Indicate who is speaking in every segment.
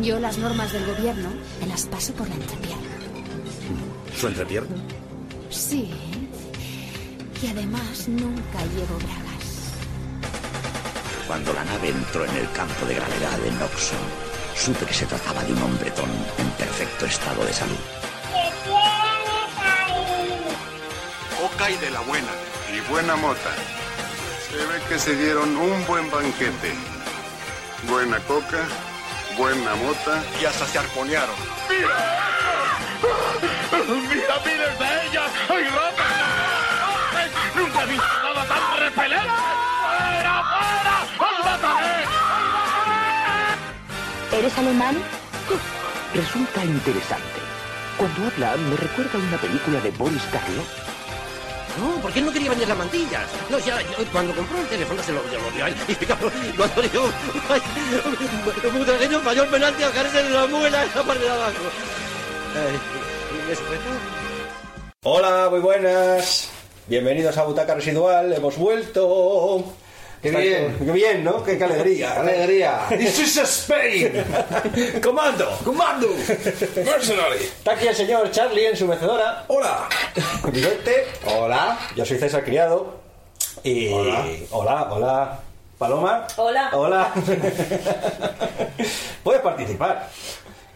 Speaker 1: Yo las normas del gobierno me las paso por la entrepierna.
Speaker 2: ¿Su entrepierna?
Speaker 1: Sí. ¿eh? Y además nunca llevo bragas.
Speaker 2: Cuando la nave entró en el campo de gravedad de Noxo, supe que se trataba de un hombretón en perfecto estado de salud.
Speaker 3: ¿Qué tienes ahí?
Speaker 4: Oca y de la buena. Y buena mota. Se ve que se dieron un buen banquete. Buena coca, buena mota. Y hasta se arponearon.
Speaker 5: ¡Mira, miles de ellas! ¡Ay, ropa! ¡Ay, ¡Nunca he visto nada tan repelente! ¡Fuera, fuera! ¡Os mataré!
Speaker 6: ¿Eres alemán?
Speaker 7: Resulta interesante. Cuando habla, me recuerda a una película de Boris Karloff.
Speaker 8: No, porque él no quería vender las mantillas. No, ya, yo, cuando compró el teléfono se lo dio, lo dio a él. Y claro, lo abrió. Ay, Un tragueño mayor penalti a caerse de la muela en la parte de abajo. Ay, y eso fue todo.
Speaker 9: Hola, muy buenas. Bienvenidos a Butaca Residual. Hemos vuelto.
Speaker 10: Qué
Speaker 9: Está-
Speaker 10: bien.
Speaker 9: Qué bien, ¿no? Qué, qué alegría.
Speaker 10: Qué alegría.
Speaker 9: This is Spain. Comando. Comando. Personally. Está aquí el señor Charlie en su mecedora. Hola. Bigote. Hola. Yo soy César Criado. Y... Hola. Hola, hola. Paloma.
Speaker 11: Hola.
Speaker 9: Hola. Puedes participar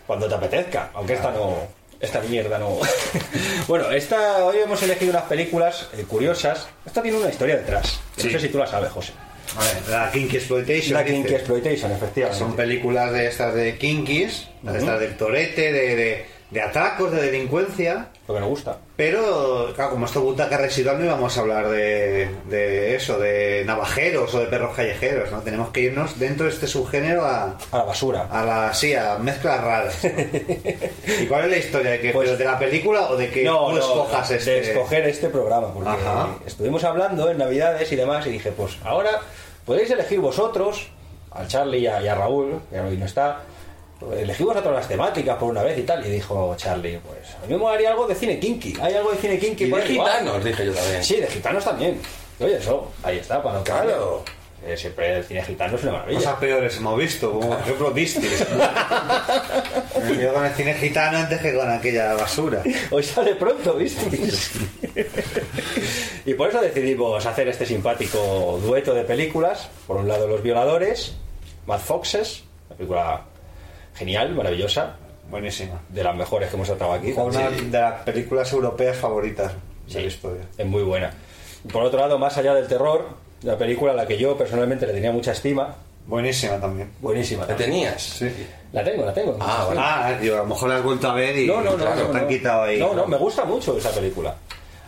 Speaker 9: cuando te apetezca, aunque esta no. Esta mierda no. bueno, esta, hoy hemos elegido unas películas eh, curiosas. Esta tiene una historia detrás. que No sé si tú la sabes, José.
Speaker 10: A ver, la Kinky Exploitation.
Speaker 9: La
Speaker 10: dice.
Speaker 9: Kinky Exploitation, efectivamente.
Speaker 10: Son películas de estas de Kinkies, de
Speaker 9: Ujú.
Speaker 10: estas del torete, de, de- de atracos, de delincuencia.
Speaker 9: Lo que nos gusta.
Speaker 10: Pero, claro, como esto es butaca residual, no íbamos a hablar de, de eso, de navajeros o de perros callejeros, ¿no? Tenemos que irnos dentro de este subgénero a.
Speaker 9: A la basura.
Speaker 10: A la, sí, a mezclas raras. ¿no? ¿Y cuál es la historia? ¿De, que, pero ¿De la película o de que
Speaker 9: Pues no,
Speaker 10: tú
Speaker 9: no,
Speaker 10: escojas
Speaker 9: de
Speaker 10: este?
Speaker 9: escoger este programa, porque
Speaker 10: Ajá.
Speaker 9: estuvimos hablando en Navidades y demás, y dije, pues ahora podéis elegir vosotros, al Charlie y a, y a Raúl, que hoy no está, elegí vosotros las temáticas por una vez y tal, y dijo Charlie, pues a mí me molaría algo de cine kinky, hay algo de cine kinky.
Speaker 12: Y
Speaker 9: por
Speaker 12: de
Speaker 9: ahí, guau.
Speaker 12: gitanos, dije yo también.
Speaker 9: Sí, de gitanos también. Y Oye, eso, ahí está, para lo que
Speaker 12: Claro.
Speaker 9: Eh, Siempre el cine gitano es una maravilla.
Speaker 10: Cosas peores hemos visto, como por ejemplo Distis. Me quedo con el cine gitano antes que con aquella basura.
Speaker 9: Hoy sale pronto, ¿viste? y por eso decidimos hacer este simpático dueto de películas. Por un lado, Los Violadores, Mad Foxes, una película genial, maravillosa.
Speaker 10: Buenísima.
Speaker 9: De las mejores que hemos tratado aquí.
Speaker 10: Una
Speaker 9: Sí.
Speaker 10: de las películas europeas favoritas de la historia.
Speaker 9: Es muy buena. Y Por otro lado, Más allá del terror, la película a la que yo personalmente le tenía mucha estima.
Speaker 10: Buenísima también.
Speaker 9: Buenísima.
Speaker 10: ¿La tenías? Sí.
Speaker 9: La tengo, la tengo.
Speaker 10: Ah,
Speaker 9: Sí.
Speaker 10: vale. Ah, digo, a lo mejor la has vuelto a ver y
Speaker 9: No, no, no.
Speaker 10: claro,
Speaker 9: no,
Speaker 10: te han
Speaker 9: no.
Speaker 10: quitado ahí.
Speaker 9: No, no, me gusta mucho esa película.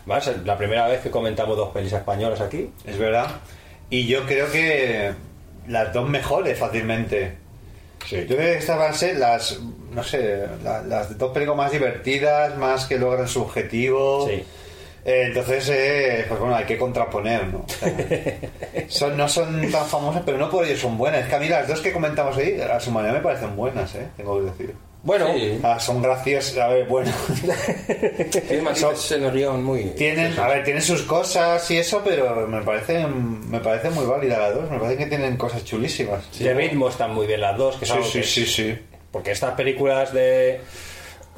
Speaker 9: Más, la primera vez que comentamos dos pelis españolas aquí.
Speaker 10: Es verdad. Y yo creo que las dos mejores fácilmente. Yo creo que estas van a ser las, no sé, la- las dos películas más divertidas, más que logran su objetivo. Eh, entonces, eh, pues bueno, hay que contraponer, ¿no? O sea, son, no son tan famosas, pero no por ello son buenas. Es que a mí las dos que comentamos ahí, a su manera me parecen buenas, ¿eh? Tengo que decir.
Speaker 9: Bueno,
Speaker 10: Ah, son graciosas, a ver, bueno.
Speaker 12: en Orión muy.
Speaker 10: Tienen, a ver, tienen sus cosas y eso, pero me parecen, me parecen muy válidas las dos. Me parecen que tienen cosas chulísimas.
Speaker 9: de ritmo están muy bien las dos, que son
Speaker 10: Sí, sí, sí,
Speaker 9: Porque estas películas de,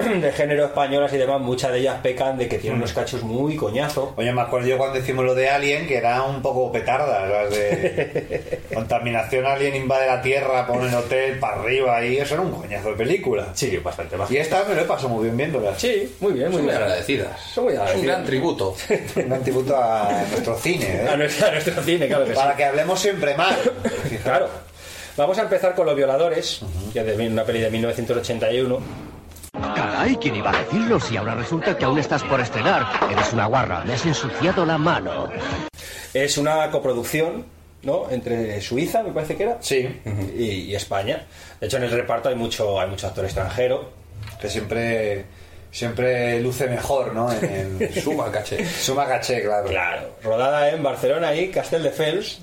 Speaker 9: de género españolas y demás, muchas de ellas pecan de que tienen unos cachos muy coñazo.
Speaker 10: Oye, me acuerdo yo cuando hicimos lo de Alien, que era un poco petarda, las de contaminación alien invade la Tierra, pone el hotel para arriba y eso era un coñazo de película.
Speaker 9: Sí, bastante más.
Speaker 10: Y esta me lo he pasado muy bien viéndola.
Speaker 9: Sí, muy bien,
Speaker 12: Son muy agradecidas.
Speaker 9: Son muy
Speaker 12: Es un
Speaker 9: agradecidas.
Speaker 12: gran tributo.
Speaker 10: un gran tributo a nuestro cine, ¿eh?
Speaker 9: A nuestro, a nuestro cine, claro que
Speaker 10: Para
Speaker 9: sí.
Speaker 10: que hablemos siempre mal.
Speaker 9: Claro. Vamos a empezar con Los Violadores, que es de una peli de 1981.
Speaker 13: Caray, ¿quién iba a decirlo si ahora resulta que aún estás por estrenar? Eres una guarra, me has ensuciado la mano.
Speaker 9: Es una coproducción, ¿no? Entre Suiza, me parece que era.
Speaker 10: Sí.
Speaker 9: Y, y España. De hecho, en el reparto hay mucho, hay mucho actor extranjero.
Speaker 10: Que siempre, siempre luce mejor, ¿no? En el...
Speaker 12: Suma caché.
Speaker 10: Suma caché, claro.
Speaker 9: Claro. Rodada en Barcelona y Castel de Fels.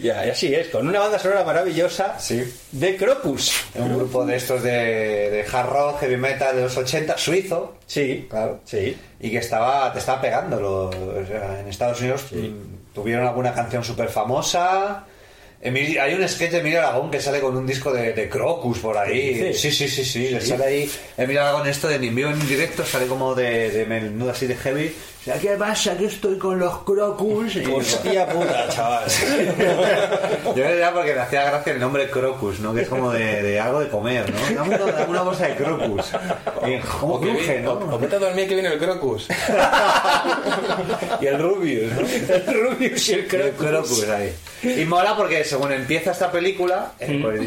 Speaker 9: y así es, con una banda sonora maravillosa de Crocus.
Speaker 10: Un grupo de estos de, de hard rock, heavy metal de los 80, suizo.
Speaker 9: Sí,
Speaker 10: claro.
Speaker 9: Sí.
Speaker 10: Y que estaba, te estaba pegando. lo- o sea, en Estados Unidos mm, tuvieron alguna canción súper famosa. Emilio- hay un sketch de Emilio Aragón que sale con un disco de, de Crocus por
Speaker 9: ¿Qué
Speaker 10: ahí.
Speaker 9: dices?
Speaker 10: Sí, sí, sí, sí. le
Speaker 9: ¿Sí?
Speaker 10: sale ahí Emilio Aragón esto de ni en vivo ni en directo, sale como de, de menudo así de heavy. O sea, ¿Qué pasa? Que estoy con los Crocus. Y-
Speaker 9: Hostia puta, chaval.
Speaker 10: Yo era porque me hacía gracia el nombre Crocus, ¿no? Que es como de, de algo de comer, ¿no? Dame una, dame una bolsa de Crocus.
Speaker 9: Oh,
Speaker 10: Y, ¿Cómo
Speaker 12: O, que
Speaker 10: cruje,
Speaker 12: viene-
Speaker 10: no?
Speaker 12: o- o vete a dormir que viene el crocus.
Speaker 10: Y el Rubius, ¿no?
Speaker 9: El Rubius y el
Speaker 10: Y el
Speaker 9: Crocus.
Speaker 10: Crocus ahí. Y mola porque según empieza esta película, eh, pues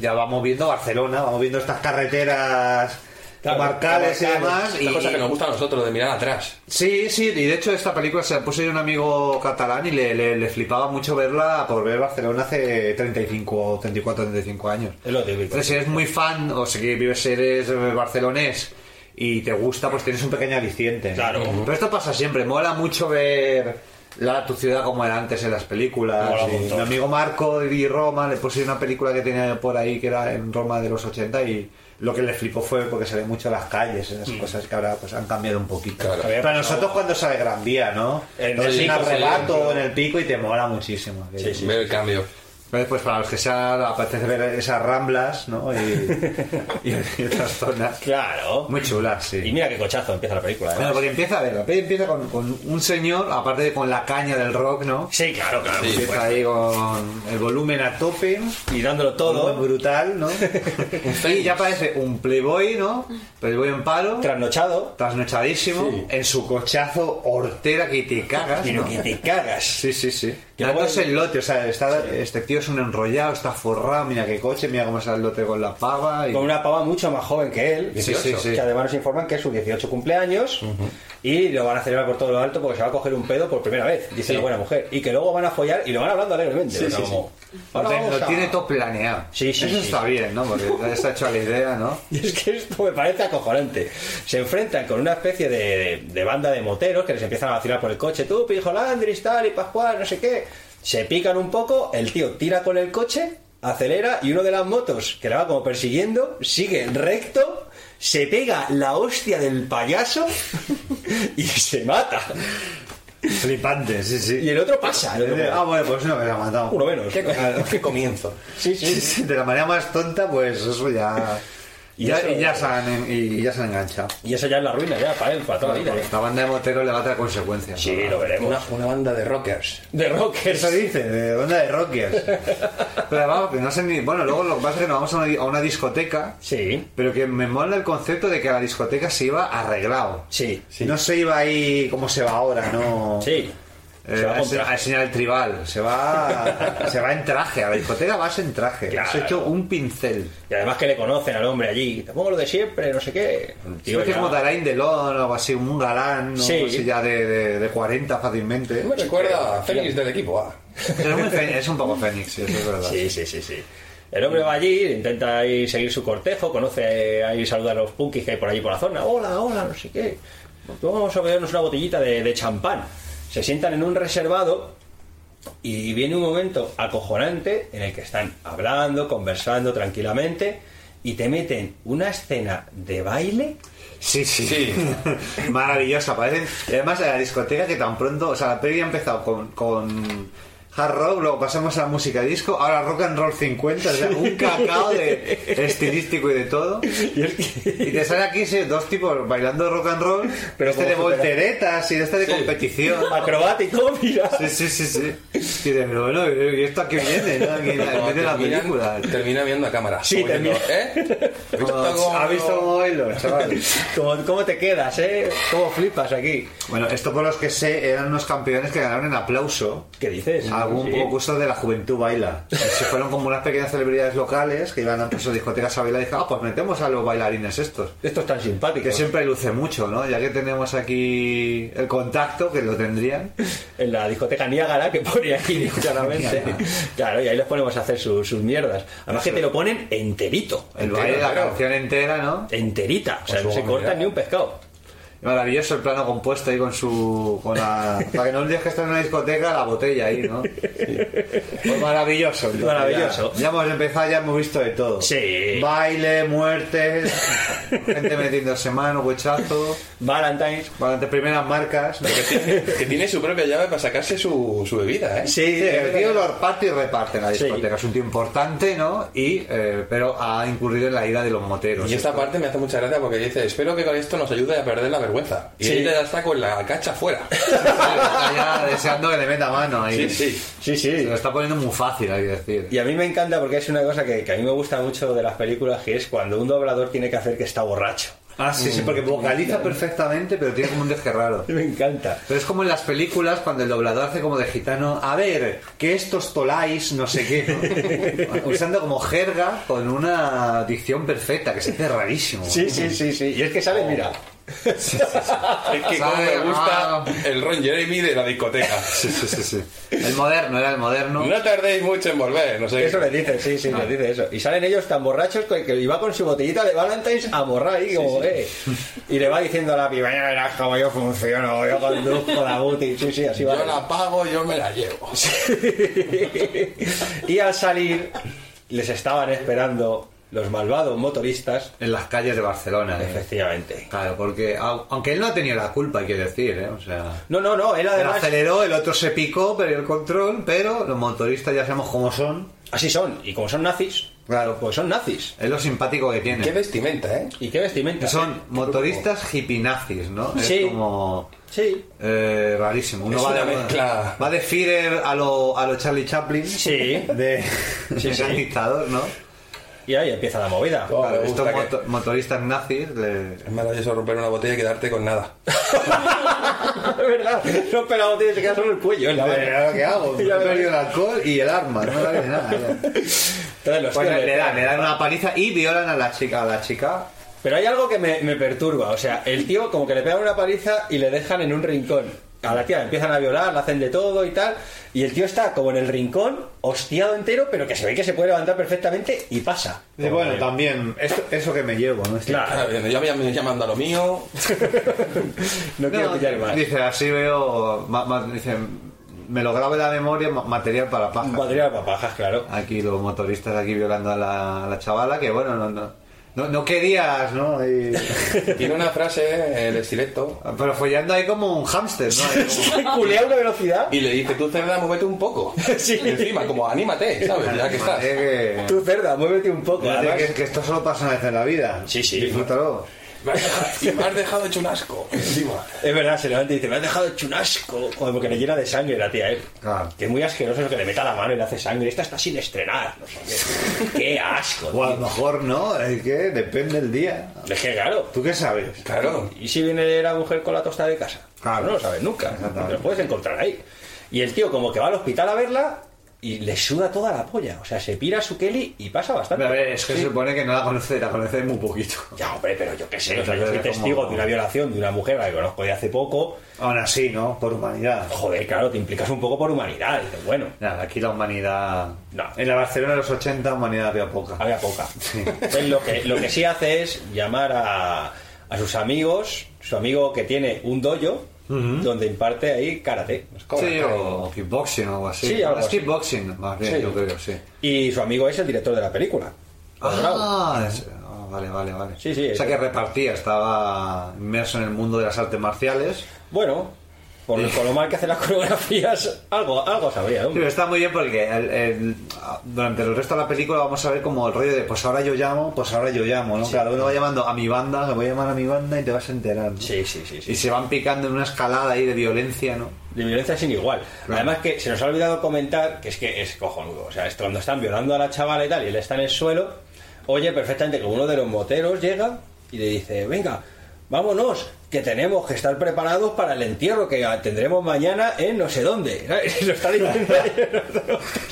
Speaker 10: ya vamos viendo Barcelona, vamos viendo estas carreteras
Speaker 12: Claro,
Speaker 10: comarcales y
Speaker 12: comarcales,
Speaker 10: demás.
Speaker 12: La
Speaker 10: y-
Speaker 12: cosa que nos gusta a nosotros, de mirar atrás.
Speaker 10: Sí, sí, y de hecho esta película se la puse yo a un amigo catalán y le, le- le flipaba mucho verla por ver Barcelona hace 35 o 34 35 años.
Speaker 9: Es lo típico.
Speaker 10: Entonces, si eres muy fan o si vives, eres eh, barcelonés y te gusta, pues tienes un pequeño aliciente.
Speaker 9: Claro.
Speaker 10: Pero esto pasa siempre, mola mucho ver la, tu ciudad como era antes en las películas.
Speaker 9: Mola un
Speaker 10: y
Speaker 9: montón.
Speaker 10: mi amigo Marco y Roma le puse una película que tenía por ahí que era en Roma de los 80 y lo que le flipó fue porque se ve mucho las calles, esas
Speaker 9: Mm.
Speaker 10: cosas que ahora pues han cambiado un poquito.
Speaker 12: Claro.
Speaker 10: Para nosotros cuando sale Gran Vía, ¿no?
Speaker 9: En
Speaker 10: Entonces,
Speaker 9: el
Speaker 10: en
Speaker 9: pico,
Speaker 10: arrebato,
Speaker 9: sí.
Speaker 10: en el pico y te mola muchísimo.
Speaker 9: Sí, sí.
Speaker 12: Ver el cambio.
Speaker 10: Entonces, pues para los que sean, apetece ver esas ramblas, ¿no? Y, y otras zonas.
Speaker 9: Claro.
Speaker 10: Muy chulas,
Speaker 9: Y
Speaker 10: sí.
Speaker 9: mira qué cochazo empieza la película. ¿eh?
Speaker 10: Bueno, porque empieza a ver, la peli empieza con, con un señor, aparte de con la caña del rock, ¿no?
Speaker 9: Sí, claro, claro.
Speaker 12: Sí.
Speaker 10: empieza
Speaker 12: pues.
Speaker 10: ahí con el volumen a tope,
Speaker 9: Y dándolo
Speaker 10: todo
Speaker 9: todo,
Speaker 10: brutal, ¿no? y ya aparece un playboy, ¿no? Playboy en paro.
Speaker 9: trasnochado.
Speaker 10: trasnochadísimo,
Speaker 9: Sí.
Speaker 10: en su cochazo hortera que te cagas.
Speaker 9: Pero
Speaker 10: ¿no?
Speaker 9: que te cagas.
Speaker 10: Sí, sí, sí.
Speaker 9: Que
Speaker 10: Dándose
Speaker 9: luego-
Speaker 10: el lote, o sea, está- este tío es un enrollado, está forrado, mira qué coche, mira cómo sale el lote con la pava. Y...
Speaker 9: Con una pava mucho más joven que él.
Speaker 10: Sí, sí, sí.
Speaker 9: Que además nos informan que es su 18 cumpleaños y lo van a celebrar por todo lo alto porque se va a coger un pedo por primera vez, dice la buena mujer. Y que luego van a follar y lo van hablando alegremente. o sea, como,
Speaker 10: Lo
Speaker 9: "Ahora
Speaker 10: te-
Speaker 9: vamos
Speaker 10: lo
Speaker 9: a-".
Speaker 10: tiene todo planeado.
Speaker 9: Sí, sí,
Speaker 10: Eso
Speaker 9: sí,
Speaker 10: está bien, ¿no? Porque ya está hecho a la idea, ¿no?
Speaker 9: Y es que esto me parece acojonante. Se enfrentan con una especie de, de- de banda de moteros que les empiezan a vacilar por el coche. Tú, Pijolandris, tal y Pascual, no sé qué. Se pican un poco, el tío tira con el coche, acelera y uno de las motos que la va como persiguiendo sigue recto, se pega la hostia del payaso y se mata.
Speaker 10: Flipante, sí, sí.
Speaker 9: Y el otro pasa. el otro
Speaker 10: Ah, bueno, pues no, que la ha matado.
Speaker 9: uno menos.
Speaker 12: ¿Qué, co- qué comienzo?
Speaker 9: Sí,
Speaker 10: Sí,
Speaker 9: sí.
Speaker 10: sí, de la manera más tonta, pues eso ya.
Speaker 9: Y
Speaker 10: Y ya,
Speaker 9: eso-
Speaker 10: y ya se han, en- y ya se han enganchado.
Speaker 9: Y eso ya es la ruina, ya, para él, para toda la vida.
Speaker 10: Porque
Speaker 9: ¿eh?
Speaker 10: esta banda de moteros le va a traer consecuencias.
Speaker 9: Sí,
Speaker 10: ¿no?
Speaker 9: lo veremos.
Speaker 12: Una, una banda de rockers.
Speaker 9: De rockers.
Speaker 10: Eso dice, de onda de rockers. Pero vamos, que no sé ni. Bueno, luego lo que pasa es que nos vamos a una, a una discoteca.
Speaker 9: Sí.
Speaker 10: Pero que me mola el concepto de que a la discoteca se iba arreglado.
Speaker 9: Sí.
Speaker 10: No se iba ahí como se va ahora, ¿no.
Speaker 9: Sí.
Speaker 10: Eh,
Speaker 9: Se va
Speaker 10: a,
Speaker 9: con
Speaker 10: ense-
Speaker 9: traje.
Speaker 10: a enseñar el tribal. Se va, se va en traje. A la discoteca vas en traje. Has
Speaker 9: Claro.
Speaker 10: hecho un pincel.
Speaker 9: Y además que le conocen al hombre allí. Te pongo lo de siempre, no sé qué. Un tío
Speaker 10: es que
Speaker 9: ya-
Speaker 10: como Dalain Delon o algo así, un galán, ¿no?
Speaker 9: Sí.
Speaker 10: Algo así ya de, de, de 40 fácilmente.
Speaker 12: Me recuerda a Félix del equipo ah. A.
Speaker 10: Es, muy fe- es un poco Fénix, sí, eso es verdad.
Speaker 9: Sí, sí, sí, sí. El hombre va allí, intenta ahí seguir su cortejo, conoce eh, ahí, saluda a los punkis que hay por allí por la zona. Hola, hola, no sé qué. Vamos a bebernos una botellita de, de champán. Se sientan en un reservado y viene un momento acojonante en el que están hablando, conversando tranquilamente y te meten una escena de baile.
Speaker 10: Sí, sí.
Speaker 12: Sí.
Speaker 10: Maravillosa, parecen. Y además, en la discoteca que tan pronto. O sea, la peli ha empezado con, con hard rock, luego pasamos a la música disco, ahora rock and roll 50, o sea, un cacao de estilístico y de todo.
Speaker 9: Y es que-
Speaker 10: Y te sale aquí sí, dos tipos bailando rock and roll,
Speaker 9: Pero
Speaker 10: pero este
Speaker 9: como
Speaker 10: de
Speaker 9: supera-
Speaker 10: volteretas y este de
Speaker 12: Sí.
Speaker 10: competición.
Speaker 9: Acrobático, mira.
Speaker 10: Sí, sí, sí, sí. Y de, pero bueno, ¿y esto a qué viene? ¿no? Aquí, en vez de la
Speaker 12: terminan-
Speaker 10: película.
Speaker 12: Termina viendo a cámara.
Speaker 9: Sí,
Speaker 12: Como diciendo, ¿Eh? ¿Has visto cómo-
Speaker 10: ¿Has visto cómo bailo, chaval?
Speaker 9: ¿Cómo, cómo te quedas, eh? ¿Cómo flipas aquí?
Speaker 10: Bueno, esto por los que sé, eran unos campeones que ganaron en aplauso.
Speaker 9: ¿Qué dices?
Speaker 10: Algún
Speaker 9: Sí.
Speaker 10: concurso de la juventud baila. Se fueron como unas pequeñas celebridades locales que iban a sus discotecas a bailar y dijeron, ah, pues metemos a los bailarines estos.
Speaker 9: Estos tan
Speaker 10: Que
Speaker 9: simpáticos.
Speaker 10: siempre luce mucho, ¿no? Ya que tenemos aquí el contacto, que lo tendrían.
Speaker 9: En la discoteca Niágara que pone aquí claramente.
Speaker 10: Niágara.
Speaker 9: claro, y ahí los ponemos a hacer sus, sus mierdas. Además que
Speaker 10: Eso.
Speaker 9: te lo ponen enterito.
Speaker 10: El baile, la
Speaker 12: claro.
Speaker 10: canción entera, ¿no?
Speaker 9: Enterita. O sea,
Speaker 12: Pues
Speaker 9: no se
Speaker 12: luego,
Speaker 9: corta
Speaker 12: mira.
Speaker 9: ni un pescado.
Speaker 10: Maravilloso el plano compuesto ahí con su. Con la, para que no olvides que está en una discoteca la botella ahí, ¿no? Pues maravilloso. tío.
Speaker 9: Maravilloso.
Speaker 10: Ya, ya hemos empezado, ya hemos visto de todo. Sí. Baile, muertes, gente metiéndose mano, huechazo. Valentine's. Valentine's, primeras marcas.
Speaker 12: Que tiene, que tiene su propia llave para sacarse su, su bebida, ¿eh?
Speaker 10: el tío lo reparte y reparte en la discoteca. Es un tío importante, ¿no? Y, eh, pero ha incurrido en la ira de los moteros.
Speaker 12: Y esta parte me hace mucha gracia porque dice, espero que con esto nos ayude a perder la vergüenza. Y ella ya está con la cacha fuera.
Speaker 10: Está ya deseando que le meta mano ahí.
Speaker 12: Sí, sí.
Speaker 9: Sí, sí. Se lo
Speaker 10: está poniendo muy fácil, hay que decir.
Speaker 9: Y a mí me encanta porque es una cosa que, que a mí me gusta mucho de las películas, que es cuando un doblador tiene que hacer que está borracho.
Speaker 10: Ah, sí, sí, porque vocaliza perfectamente, pero tiene como un deje raro.
Speaker 9: Me encanta.
Speaker 10: Pero es como en las películas cuando el doblador hace como de gitano, a ver, que estos toláis, no sé qué, ¿no? usando como jerga con una dicción perfecta, que se hace rarísimo.
Speaker 9: Sí, sí, sí, sí. Y es que sale, mira.
Speaker 12: Es que como me gusta el Ron Jeremy de la discoteca.
Speaker 10: ah. Sí, sí, sí, sí. El moderno, era el moderno.
Speaker 12: No tardéis mucho en volver, no sé.
Speaker 9: Eso le dice, sí, sí, le dice eso. Y salen ellos tan borrachos que, que va con su botellita de Valentine's a borrar ahí, como, eh. Y le va diciendo a la piba, ya verás cómo yo funciono, yo conduzco la buti. Sí, sí, así va.
Speaker 12: Yo la pago, yo me la llevo.
Speaker 9: Y al salir, les estaban esperando los malvados motoristas.
Speaker 10: En las calles de Barcelona. ¿eh?
Speaker 9: Efectivamente.
Speaker 10: Claro, porque au- aunque él no ha tenido la culpa, hay que decir, ¿eh? O sea,
Speaker 9: No, no, no, él
Speaker 10: él
Speaker 9: además.
Speaker 10: aceleró, el otro se picó, perdió el control, pero los motoristas ya sabemos cómo son.
Speaker 9: Así son. Y como son nazis,
Speaker 10: Claro,
Speaker 9: pues son nazis.
Speaker 10: es lo simpático que tiene.
Speaker 12: Qué vestimenta, ¿eh?
Speaker 9: ¿Y qué vestimenta?
Speaker 10: Son motoristas hippinazis, ¿no?
Speaker 9: Sí.
Speaker 10: Es como...
Speaker 9: Sí.
Speaker 10: Eh, rarísimo. Uno
Speaker 12: Es
Speaker 10: va,
Speaker 12: una
Speaker 10: de,
Speaker 12: mezcla.
Speaker 10: va de Führer a lo, a lo Charlie Chaplin.
Speaker 9: Sí.
Speaker 10: De,
Speaker 9: Sí,
Speaker 10: de
Speaker 9: sí.
Speaker 10: gran dictador, ¿no?
Speaker 9: Y ahí empieza la movida.
Speaker 12: Oh,
Speaker 10: Claro,
Speaker 12: me gusta
Speaker 10: estos
Speaker 12: que-
Speaker 10: moto- motoristas nazis le-
Speaker 12: Es maravilloso romper una botella y quedarte con nada.
Speaker 9: Es verdad. Los pelados tienen que quedar solo el cuello. es la
Speaker 10: Vale,
Speaker 9: verdad.
Speaker 10: ahora ¿Qué hago?
Speaker 9: Ya
Speaker 10: He
Speaker 9: verás.
Speaker 10: perdido el alcohol y el arma, no vale nada. ya.
Speaker 9: Entonces los
Speaker 10: Bueno,
Speaker 9: tíos
Speaker 10: le
Speaker 9: le-
Speaker 10: dan, le dan una paliza y violan a la chica. A la chica.
Speaker 9: Pero hay algo que me, me perturba. O sea, el tío como que le pegan una paliza y le dejan en un rincón. A la tía la empiezan a violar, la hacen de todo y tal. Y el tío está como en el rincón, hostiado entero, pero que se ve que se puede levantar perfectamente y pasa.
Speaker 10: Y bueno, también, esto- eso que me llevo, ¿no? Este-
Speaker 12: Ah,
Speaker 9: Claro.
Speaker 12: bien, Yo ya me llamando a lo mío.
Speaker 9: No quiero
Speaker 10: No,
Speaker 9: pillar más.
Speaker 10: Dice, así veo. ma- ma- dice, me lo grabo en la memoria, ma- material para paja.
Speaker 9: Batería de papajas, claro.
Speaker 10: aquí los motoristas aquí violando a la, a la chavala que bueno no no no, no querías no Y-
Speaker 12: Tiene una frase, el estileto.
Speaker 10: pero follando ahí como un hámster no Ahí como-
Speaker 9: Culea a una velocidad.
Speaker 12: Y le dice, tú cerda, muévete un poco.
Speaker 9: Sí.
Speaker 12: Y encima, como anímate,
Speaker 10: Pues
Speaker 12: ¿sabes? Ya que estás.
Speaker 10: Eh, que,
Speaker 9: Tú, cerda, muévete un poco.
Speaker 10: Fíjate
Speaker 9: Además-
Speaker 10: que, que esto solo pasa una vez en la vida
Speaker 9: Sí, sí.
Speaker 10: disfrútalo
Speaker 12: Me has dejado- Y me has dejado hecho un asco. Encima.
Speaker 9: Es verdad, se levanta y dice, me has dejado hecho un asco. Joder, porque le llena de sangre la tía, ¿eh?
Speaker 10: Claro.
Speaker 9: Que es muy asqueroso es que le meta la mano y le hace sangre. Esta está sin estrenar. No sé qué. qué asco.
Speaker 10: o a lo
Speaker 9: tío.
Speaker 10: mejor no es que depende del día
Speaker 9: Es que claro.
Speaker 10: tú qué sabes
Speaker 12: Claro.
Speaker 9: ¿Y si viene la mujer con la tosta de casa?
Speaker 10: Claro.
Speaker 9: No lo sabes nunca.
Speaker 10: Exactamente.
Speaker 9: Lo puedes encontrar ahí. Y el tío como que va al hospital a verla y le suda toda la polla. O sea, se pira su Kelly y pasa bastante.
Speaker 10: Pero a ver, es que se supone que no la conoce la conoce muy poquito
Speaker 9: Ya, hombre, pero yo qué sé. o sea, yo
Speaker 10: Pero
Speaker 9: soy
Speaker 10: es como-
Speaker 9: testigo de una violación de una mujer a la que conozco de hace poco.
Speaker 10: aún así no por humanidad
Speaker 9: Joder, claro, te implicas un poco por humanidad. Y dices, bueno...
Speaker 10: Nada, aquí la humanidad
Speaker 9: No.
Speaker 10: en la Barcelona de los 80 humanidad había poca
Speaker 9: Había poca. Entonces, lo que, lo que sí hace es llamar a, a sus amigos, su amigo que tiene un dojo, donde imparte ahí karate.
Speaker 10: Sí, o kickboxing o algo así.
Speaker 9: Sí, algo
Speaker 10: es
Speaker 9: así.
Speaker 10: kickboxing, más bien,
Speaker 9: Sí.
Speaker 10: yo creo, sí.
Speaker 9: Y su amigo es el director de la película. Bravo.
Speaker 10: Ah, es- ah, vale, vale, vale.
Speaker 9: Sí, sí,
Speaker 10: o sea
Speaker 9: es-
Speaker 10: que repartía, estaba inmerso en el mundo de las artes marciales.
Speaker 9: Bueno, por lo, con lo mal que hace las coreografías, algo, algo sabría.
Speaker 10: Pero
Speaker 9: hombre.
Speaker 10: está muy bien porque el- el- durante el resto de la película vamos a ver como el rollo de pues ahora yo llamo, pues ahora yo llamo, ¿no? Cada uno va llamando a mi banda, le voy a llamar a mi banda y te vas a enterar. ¿no?
Speaker 9: Sí, sí, sí. sí.
Speaker 10: Y se van picando en una escalada ahí de violencia, ¿no?
Speaker 9: de violencia sin igual.
Speaker 10: Claro.
Speaker 9: Además que se nos ha olvidado comentar que es que es cojonudo. O sea, es cuando están violando a la chavala y tal, y él está en el suelo, oye perfectamente que uno de los moteros llega y le dice, venga, vámonos, que tenemos que estar preparados para el entierro que tendremos mañana en no sé dónde. ¿Sabes? Lo está diciendo ahí.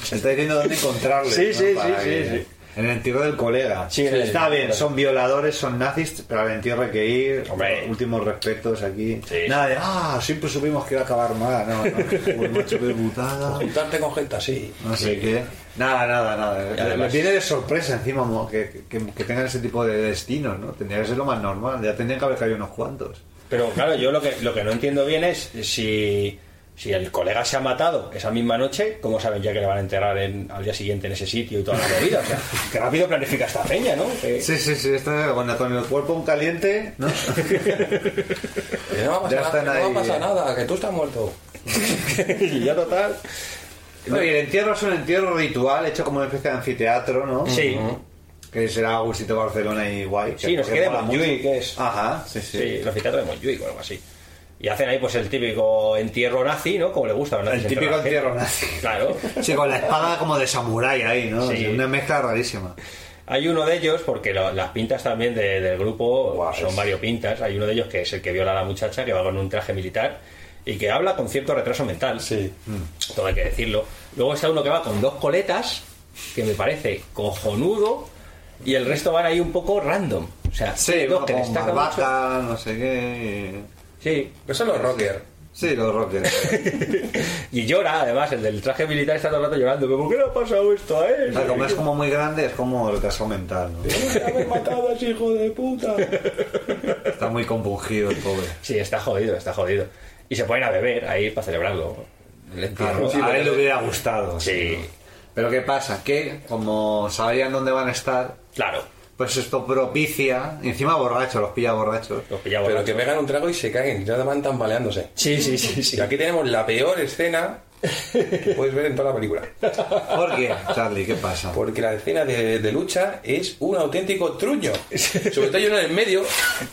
Speaker 10: Se está diciendo dónde encontrarle.
Speaker 9: Sí,
Speaker 10: ¿no?
Speaker 9: sí,
Speaker 10: Para
Speaker 9: sí,
Speaker 10: que-
Speaker 9: sí, sí.
Speaker 10: En el entierro del colega.
Speaker 9: Sí, en el
Speaker 10: está
Speaker 9: entierro
Speaker 10: bien,
Speaker 9: del colega.
Speaker 10: son violadores, son nazis, pero al entierro hay que ir.
Speaker 9: Hombre.
Speaker 10: Últimos respetos aquí.
Speaker 9: Sí.
Speaker 10: Nada de, ah, siempre supimos que iba a acabar mal. No, no, Uy, macho, qué putada.
Speaker 12: Juntarte con gente así.
Speaker 10: No sé qué. Nada, nada, nada.
Speaker 9: Y además-
Speaker 10: Les viene de sorpresa encima mo- que, que- que tengan ese tipo de destinos, ¿no? Tendría que ser lo más normal. Ya tendrían que haber caído unos cuantos.
Speaker 9: Pero claro, yo lo que, lo que no entiendo bien es si, si el colega se ha matado esa misma noche, ¿cómo saben ya que le van a enterrar en- al día siguiente en ese sitio y toda la movida? O sea, qué rápido planifica esta peña, ¿no? Que-
Speaker 10: Sí, sí, sí, está bueno, con el cuerpo un caliente, ¿no?
Speaker 12: Que no va a
Speaker 10: Ya
Speaker 12: pasar,
Speaker 10: están
Speaker 12: nada, que no va a
Speaker 10: ahí.
Speaker 12: pasar nada, que tú estás muerto.
Speaker 9: y ya total.
Speaker 10: No, y el entierro es un entierro ritual hecho como una especie de anfiteatro, ¿no?
Speaker 9: Sí.
Speaker 10: Que será Agustito Barcelona y guay.
Speaker 9: Sí, nos queda
Speaker 10: quedamos
Speaker 9: Montjuic, que es.
Speaker 10: Ajá, sí, sí.
Speaker 9: Sí, el anfiteatro de Montjuic o algo así. Y hacen ahí pues el típico entierro nazi, ¿no? Como le gusta a los nazis
Speaker 10: El típico
Speaker 9: enterrar gente.
Speaker 10: entierro nazi.
Speaker 9: Claro.
Speaker 10: Sí, con la espada como de samurái ahí, ¿no?
Speaker 9: Sí.
Speaker 10: Una mezcla rarísima.
Speaker 9: Hay uno de ellos, porque lo- las pintas también de- del grupo son varios pintas. Hay uno de ellos que es el que viola a la muchacha, que va con un traje militar y que habla con cierto retraso mental. Sí. Todo hay que decirlo. Luego está uno que va con dos coletas, que me parece cojonudo, y el resto van ahí un poco random. O sea, hay dos que
Speaker 10: como
Speaker 9: destacan
Speaker 10: barbaca, no sé qué.
Speaker 9: Sí.
Speaker 12: Pero son los rockers.
Speaker 10: Sí, los rockers.
Speaker 9: mucho. Y llora, además, el del traje militar está todo el rato llorando. ¿Pero ¿Por qué le ha pasado esto a él?
Speaker 10: Claro, como es como muy grande, es como el caso mental, ¿no?
Speaker 9: Me matado a ese hijo de puta.
Speaker 10: Está muy compungido el pobre.
Speaker 9: Sí, está jodido, está jodido. Y se ponen a beber ahí para celebrarlo. El entierro.
Speaker 10: Claro, a él le hubiera gustado.
Speaker 9: Sí.
Speaker 10: Pero ¿qué pasa? Que como sabían dónde van a estar,
Speaker 9: claro.
Speaker 10: pues esto propicia, encima borrachos, los pilla borrachos.
Speaker 9: Los pilla
Speaker 12: Pero que pegan un trago y se caguen, ya van tambaleándose.
Speaker 9: Sí, sí, sí, sí.
Speaker 12: Y aquí tenemos la peor escena que puedes ver en toda la película.
Speaker 10: ¿Por qué, Charlie? ¿Qué pasa?
Speaker 12: Porque la escena de, de lucha es un auténtico truño. Sobre todo hay uno en el medio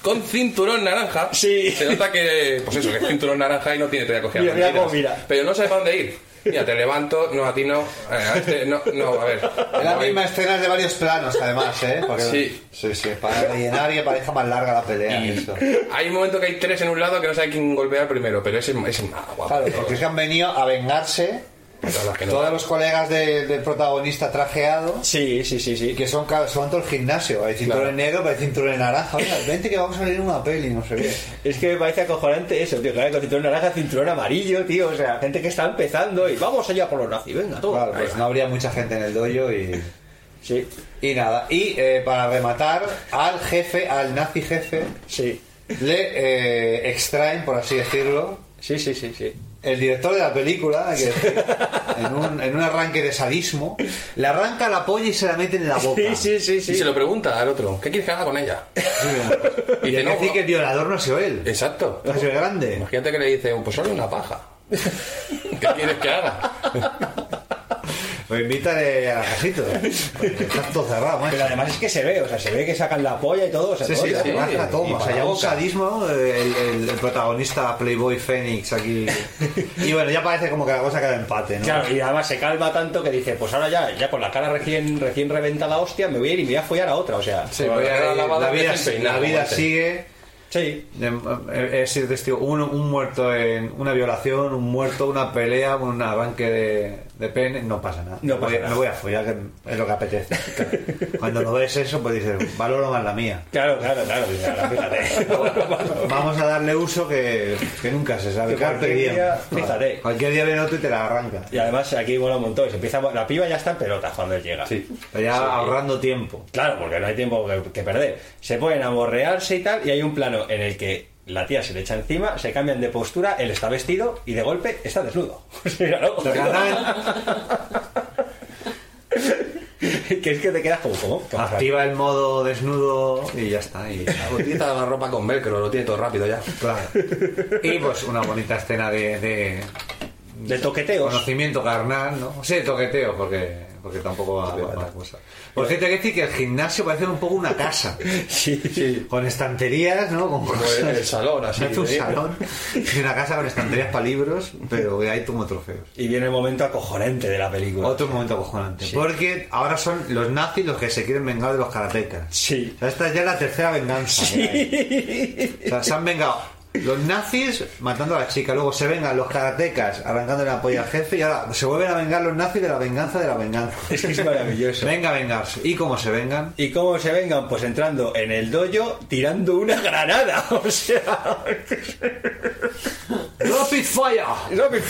Speaker 12: con cinturón naranja. Sí. Se nota que, pues eso, que es cinturón naranja y no tiene todavía coger
Speaker 9: Mira,
Speaker 12: las
Speaker 9: mira
Speaker 12: mentiras.
Speaker 9: cómo mira.
Speaker 12: Pero no sabe para dónde ir. Mira, te levanto, no, a ti no, eh, a este, no, no, a ver.
Speaker 10: Es la
Speaker 12: No,
Speaker 10: misma escena es de varios planos, además, ¿eh? Porque-
Speaker 12: Sí.
Speaker 10: sí, sí, para rellenar y pareja más larga la pelea. eso.
Speaker 12: Hay un momento que hay tres en un lado que no sabe quién golpear primero, pero ese es más guapo.
Speaker 10: Claro, porque es que han venido a vengarse
Speaker 12: Todas las que no.
Speaker 10: todos los colegas de- del protagonista trajeado.
Speaker 9: Sí, sí, sí, sí.
Speaker 10: Que son, ca- son todo el gimnasio. Hay cinturón
Speaker 9: Claro.
Speaker 10: negro, pero hay cinturón naranja. Oiga, vente que vamos a ver una peli, no sé qué.
Speaker 9: Es que me parece acojonante eso, tío. Claro, con cinturón naranja, cinturón amarillo, tío. O sea, gente que está empezando y vamos allá por los nazis, venga, todo.
Speaker 10: Claro, pues no habría mucha gente en el dojo y. Y nada. Y eh, para rematar, al jefe, al nazi jefe, le eh, extraen, por así decirlo,
Speaker 9: Sí, sí, sí, sí.
Speaker 10: el director de la película, hay que decir, en, un, en un arranque de sadismo, le arranca la polla y se la mete en la boca.
Speaker 9: sí,
Speaker 12: Y se lo pregunta al otro, ¿qué quieres que haga con ella?
Speaker 10: Y
Speaker 12: dice,
Speaker 10: hay que
Speaker 12: no,
Speaker 10: decir
Speaker 12: no.
Speaker 10: que el violador no ha sido él,
Speaker 12: Exacto.
Speaker 10: no ha sido el grande.
Speaker 12: Imagínate que le dice, pues solo una paja. ¿Qué quieres que haga?
Speaker 10: Pues invítale a la casita. Está todo cerrado, macho.
Speaker 9: Pero además es que se ve, o sea, se ve que sacan la polla y todo. O sea,
Speaker 10: Sí,
Speaker 9: todo
Speaker 10: sí,
Speaker 9: está
Speaker 10: sí,
Speaker 9: guapo.
Speaker 10: baja, toma.
Speaker 9: Y
Speaker 10: O sea,
Speaker 9: para
Speaker 10: ya un
Speaker 9: boca.
Speaker 10: sadismo, eh, el, el- el protagonista Playboy Fénix aquí. Y bueno, ya parece como que la cosa queda en empate, ¿no?
Speaker 9: Claro, y además se calma tanto que dice, pues ahora ya, ya con la cara recién, recién reventada, hostia, me voy a ir y me voy a follar a otra, o sea.
Speaker 10: Sí,
Speaker 12: Con
Speaker 10: voy
Speaker 12: la
Speaker 10: a-
Speaker 12: cara lavada
Speaker 10: Eh, la vida,
Speaker 12: recién
Speaker 10: la
Speaker 12: peinada,
Speaker 10: vida
Speaker 12: aguante.
Speaker 10: sigue.
Speaker 9: Sí.
Speaker 10: eh, Es decir, testigo, un, un muerto en una violación, un muerto, una pelea, un arranque de, de pene, no pasa nada.
Speaker 9: No
Speaker 10: Me
Speaker 9: pasa
Speaker 10: voy,
Speaker 9: nada.
Speaker 10: me voy a follar, que es lo que apetece. Cuando lo ves eso, pues dices, valoro más la mía.
Speaker 9: Claro, claro, claro. claro, fíjate.
Speaker 10: Vamos a darle uso que, que nunca se sabe.
Speaker 9: Que cualquier
Speaker 10: diem.
Speaker 9: día- fíjate.
Speaker 10: Cualquier día viene otro y te la arranca.
Speaker 9: Y además aquí mola un montón. y Se empieza, la piba ya está en pelotas cuando él llega.
Speaker 10: Pero ya ahorrando tiempo.
Speaker 9: Claro, porque no hay tiempo que, que perder. Se ponen a borrearse y tal, y hay un plano en el que la tía se le echa encima, se cambian de postura, él está vestido y de golpe está desnudo. O sea, ¿no? que es que te quedas como, ¿cómo? ¿Qué pasa?
Speaker 10: Activa el modo desnudo y ya está. Y,
Speaker 12: Utiliza la ropa con velcro, lo tiene todo rápido ya.
Speaker 10: claro. y pues una bonita escena de, de
Speaker 9: De toqueteos.
Speaker 10: conocimiento carnal, ¿no? Sí, toqueteo, porque, porque tampoco va va- va la cosa. Por cierto, hay que decir que el gimnasio parece un poco una casa.
Speaker 9: Sí,
Speaker 10: Con estanterías, ¿no? Con
Speaker 12: Como
Speaker 10: cosas.
Speaker 12: Pues el, el salón, así. ¿eh?
Speaker 10: Parece un
Speaker 12: de-
Speaker 10: salón. Es una casa con estanterías para libros, pero hay como trofeos.
Speaker 9: Y viene el momento acojonante de la película.
Speaker 10: Otro momento acojonante.
Speaker 9: Sí.
Speaker 10: Porque ahora son los nazis los que se quieren vengar de los karatecas.
Speaker 9: Sí.
Speaker 10: O sea, esta es ya la tercera venganza. que hay. O sea, se han vengado los nazis matando a la chica, luego se vengan los karatecas arrancando la polla al jefe y ahora se vuelven a vengar los nazis de la venganza de la venganza.
Speaker 9: Es que es maravilloso.
Speaker 10: Venga, a vengarse. ¿Y cómo se vengan?
Speaker 9: ¿Y cómo se vengan? Pues entrando en el dojo tirando una granada. O sea.
Speaker 14: Rapid Fire. Rapid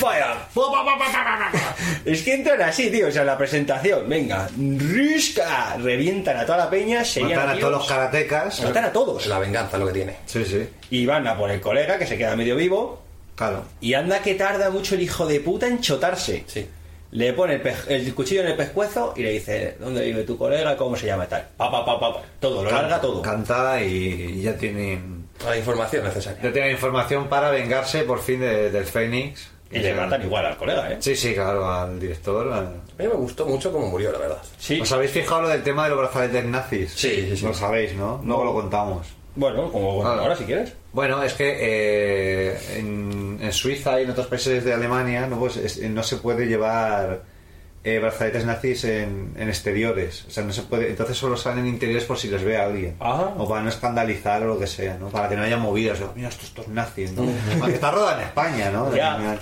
Speaker 14: Fire.
Speaker 9: Es que entran así, tío, o sea, en la presentación. Venga, risca, revientan a toda la peña, se
Speaker 10: Matan a todos los karatecas.
Speaker 9: Matan a todos.
Speaker 10: La
Speaker 12: venganza lo que tiene.
Speaker 10: Sí, sí.
Speaker 9: Y van a por el colega que se queda medio vivo.
Speaker 10: Claro.
Speaker 9: Y anda que tarda mucho el hijo de puta en chotarse.
Speaker 12: Sí.
Speaker 9: Le pone el, pej- el cuchillo en el pescuezo y le dice, ¿dónde vive tu colega? ¿Cómo se llama y tal? Pa, pa, pa, pa, pa. Todo, lo
Speaker 10: Can-
Speaker 9: larga todo.
Speaker 10: Cantada y ya tienen.
Speaker 12: La información necesaria.
Speaker 10: Ya tienen información para vengarse por fin de- del Fénix.
Speaker 9: Y le matan igual al colega, ¿eh?
Speaker 10: Sí, sí, claro, al director. al-
Speaker 12: A mí me gustó mucho cómo murió, la verdad.
Speaker 10: ¿Os habéis fijado lo del tema de los brazaletes nazis? Sí, sí, Lo sabéis, ¿no? Luego lo contamos.
Speaker 9: Bueno, como
Speaker 10: Ahora.
Speaker 9: ahora si quieres.
Speaker 10: Bueno, es que eh, en, en Suiza y en otros países de Alemania no, Pues, es- no se puede llevar eh, brazaletes nazis en, en exteriores. O sea, no se puede. Entonces solo salen en interiores por si les ve a alguien.
Speaker 9: Ah.
Speaker 10: O para no escandalizar o lo que sea, ¿no? Para que no haya movidas. O, Mira, estos, estos nazis, ¿no? Aunque está rodada en España, ¿no?
Speaker 9: Ya.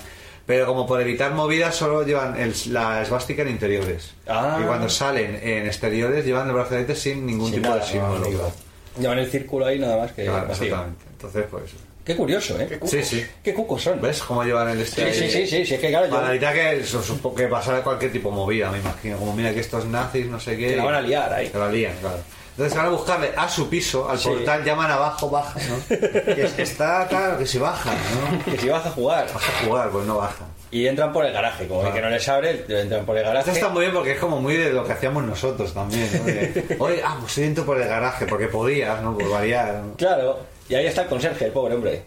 Speaker 10: Pero como por evitar movidas solo llevan el- la esvástica en interiores.
Speaker 9: Ah.
Speaker 10: Y cuando salen en exteriores llevan el brazalete sin ningún
Speaker 9: Sin
Speaker 10: tipo
Speaker 9: nada,
Speaker 10: de símbolo.
Speaker 9: no, no. Llevan el círculo ahí nada más que
Speaker 10: Claro,
Speaker 9: vacío.
Speaker 10: exactamente. Entonces, pues.
Speaker 9: Qué curioso, ¿eh?
Speaker 10: Sí, sí.
Speaker 9: ¿Qué cucos son?
Speaker 10: ¿Ves cómo llevan el
Speaker 9: Sí,
Speaker 10: estilo?
Speaker 9: sí, sí, sí, sí, es que claro, yo-
Speaker 10: Para evitar que, su- supo- que pasara cualquier tipo de movida, me imagino. Como mira que estos nazis, no sé qué.
Speaker 9: Que la van a liar ahí.
Speaker 10: Que la lían, claro. Entonces van a buscarle a su piso, al
Speaker 9: Sí.
Speaker 10: portal, llaman abajo, baja, ¿no? que es- está claro que si baja, ¿no?
Speaker 9: Que si vas a jugar.
Speaker 10: Vas a jugar, pues no baja.
Speaker 9: Y entran por el garaje, como el que no les abre, entran por el garaje.
Speaker 10: Esto Ah. Este está muy bien porque es como muy de lo que hacíamos nosotros también. ¿no? De, Oye, ah, pues dentro por el garaje, porque podías, ¿no? Por variar. ¿no?
Speaker 9: Claro, y ahí está el conserje, el pobre hombre.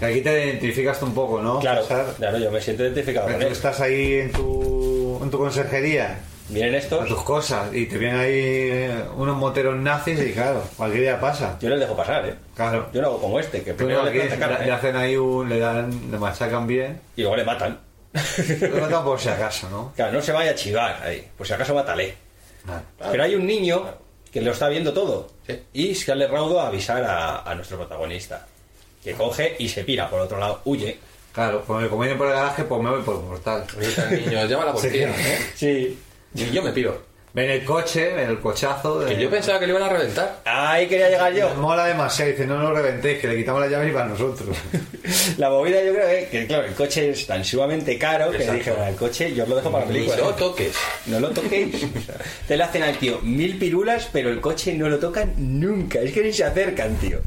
Speaker 10: Que Aquí te identificas tú un poco, ¿no?
Speaker 9: Claro,
Speaker 10: César?
Speaker 9: claro, yo me siento identificado con
Speaker 10: Tú
Speaker 9: él.
Speaker 10: estás ahí en tu, en tu conserjería.
Speaker 9: Vienen estos.
Speaker 10: A tus cosas. Y te vienen ahí eh, unos moteros nazis y claro, cualquier día pasa.
Speaker 9: Yo les dejo pasar, ¿eh?
Speaker 10: Claro.
Speaker 9: Yo no hago como este, que
Speaker 10: Tú
Speaker 9: primero
Speaker 10: no,
Speaker 9: le
Speaker 10: aquí
Speaker 9: planta cara,
Speaker 10: le,
Speaker 9: ¿eh?
Speaker 10: le hacen ahí un... Le dan... Le machacan bien.
Speaker 9: y luego le matan.
Speaker 10: Lo matan por si acaso, ¿no?
Speaker 9: Claro, no se vaya a chivar ahí. Por si acaso mátale.
Speaker 10: Claro.
Speaker 9: Pero hay un niño que lo está viendo todo. Y Scarlett Raudo a avisar a, a nuestro protagonista. Que coge y se pira por otro lado, huye.
Speaker 10: Claro, pues como vienen por el garaje, pues me voy por el portal.
Speaker 12: Niños, llama a la
Speaker 10: Sí.
Speaker 12: policía, ¿eh?
Speaker 9: Sí.
Speaker 12: Y yo me piro.
Speaker 10: Ven el coche, ven el cochazo. de-
Speaker 12: Que yo pensaba que le iban a reventar.
Speaker 9: Ahí quería llegar yo.
Speaker 10: Nos mola demasiado. Dice, no nos reventéis, que le quitamos la llave y para nosotros.
Speaker 9: La movida yo creo eh, que, claro, el coche es tan sumamente caro que
Speaker 12: Exacto.
Speaker 9: dije, bueno, el coche yo os lo dejo para la
Speaker 12: Ni
Speaker 9: película.
Speaker 10: ¿eh?
Speaker 12: lo "Oh, toques.
Speaker 9: No lo toquéis. O sea, Te le hacen al tío mil pirulas, pero el coche no lo tocan nunca. Es que ni se acercan, tío.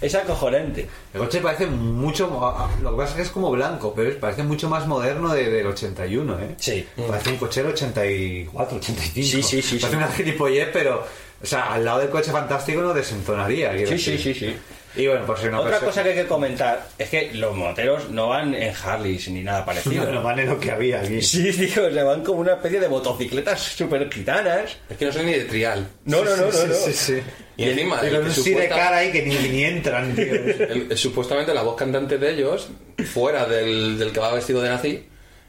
Speaker 9: Es acojonante.
Speaker 10: El coche parece mucho... mo- ah, Lo que pasa es que es como blanco, pero es- parece mucho más moderno de- del 81, ¿eh?
Speaker 9: Sí.
Speaker 10: Parece un coche del 84, 85.
Speaker 9: Sí, sí, sí,
Speaker 10: Parece
Speaker 9: sí.
Speaker 10: una gilipollez, pero... O sea, al lado del coche fantástico no desentonaría. quiero
Speaker 9: Sí, sí,
Speaker 10: decir.
Speaker 9: sí, sí.
Speaker 10: Y bueno, por si una
Speaker 9: Otra cosa que hay que comentar es que los moteros no van en Harleys ni nada parecido.
Speaker 10: No, no vale lo que había aquí.
Speaker 9: Sí, tío, se van como una especie de motocicletas super gitanas.
Speaker 12: Es que no soy ni de trial.
Speaker 9: No, no, no, no.
Speaker 10: Sí,
Speaker 9: no.
Speaker 10: sí, sí.
Speaker 12: Y encima,
Speaker 10: Pero
Speaker 12: el que
Speaker 10: un sí de
Speaker 12: supuesta-
Speaker 10: cara ahí que ni, ni entran, tío.
Speaker 12: el- supuestamente la voz cantante de ellos, fuera del, del que va vestido de nazi,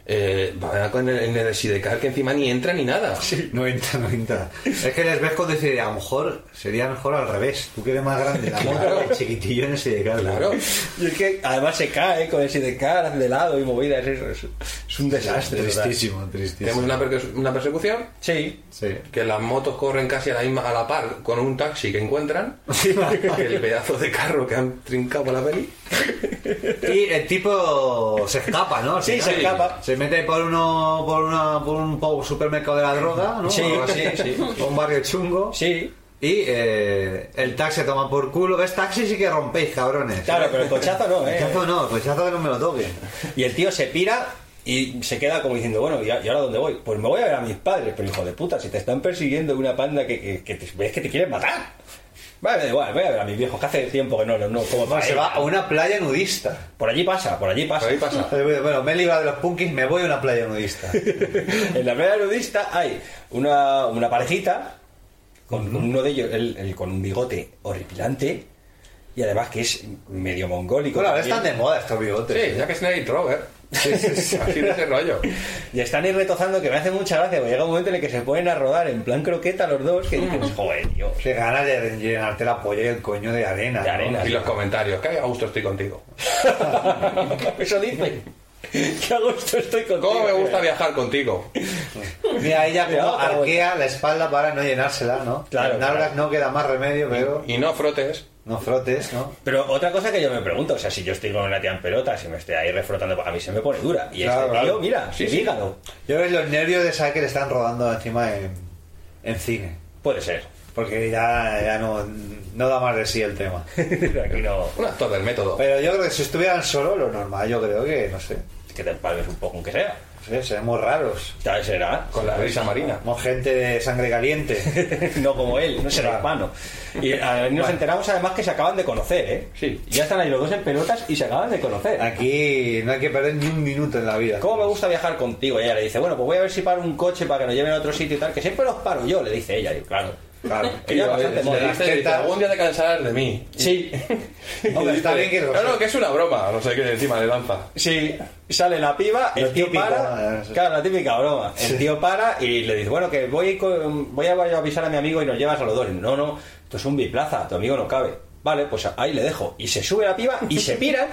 Speaker 12: eh, va con el, en el sidecar que encima ni entra ni nada.
Speaker 10: No entra, no entra. Es que les ves con decir, a lo mejor sería mejor al revés. Tú que eres más grande, la moto,
Speaker 12: Claro.
Speaker 10: el chiquitillo en ese de cara.
Speaker 12: Claro.
Speaker 9: Y es que además se cae con el sidecar hace de lado y movidas. Es, es- es un desastre. total.
Speaker 10: Tristísimo, tristísimo.
Speaker 12: Tenemos una, percus- una persecución,
Speaker 9: Sí.
Speaker 10: Sí.
Speaker 12: que las motos corren casi a la misma a la par con un taxi que encuentran, que el pedazo de carro que han trincado por la peli.
Speaker 10: Y el tipo se escapa, ¿no? Al
Speaker 9: Sí,
Speaker 10: final.
Speaker 9: se escapa.
Speaker 10: Se mete por uno por una por un po- supermercado de la droga, ¿no?
Speaker 9: Sí,
Speaker 10: Algo así.
Speaker 9: sí, sí.
Speaker 10: Un barrio chungo.
Speaker 9: Sí.
Speaker 10: Y eh, el taxi toma por culo. ¿Ves? Taxi sí que rompéis, cabrones.
Speaker 9: Claro, pero el cochazo no, ¿eh?
Speaker 10: Cochazo no, cochazo que no me lo toque.
Speaker 9: Y el tío se pira y se queda como diciendo, bueno, ¿y a- y ahora dónde voy? Pues me voy a ver a mis padres, pero hijo de puta, si te están persiguiendo una panda que, que, que te, ves que te quieren matar. Vale, da igual, voy a ver a mis viejos, que hace tiempo que no, no, no como para
Speaker 10: Se
Speaker 9: ir.
Speaker 10: va a una playa nudista.
Speaker 9: Por allí pasa, por allí pasa.
Speaker 12: Por ahí pasa.
Speaker 10: Bueno, me he librado de los punkis, me voy a una playa nudista.
Speaker 9: en la playa nudista hay una, una parejita con uno de ellos, el, el con un bigote horripilante y además que es medio mongólico.
Speaker 10: Bueno, ahora
Speaker 9: también.
Speaker 10: están de moda estos bigotes.
Speaker 12: Sí, ya que es Nate Robert. Así de ese rollo.
Speaker 9: Y están ahí retozando que me hace mucha gracia, porque llega un momento en el que se ponen a rodar en plan croqueta los dos, que dices, joder, tío.
Speaker 10: Qué ganas de llenarte la polla y el coño de arena.
Speaker 9: De
Speaker 10: ¿no?
Speaker 9: arena.
Speaker 12: Y los comentarios, que a gusto estoy contigo.
Speaker 9: Eso dice. Qué a gusto estoy contigo.
Speaker 12: ¿Cómo me gusta viajar contigo?
Speaker 10: Mira, ella
Speaker 9: Mira,
Speaker 10: como
Speaker 9: otra
Speaker 10: arquea la espalda para no llenársela, ¿no?
Speaker 9: Claro,
Speaker 10: Las nalgas
Speaker 9: claro.
Speaker 10: no queda más remedio, pero...
Speaker 12: Y no frotes.
Speaker 10: No frotes, ¿no?
Speaker 9: Pero otra cosa que yo me pregunto, o sea, si yo estoy con una tía en pelota, si me estoy ahí refrotando, a mí se me pone dura. Y
Speaker 10: Claro,
Speaker 9: este tío,
Speaker 10: claro.
Speaker 9: mira, sí, sí.
Speaker 10: Yo creo que los nervios de saber que le están rodando encima en, en cine.
Speaker 9: Puede ser.
Speaker 10: Porque ya, ya no, no da más de sí el tema.
Speaker 9: Aquí no.
Speaker 12: Un actor del método.
Speaker 10: Pero yo creo que si estuvieran solo, lo normal, yo creo que, no sé.
Speaker 9: Que te empalmes un poco, aunque sea.
Speaker 10: Sí, seremos raros.
Speaker 9: Ya será.
Speaker 10: Con la risa marina. Somos gente de sangre caliente.
Speaker 9: no como él, no será hermano. Y a- nos enteramos además que se acaban de conocer, ¿eh? Sí. Ya están ahí los dos en pelotas y se acaban de conocer.
Speaker 10: Ah. Aquí no hay que perder ni un minuto en la vida.
Speaker 9: ¿Cómo me gusta viajar contigo? Y ella le dice, bueno, pues voy a ver si paro un coche para que nos lleven a otro sitio y tal, que siempre los paro yo, le dice ella. Y claro.
Speaker 10: Claro.
Speaker 9: Ella es bastante
Speaker 12: Le
Speaker 9: mona.
Speaker 12: dice, le dice, algún día te cansarás de mí.
Speaker 9: Sí.
Speaker 12: Hombre,
Speaker 9: está bien que lo
Speaker 12: No, no,
Speaker 9: sé.
Speaker 12: que es una broma. No sé qué encima le lanza.
Speaker 9: Sí, sale la piba, el tío para. Claro, la típica broma. El tío para y le dice, bueno, que voy, con- voy a voy a avisar a mi amigo y nos llevas a los dos. No, no, esto es un biplaza, tu amigo no cabe. Vale, pues ahí le dejo. Y se sube la piba y se pira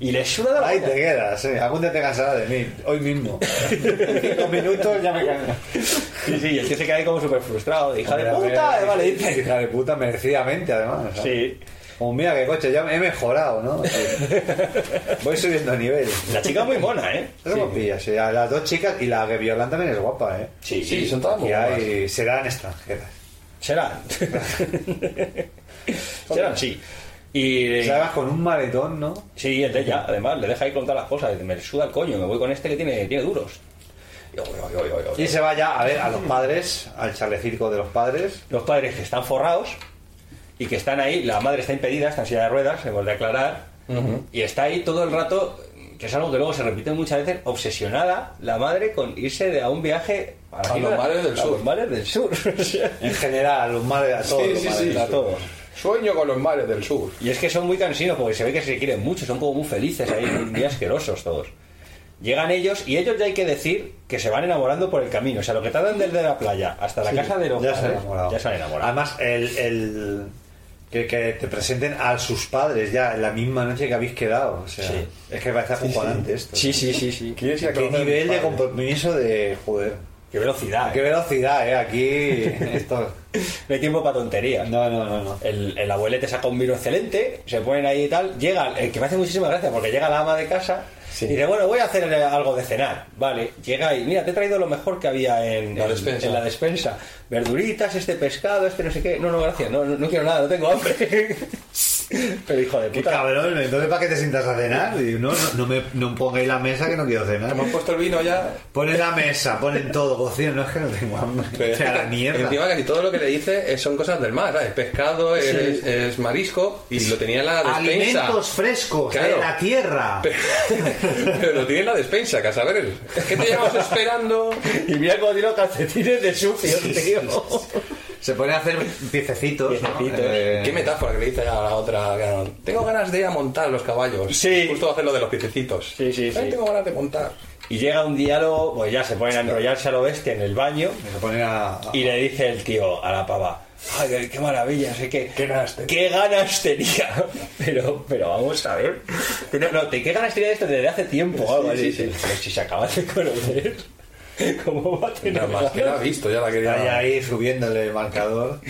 Speaker 9: y le suda de la
Speaker 10: Ahí te quedas, eh. Algún día te cansarás de mí. Hoy mismo. Cinco minutos ya me canso.
Speaker 9: Sí, sí, y el tío se queda ahí como súper frustrado. de Hija de
Speaker 10: Hombre,
Speaker 9: puta,
Speaker 10: hombre,
Speaker 9: eh, vale, dice.
Speaker 10: Hija de puta, merecidamente, además. ¿sabes?
Speaker 9: Sí.
Speaker 10: Como mira qué coche, ya he mejorado, ¿no? Voy subiendo nivel.
Speaker 9: La chica es muy mona, ¿eh?
Speaker 10: Eso me pilla, sí. A las dos chicas y la que Violan también es guapa, ¿eh?
Speaker 9: Sí,
Speaker 12: Sí, son todas muy
Speaker 10: Y
Speaker 12: guapas.
Speaker 10: hay- serán extranjeras.
Speaker 9: Serán. Serán, sí. Y
Speaker 10: Salgas con un maletón, ¿no?
Speaker 9: Sí, es de ella, además, le deja ahí contar las cosas. Dice, Me suda el coño, me voy con este que tiene, tiene duros. Y, yo, yo, yo, yo, yo.
Speaker 10: Y se vaya a ver a los padres, al chalecirco de los padres.
Speaker 9: Los padres que están forrados y que están ahí, la madre está impedida, está en silla de ruedas, se vuelve a aclarar, y está ahí todo el rato, que es algo que luego se repite muchas veces, obsesionada la madre con irse de- a un viaje
Speaker 12: A
Speaker 9: aquí,
Speaker 12: los mares del
Speaker 9: a
Speaker 12: sur.
Speaker 9: los mares del sur. O sea,
Speaker 10: En general, a los madres, a todos.
Speaker 12: Sí,
Speaker 10: los
Speaker 12: sí,
Speaker 10: mares
Speaker 12: sí.
Speaker 10: del
Speaker 9: a
Speaker 10: sur.
Speaker 9: todos.
Speaker 12: Sueño con los mares del sur.
Speaker 9: Y es que son muy cansinos porque se ve que se quieren mucho, son como muy felices ahí, muy asquerosos todos. Llegan ellos y ellos ya hay que decir que se van enamorando por el camino. O sea, lo que tardan desde la playa hasta la
Speaker 10: Sí,
Speaker 9: casa de los
Speaker 10: ya se han
Speaker 9: padres,
Speaker 10: enamorado.
Speaker 9: ya se han enamorado.
Speaker 10: Además, el, el- que, que te presenten a sus padres ya en la misma noche que habéis quedado. O sea,
Speaker 9: Sí.
Speaker 10: Es que parece acojonante esto.
Speaker 9: Sí, sí, sí, sí.
Speaker 12: ¿Quieres ir a
Speaker 10: Qué
Speaker 12: conocer a mis
Speaker 10: nivel de
Speaker 12: padres?
Speaker 10: compromiso de joder.
Speaker 9: Qué velocidad.
Speaker 10: Qué
Speaker 9: ¿eh?
Speaker 10: velocidad, eh, aquí. Esto.
Speaker 9: No hay tiempo para tonterías.
Speaker 10: No, no, no, no.
Speaker 9: El, el abuelete saca un vino excelente, se ponen ahí y tal. Llega, el que me hace muchísima gracia porque llega la ama de casa
Speaker 10: Sí.
Speaker 9: y dice: Bueno, voy a hacer eh, algo de cenar. Vale, llega y mira, te he traído lo mejor que había en
Speaker 12: La
Speaker 9: en-
Speaker 12: despensa.
Speaker 9: en la despensa: verduritas, este pescado, este no sé qué. No, no, gracias, no, no, no quiero nada, no tengo hambre. Pero hijo de
Speaker 10: Qué
Speaker 9: puta.
Speaker 10: cabrón, entonces ¿para qué te sientas a cenar? Y no, no, no me no pongáis la mesa que no quiero cenar.
Speaker 12: Me han puesto el vino ya.
Speaker 10: Ponen la mesa, ponen todo, cocina, no es que no tengo hambre. O sea, la mierda.
Speaker 12: Encima casi todo lo que le dice es- son cosas del mar, ¿sabes? Pescado, es, es- es marisco y lo tenía en la despensa.
Speaker 10: Alimentos frescos
Speaker 12: Claro.
Speaker 10: de la tierra.
Speaker 12: Pero lo tiene en la despensa, Casaberes. ¿Qué te llevamos esperando?
Speaker 9: Y mira cómo tiene los calcetines de sucio, tío.
Speaker 10: Se pone a hacer piececitos. ¿no?
Speaker 9: Piececitos.
Speaker 10: Eh,
Speaker 12: Qué metáfora que le dice a la otra. claro, Tengo ganas de ir a montar los caballos.
Speaker 9: Sí.
Speaker 12: Justo hacer lo de los piececitos.
Speaker 9: Sí, sí,
Speaker 12: Ay,
Speaker 9: sí.
Speaker 12: Tengo ganas de montar.
Speaker 9: Y llega un diálogo, pues ya se ponen a enrollarse a lo bestia en el baño.
Speaker 10: Se pone a. a-
Speaker 9: Y le dice el tío a la pava, ay, qué- qué maravilla, sé que...
Speaker 12: ¿Qué ganas tenía?"
Speaker 9: qué ganas tenía? Pero, pero vamos a ver. No, no, te- ¿qué ganas tenía de esto desde hace tiempo? o algo
Speaker 12: Sí,
Speaker 9: así?
Speaker 12: sí,
Speaker 9: Dice, Pero si se acaban de conocer, ¿cómo va a tener
Speaker 12: Nada más que la ha
Speaker 9: ganas?
Speaker 12: visto, ya la quería.
Speaker 10: Está ya ahí subiéndole el marcador.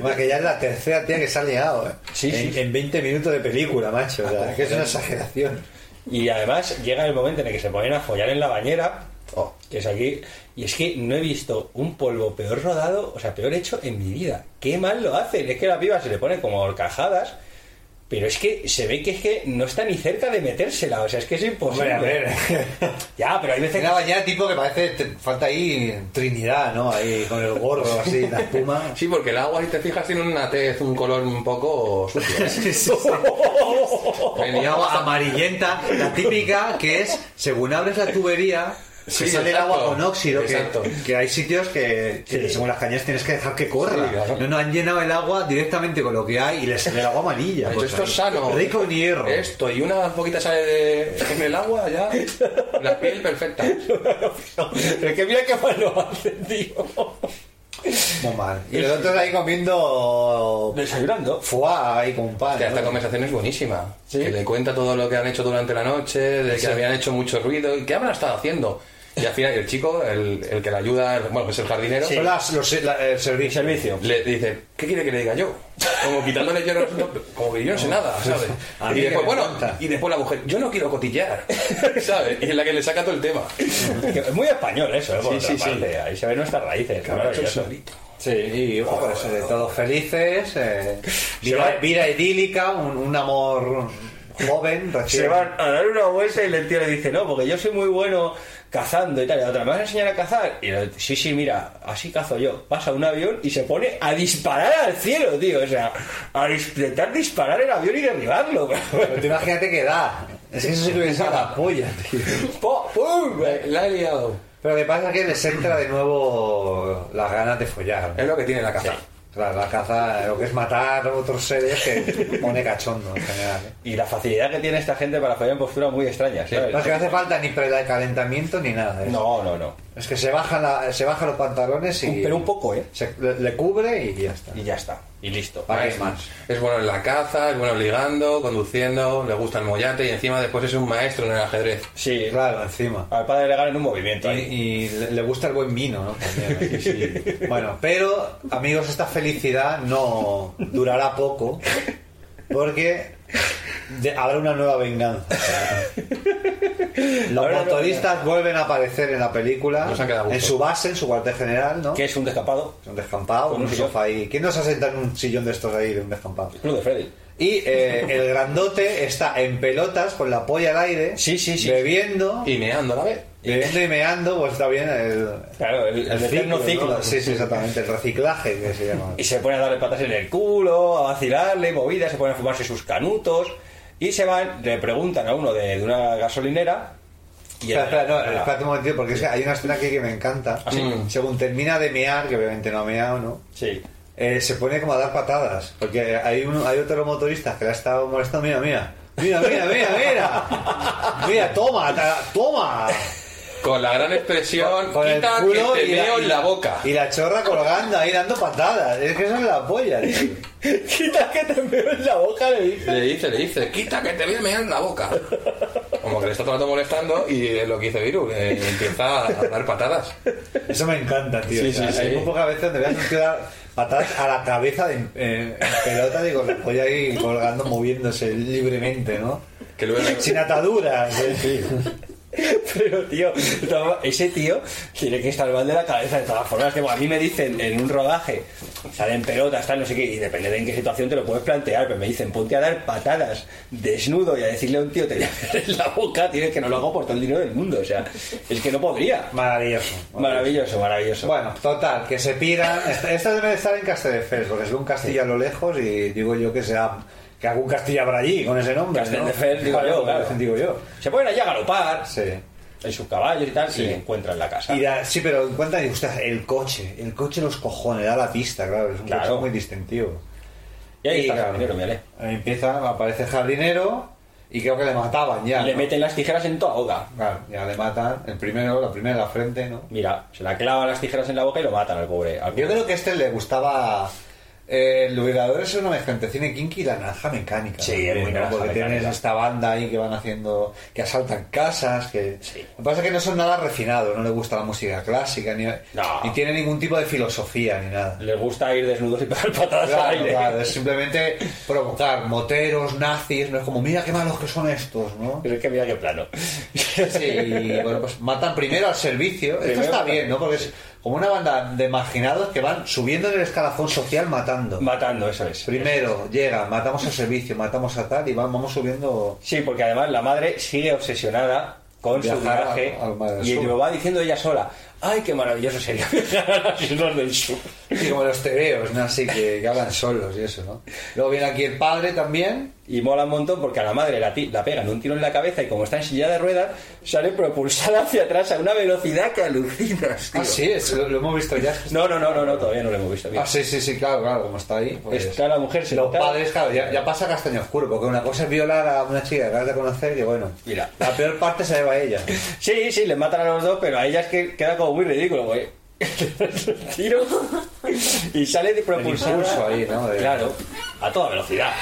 Speaker 10: Bueno, que ya es la tercera tía que se ha liado. eh.
Speaker 9: Sí,
Speaker 10: en,
Speaker 9: sí.
Speaker 10: en 20 minutos de película, macho. o sea, es que es una exageración.
Speaker 9: Y además llega el momento en el que se ponen a follar en la bañera,
Speaker 12: Oh.
Speaker 9: que es aquí, y es que no he visto un polvo peor rodado, o sea, peor hecho en mi vida. Qué mal lo hacen, es que la piba se le pone como horcajadas. Pero es que se ve que es que no está ni cerca de metérsela, o sea, es que es imposible.
Speaker 10: Hombre, a ver.
Speaker 9: Ya, pero hay veces
Speaker 10: Una bañera tipo que parece. te- falta ahí Trinidad, ¿no? Ahí con el gorro así, la espuma.
Speaker 12: Sí, porque el agua, si te fijas, tiene una tez, un color un poco sucio.
Speaker 10: El agua amarillenta, la típica que es, según abres la tubería,
Speaker 12: Sí,
Speaker 10: se sale el
Speaker 12: exacto.
Speaker 10: agua con óxido. Que,
Speaker 12: Exacto.
Speaker 10: que hay sitios que, que
Speaker 9: Sí.
Speaker 10: según las cañas tienes que dejar que corra.
Speaker 12: Sí, claro.
Speaker 10: no, no han llenado el agua directamente con lo que hay y les sale el agua amarilla.
Speaker 12: Pero
Speaker 10: pues,
Speaker 12: esto
Speaker 10: ahí.
Speaker 12: es sano.
Speaker 10: Rico en hierro.
Speaker 12: Esto, y una poquita sale de, en el agua ya. La piel perfecta.
Speaker 9: Pero es que mira qué mal lo hacen, tío.
Speaker 10: Muy mal. Y los otros ahí comiendo
Speaker 9: Desayunando.
Speaker 10: foie ahí con pan.
Speaker 12: Hostia, esta
Speaker 10: ¿no?
Speaker 12: conversación es buenísima. Que le cuenta todo lo que han hecho durante la noche, de que habían hecho mucho ruido y qué habrán estado haciendo. Y al final el chico, el, el que le ayuda, el- bueno, que es el jardinero,
Speaker 10: Son las- los- la- el servicio.
Speaker 12: le dice, ¿qué quiere que le diga yo? Como quitándole yo no, como que yo no sé nada, ¿sabes?
Speaker 10: A mí
Speaker 12: Y
Speaker 10: que
Speaker 12: después,
Speaker 10: me
Speaker 12: bueno,
Speaker 10: encanta.
Speaker 12: y después la mujer, yo no quiero cotillar, ¿sabes? Y es la que le saca todo el tema.
Speaker 9: Es muy español eso, ¿eh? Por
Speaker 12: Sí,
Speaker 9: otra
Speaker 12: sí, sí.
Speaker 9: parte. Ahí se ven nuestras raíces. maravilloso.
Speaker 10: Sí, y ojo, pues, eh, todos felices, eh, vida, vida idílica, un, un amor joven, recién.
Speaker 9: Se van a dar una vuelta y el tío le dice, no, porque yo soy muy bueno cazando y tal. Y la otra, ¿me vas a enseñar a cazar? Y el, sí, sí, mira, así cazo yo. Pasa un avión y se pone a disparar al cielo, tío. O sea, a dis- intentar disparar el avión y derribarlo. Pero
Speaker 10: tú imagínate qué da. Es que eso sí que hubiese dado la polla, tío.
Speaker 12: ¡Pum! eh, La he liado.
Speaker 10: Pero lo que pasa es que les entra de nuevo las ganas de follar.
Speaker 12: Es lo que tiene la caza.
Speaker 10: Claro, la caza, lo que es matar a otros seres, que pone cachondo en general. ¿eh?
Speaker 9: Y la facilidad que tiene esta gente para fallar en posturas muy extrañas, ¿sabes?
Speaker 10: No es que no hace falta ni precalentamiento ni nada. ¿eh?
Speaker 9: No, no, no.
Speaker 10: Es que se baja, la- se baja los pantalones y.
Speaker 9: Pero un poco, ¿eh?
Speaker 10: se- le, le cubre y ya está.
Speaker 9: Y ya está. Y listo.
Speaker 10: ¿Para qué
Speaker 12: Es-
Speaker 10: más?
Speaker 12: Es bueno en la caza, es bueno ligando, conduciendo, le gusta el mollate y encima después es un maestro en el ajedrez.
Speaker 9: Sí.
Speaker 10: Claro, encima.
Speaker 9: Al padre le ganan un movimiento.
Speaker 10: Y, y le le gusta el buen vino, ¿no? También, sí, sí. Bueno, pero, amigos, esta felicidad no durará poco porque de- habrá una nueva venganza. Los
Speaker 9: Habrá una
Speaker 10: motoristas vuelven a aparecer en la película,
Speaker 9: Nos han quedado
Speaker 10: en
Speaker 9: gustos.
Speaker 10: su base, en su cuartel general, ¿no?
Speaker 9: Que es un descampado.
Speaker 10: Un descampado,
Speaker 9: Con
Speaker 10: un
Speaker 9: un sillón.
Speaker 10: sofá ahí. ¿Quién nos ha sentado en un sillón de estos ahí, de un descampado?
Speaker 9: Club de Freddy.
Speaker 10: Y eh, el grandote está en pelotas con la polla al aire, bebiendo,
Speaker 12: Y meando a la vez.
Speaker 10: bebiendo y meando, pues está bien el,
Speaker 9: Claro, el, el eterno
Speaker 10: ciclo,
Speaker 9: ciclo.
Speaker 10: ¿no? Sí, sí, exactamente, el reciclaje que se llama.
Speaker 9: Y se pone a darle patas en el culo, a vacilarle, movidas, se pone a fumarse sus canutos. Y se van, le preguntan a uno de, de una gasolinera. Y Ah.
Speaker 10: Espera, espera, no, espérate un momentito, porque es que hay una escena aquí que me
Speaker 12: Ah,
Speaker 10: encanta.
Speaker 9: sí?
Speaker 10: Mm. Según termina de mear, que obviamente no ha meado, ¿no?
Speaker 9: Sí.
Speaker 10: Eh, se pone como a dar patadas, porque hay, un, hay otro motorista que la ha estado molestando. Mira, mira, mira, mira, mira, mira, mira, toma, ta- toma.
Speaker 12: Con la gran expresión,
Speaker 10: Con el
Speaker 12: quita
Speaker 10: culo
Speaker 12: que te
Speaker 10: y la-
Speaker 12: meo en la boca.
Speaker 10: Y la chorra colgando ahí dando patadas. Es que eso es la polla, tío.
Speaker 9: Quita que te veo en la boca, le dice.
Speaker 12: Le dice, le dice, quita que te voy a mear en la boca. Como que le está todo el rato molestando y es lo que dice Virus, eh, empieza a dar patadas.
Speaker 10: Eso me encanta, tío.
Speaker 12: Sí,
Speaker 10: O sea,
Speaker 12: sí,
Speaker 10: hay
Speaker 12: sí.
Speaker 10: muy pocas veces donde veas un tío dar patadas a la cabeza de, eh, en pelota, digo, la polla ahí colgando, moviéndose libremente, ¿no?
Speaker 12: Que luego-
Speaker 10: Sin ataduras. eh.
Speaker 9: Pero, tío, de todas formas, ese tío tiene que estar mal de la cabeza de todas formas. Que, bueno, a mí me dicen en un rodaje, salen pelotas, tal, no sé qué, y depende de en qué situación te lo puedes plantear. Pero me dicen, ponte a dar patadas desnudo y a decirle a un tío, te voy a meter en la boca, tienes que no lo hago por todo el dinero del mundo. O sea, es que no podría.
Speaker 10: Maravilloso.
Speaker 9: Maravilloso, maravilloso.
Speaker 10: Bueno, total, que se piran. Esta, esta debe de estar en Castelldefels, porque es un castillo a lo lejos y digo yo que sea que algún castillo habrá allí con ese nombre. ¿no?
Speaker 9: Castelldefels, digo yo, claro.
Speaker 10: digo yo.
Speaker 9: Se pueden allá a galopar
Speaker 10: Sí.
Speaker 9: en sus caballos y tal, y encuentran la casa.
Speaker 10: Y da- sí, pero en cuenta, digo, "Ostras, el coche, el coche los cojones, da la pista, claro, es un
Speaker 9: Claro.
Speaker 10: coche muy distintivo.
Speaker 9: Y ahí está el
Speaker 10: claro,
Speaker 9: jardinero, mírale.
Speaker 10: ahí Empieza, aparece el jardinero y creo que le mataban ya.
Speaker 9: Le
Speaker 10: ¿no?
Speaker 9: meten las tijeras en toda boca.
Speaker 10: Claro, ya le matan, el primero, la primera en la frente, ¿no?
Speaker 9: Mira, se la clavan las tijeras en la boca y lo matan al pobre. al
Speaker 10: Yo
Speaker 9: pobre.
Speaker 10: creo que a este le gustaba. eh, el Liberador es una mezcla entre cine kinky y la naranja mecánica.
Speaker 9: Sí, es muy
Speaker 10: ¿no?
Speaker 9: naranja
Speaker 10: Porque tienes
Speaker 9: mecánica.
Speaker 10: esta banda ahí que van haciendo. que asaltan casas. que
Speaker 9: Sí.
Speaker 10: Lo que pasa es que no son nada refinados, no le gusta la música clásica, ni,
Speaker 9: No.
Speaker 10: ni tiene ningún tipo de filosofía, ni nada.
Speaker 9: Les gusta ir desnudos y pegar patadas al
Speaker 10: Claro,
Speaker 9: aire.
Speaker 10: claro, es simplemente provocar moteros, nazis, no es como, mira qué malos que son estos, ¿no?
Speaker 9: Pero es que mira qué plano.
Speaker 10: Sí, y, bueno, pues matan primero al servicio. Esto
Speaker 9: Primero
Speaker 10: está
Speaker 9: al
Speaker 10: bien, ¿no? Porque es como una banda de marginados que van subiendo en el escalafón social matando.
Speaker 9: Matando, eso es.
Speaker 10: Primero llega, matamos al servicio, matamos a tal y vamos, vamos subiendo.
Speaker 9: Sí, porque además la madre sigue obsesionada con su
Speaker 10: Viajar
Speaker 9: viaje
Speaker 10: al- al mar del
Speaker 9: y
Speaker 10: sur.
Speaker 9: lo va diciendo ella sola. ¡Ay, qué maravilloso sería viajar a las islas del sur!
Speaker 10: Y como los tebeos, ¿no? Así que, que hablan solos y eso, ¿no? Luego viene aquí el padre también.
Speaker 9: Y mola un montón porque a la madre la, ti- la pegan un tiro en la cabeza y como está en silla de ruedas, sale propulsada hacia atrás a una velocidad que alucinas, tío.
Speaker 10: Ah, sí, es- lo, lo hemos visto ya.
Speaker 9: No, no, no, no, no, todavía no lo hemos visto. mira.
Speaker 10: Ah, sí, sí, sí, claro, claro, como está ahí. pues-
Speaker 9: Está la mujer
Speaker 10: Los
Speaker 9: sentada.
Speaker 10: padres, claro, ya, ya pasa castaño oscuro, porque una cosa es violar a una chica que acabas de conocer y bueno,
Speaker 9: Mira.
Speaker 10: la peor parte se lleva ella.
Speaker 9: Sí, sí, le matan a los dos, pero a ella es que queda como muy ridículo, güey. Tiro y sale de propulsada.
Speaker 10: El impulso ahí, ¿no? De-
Speaker 9: Claro, a toda velocidad.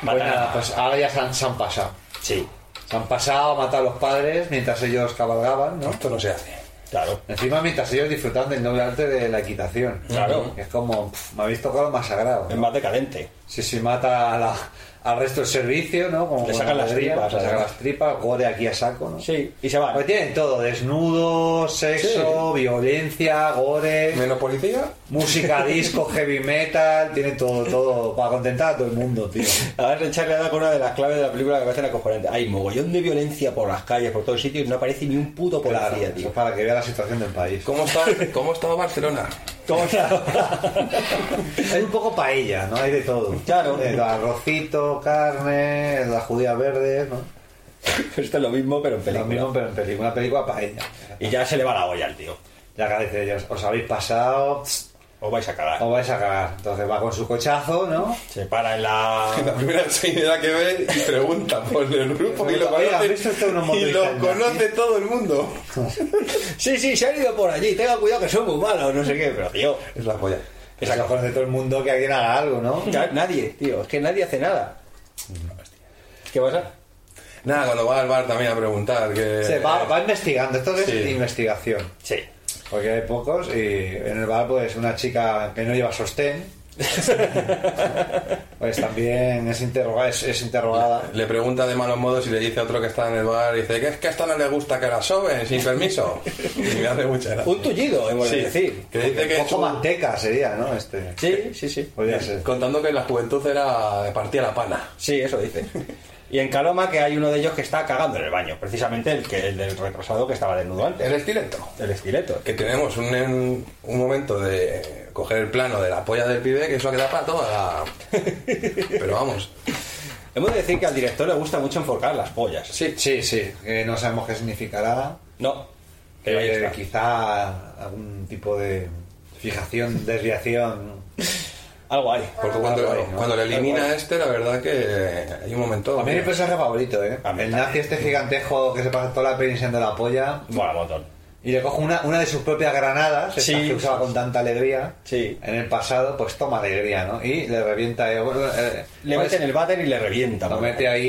Speaker 9: Matan
Speaker 10: Bueno,
Speaker 9: a-
Speaker 10: pues ahora ya se han, se han pasado.
Speaker 9: Sí.
Speaker 10: Se han pasado a matar a los padres mientras ellos cabalgaban, ¿no?
Speaker 12: Esto no se hace.
Speaker 10: Claro. Encima, mientras ellos disfrutan del noble arte de la equitación.
Speaker 15: Claro.
Speaker 10: Es como, pf, me habéis tocado más sagrado. Es más decadente. Si se mata a la- al resto del servicio, ¿no? Como
Speaker 9: Le
Speaker 10: con
Speaker 9: sacan
Speaker 10: la
Speaker 9: las
Speaker 10: madrilla,
Speaker 9: tripas,
Speaker 10: Le sacan
Speaker 9: además.
Speaker 10: las tripas, gore aquí a saco, ¿no? Sí, y se van. Pues tienen todo: desnudo, sexo, violencia, gore.
Speaker 12: ¿Menos policía?
Speaker 10: Música, disco, heavy metal, tienen todo, todo, para contentar a todo el mundo, tío.
Speaker 9: Además, Richard le da con una de las claves de la película que me parece acojonante. Hay mogollón de violencia por las calles, por todos sitios, y no aparece ni un puto policía, tío.
Speaker 10: para que vea la situación del país.
Speaker 12: ¿Cómo está, cómo está Barcelona?
Speaker 10: Hay un poco paella, ¿no? Hay de todo. Claro. arrocito, carne, la judía verde, ¿no?
Speaker 9: Esto es lo mismo, pero en película.
Speaker 10: Lo mismo, pero en película. Una película paella.
Speaker 9: Y ya se le va la olla al tío.
Speaker 10: Ya agradece ellos. Os habéis pasado.
Speaker 9: Os vais a cagar.
Speaker 10: Os vais a cagar. Entonces va con su cochazo, ¿no?
Speaker 9: Se para en la.
Speaker 12: La primera actividad que ve y pregunta por el grupo y lo
Speaker 10: Oye,
Speaker 12: conoce,
Speaker 10: ¿has visto este unos
Speaker 12: y lo
Speaker 10: motorizando
Speaker 12: conoce todo el mundo.
Speaker 9: Sí, sí, se han ido por allí. Tenga cuidado que son muy malos, no sé qué, pero tío.
Speaker 10: Es la polla. Es la de todo el mundo que alguien haga algo, ¿no?
Speaker 9: Ya, Nadie, tío. Es que nadie hace nada. ¿Qué pasa?
Speaker 12: Nada, cuando va al bar también a preguntar que...
Speaker 10: Se va, va investigando, esto es
Speaker 12: Eh. Sí.
Speaker 10: investigación. Sí. Porque hay pocos y en el bar pues una chica que no lleva sostén. pues también es interrogada, es, es interrogada.
Speaker 12: Le pregunta de malos modos y le dice a otro que está en el bar y dice que es que a esta no le gusta que la soben sin permiso. Y me hace mucha gracia.
Speaker 9: Un tullido, hemos de decir.
Speaker 12: Que dice que
Speaker 10: Cojo
Speaker 12: su-
Speaker 10: manteca sería, ¿no? Este.
Speaker 9: Sí, sí, sí.
Speaker 10: Podría ser.
Speaker 12: contando que la juventud era partía la pana.
Speaker 9: Sí, eso dice. Y en Caloma que hay uno de ellos que está cagando en el baño, precisamente el que el del retrasado que estaba desnudo antes.
Speaker 12: El estileto.
Speaker 9: El estileto.
Speaker 12: Que tenemos un, en- un momento de coger el plano de la polla del pibe que eso queda para toda la... Pero vamos.
Speaker 9: Hemos de decir que al director le gusta mucho enforcar las pollas.
Speaker 12: Sí,
Speaker 10: sí, sí. Que no sabemos qué significará.
Speaker 9: No.
Speaker 10: Que
Speaker 9: ahí está.
Speaker 10: Eh, quizá algún tipo de fijación, desviación.
Speaker 9: Algo hay.
Speaker 12: Porque cuando,
Speaker 10: Algo hay, ¿no?
Speaker 12: cuando le elimina
Speaker 10: Algo hay.
Speaker 12: este, la verdad que hay un momento...
Speaker 10: A mí es mi personaje favorito, ¿eh? El nazi este gigantejo que se pasa toda la peli siendo la polla.
Speaker 9: Mola un montón.
Speaker 10: Y le cojo una, una de sus propias granadas, estas
Speaker 9: Sí.
Speaker 10: que usaba con tanta alegría. En el pasado, pues toma alegría, ¿no? Y le revienta. eh, bueno, eh,
Speaker 9: Le
Speaker 10: pues,
Speaker 9: mete en el váter y le revienta.
Speaker 10: Lo
Speaker 9: por
Speaker 10: mete
Speaker 9: favor.
Speaker 10: ahí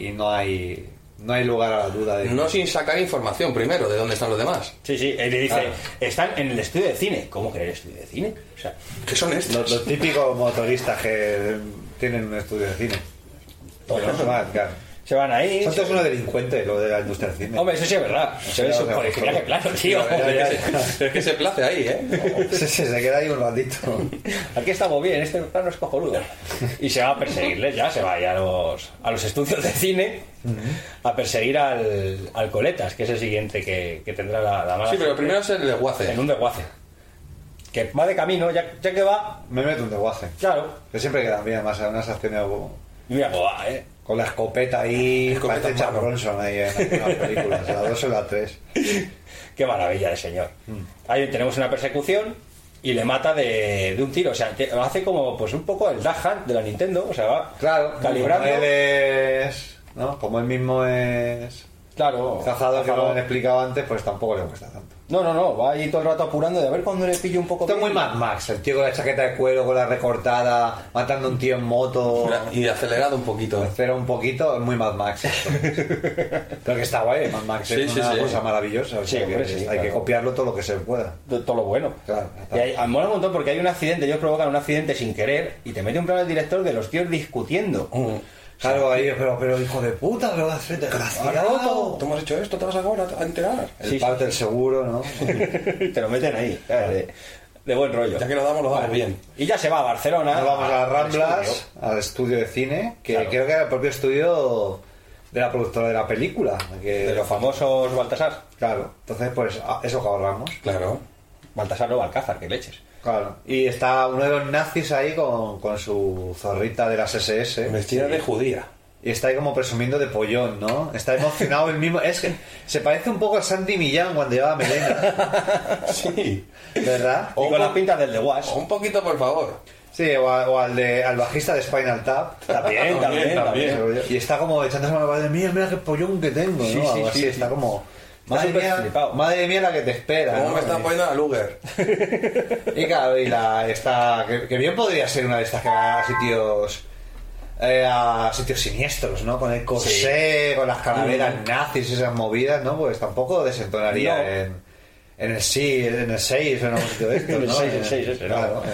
Speaker 10: y, y no hay no hay lugar a la duda. De...
Speaker 12: No sin sacar información primero de dónde están los demás.
Speaker 9: Sí, sí. Él le dice,
Speaker 12: Claro.
Speaker 9: están en el estudio de cine. ¿Cómo que en el estudio de cine? O sea,
Speaker 12: ¿Qué son
Speaker 10: Los,
Speaker 12: estos?
Speaker 10: los típicos motoristas que tienen un estudio de cine.
Speaker 9: Todos.
Speaker 10: Que no se van, claro.
Speaker 9: se van ahí.
Speaker 10: Son todos unos delincuentes, lo de la industria del cine.
Speaker 9: Hombre, eso sí es verdad. Se ve
Speaker 10: Ya
Speaker 9: su
Speaker 10: lo sabemos
Speaker 9: colegial,
Speaker 10: todo.
Speaker 9: claro, tío.
Speaker 10: Ya, ya, ya.
Speaker 12: Es que se place ahí, ¿eh?
Speaker 10: Sí, sí, se queda ahí un ratito.
Speaker 9: Aquí estamos bien, este plano es cojonudo. Y se va a perseguirles, ya se va ahí a los, a los estudios de cine a perseguir al, al Coletas, que es el siguiente que, que tendrá la, la mala
Speaker 12: Sí, pero
Speaker 9: suerte,
Speaker 12: primero es el desguace.
Speaker 9: En un desguace. Que va de camino, ya, ya que va,
Speaker 10: Me meto un desguace.
Speaker 9: claro.
Speaker 10: Que siempre quedan bien, además, unas acciones como-
Speaker 9: Mira cómo va, ¿eh?
Speaker 10: con la escopeta ahí.
Speaker 12: Escopeta
Speaker 10: parece
Speaker 12: en
Speaker 10: Charles
Speaker 12: mano.
Speaker 10: Bronson ahí en las películas, la 2 o la 3.
Speaker 9: Qué maravilla de señor.
Speaker 10: Mm.
Speaker 9: Ahí tenemos una persecución y le mata de, de un tiro. O sea, que hace como pues un poco el Dash Hunt de la Nintendo. O sea, va
Speaker 10: Claro,
Speaker 9: calibrando.
Speaker 10: Como él es. ¿no? Como él mismo es.
Speaker 9: Claro,
Speaker 10: Cazador, que
Speaker 9: cazador.
Speaker 10: lo han explicado antes, pues tampoco le cuesta tanto.
Speaker 9: No, no, no, va ahí todo el rato apurando de a ver cuándo le pillo un poco.
Speaker 10: Esto es
Speaker 9: bien.
Speaker 10: muy Mad Max, el tío con la chaqueta de cuero, con la recortada, matando a un tío en moto.
Speaker 12: Y acelerado un poquito.
Speaker 10: Cero un poquito, es muy Mad Max. esto. Pero que está guay, Mad Max
Speaker 12: Sí,
Speaker 10: es
Speaker 12: sí,
Speaker 10: una
Speaker 12: sí.
Speaker 10: cosa maravillosa. o
Speaker 9: Sí,
Speaker 10: sea, que
Speaker 9: hombre,
Speaker 10: es-
Speaker 9: sí,
Speaker 10: hay
Speaker 9: claro.
Speaker 10: que copiarlo todo lo que se pueda.
Speaker 9: de todo lo bueno.
Speaker 10: Claro,
Speaker 9: Y hay, a- mola un montón porque hay un accidente, ellos provocan un accidente sin querer y te mete un plano el director de los tíos discutiendo.
Speaker 10: Mm. Claro, ahí, pero, pero hijo de puta, pero va a ser desgraciado.
Speaker 12: ¿Tú hemos hecho esto? ¿Te vas ahora a enterar?
Speaker 10: El
Speaker 9: Sí, sí.
Speaker 10: parte del seguro, ¿no?
Speaker 9: te lo meten ahí, claro, de, de buen rollo.
Speaker 12: Ya que lo damos, lo damos bien.
Speaker 9: Y ya se va a Barcelona.
Speaker 10: Nos vamos a las
Speaker 9: al
Speaker 10: Ramblas,
Speaker 9: estudio.
Speaker 10: al estudio de cine, que
Speaker 9: Claro.
Speaker 10: creo que era el propio estudio de la productora de la película. Que,
Speaker 9: De los famosos Baltasar.
Speaker 10: Claro, entonces pues ah, eso que ahorramos.
Speaker 12: Claro.
Speaker 9: Baltasar no Balcázar, que leches.
Speaker 10: Claro. Y está uno de los nazis ahí con, con su zorrita de las SS.
Speaker 12: Vestida de judía.
Speaker 10: Y está ahí como presumiendo de pollón, ¿no? Está emocionado el mismo. Es que se parece un poco a Sandy Millán cuando llevaba melena,
Speaker 12: Sí.
Speaker 10: ¿verdad?
Speaker 9: Y
Speaker 12: O
Speaker 9: con
Speaker 12: un
Speaker 9: las
Speaker 12: po-
Speaker 9: pintas del de Wash.
Speaker 12: Un poquito, por favor.
Speaker 10: Sí, o, a- o al, de, al bajista de Spinal Tap.
Speaker 9: También, también,
Speaker 12: También,
Speaker 9: también.
Speaker 10: Y está como echándose la madre mía, mira qué pollón que tengo, ¿no?
Speaker 9: Sí, sí,
Speaker 10: Algo
Speaker 9: sí,
Speaker 10: así,
Speaker 9: sí.
Speaker 10: está como.
Speaker 9: Está
Speaker 10: Madre
Speaker 9: súper
Speaker 10: mía,
Speaker 9: flipado.
Speaker 10: madre mía la que te espera.
Speaker 12: ¿Cómo
Speaker 10: ¿no?
Speaker 12: me están poniendo a Luger?
Speaker 10: Y claro, y la, esta, que, que bien podría ser una de estas que va a sitios eh, a sitios siniestros, ¿no? Con el corsé, con las calaveras nazis, esas movidas, ¿no? Pues tampoco desentonaría
Speaker 9: Mm. No.
Speaker 10: en, En el sí, en el 6, en algún sitio de estos,
Speaker 9: En el
Speaker 10: ¿no? eh.
Speaker 9: seis, el seis, eso,
Speaker 10: Claro. eh.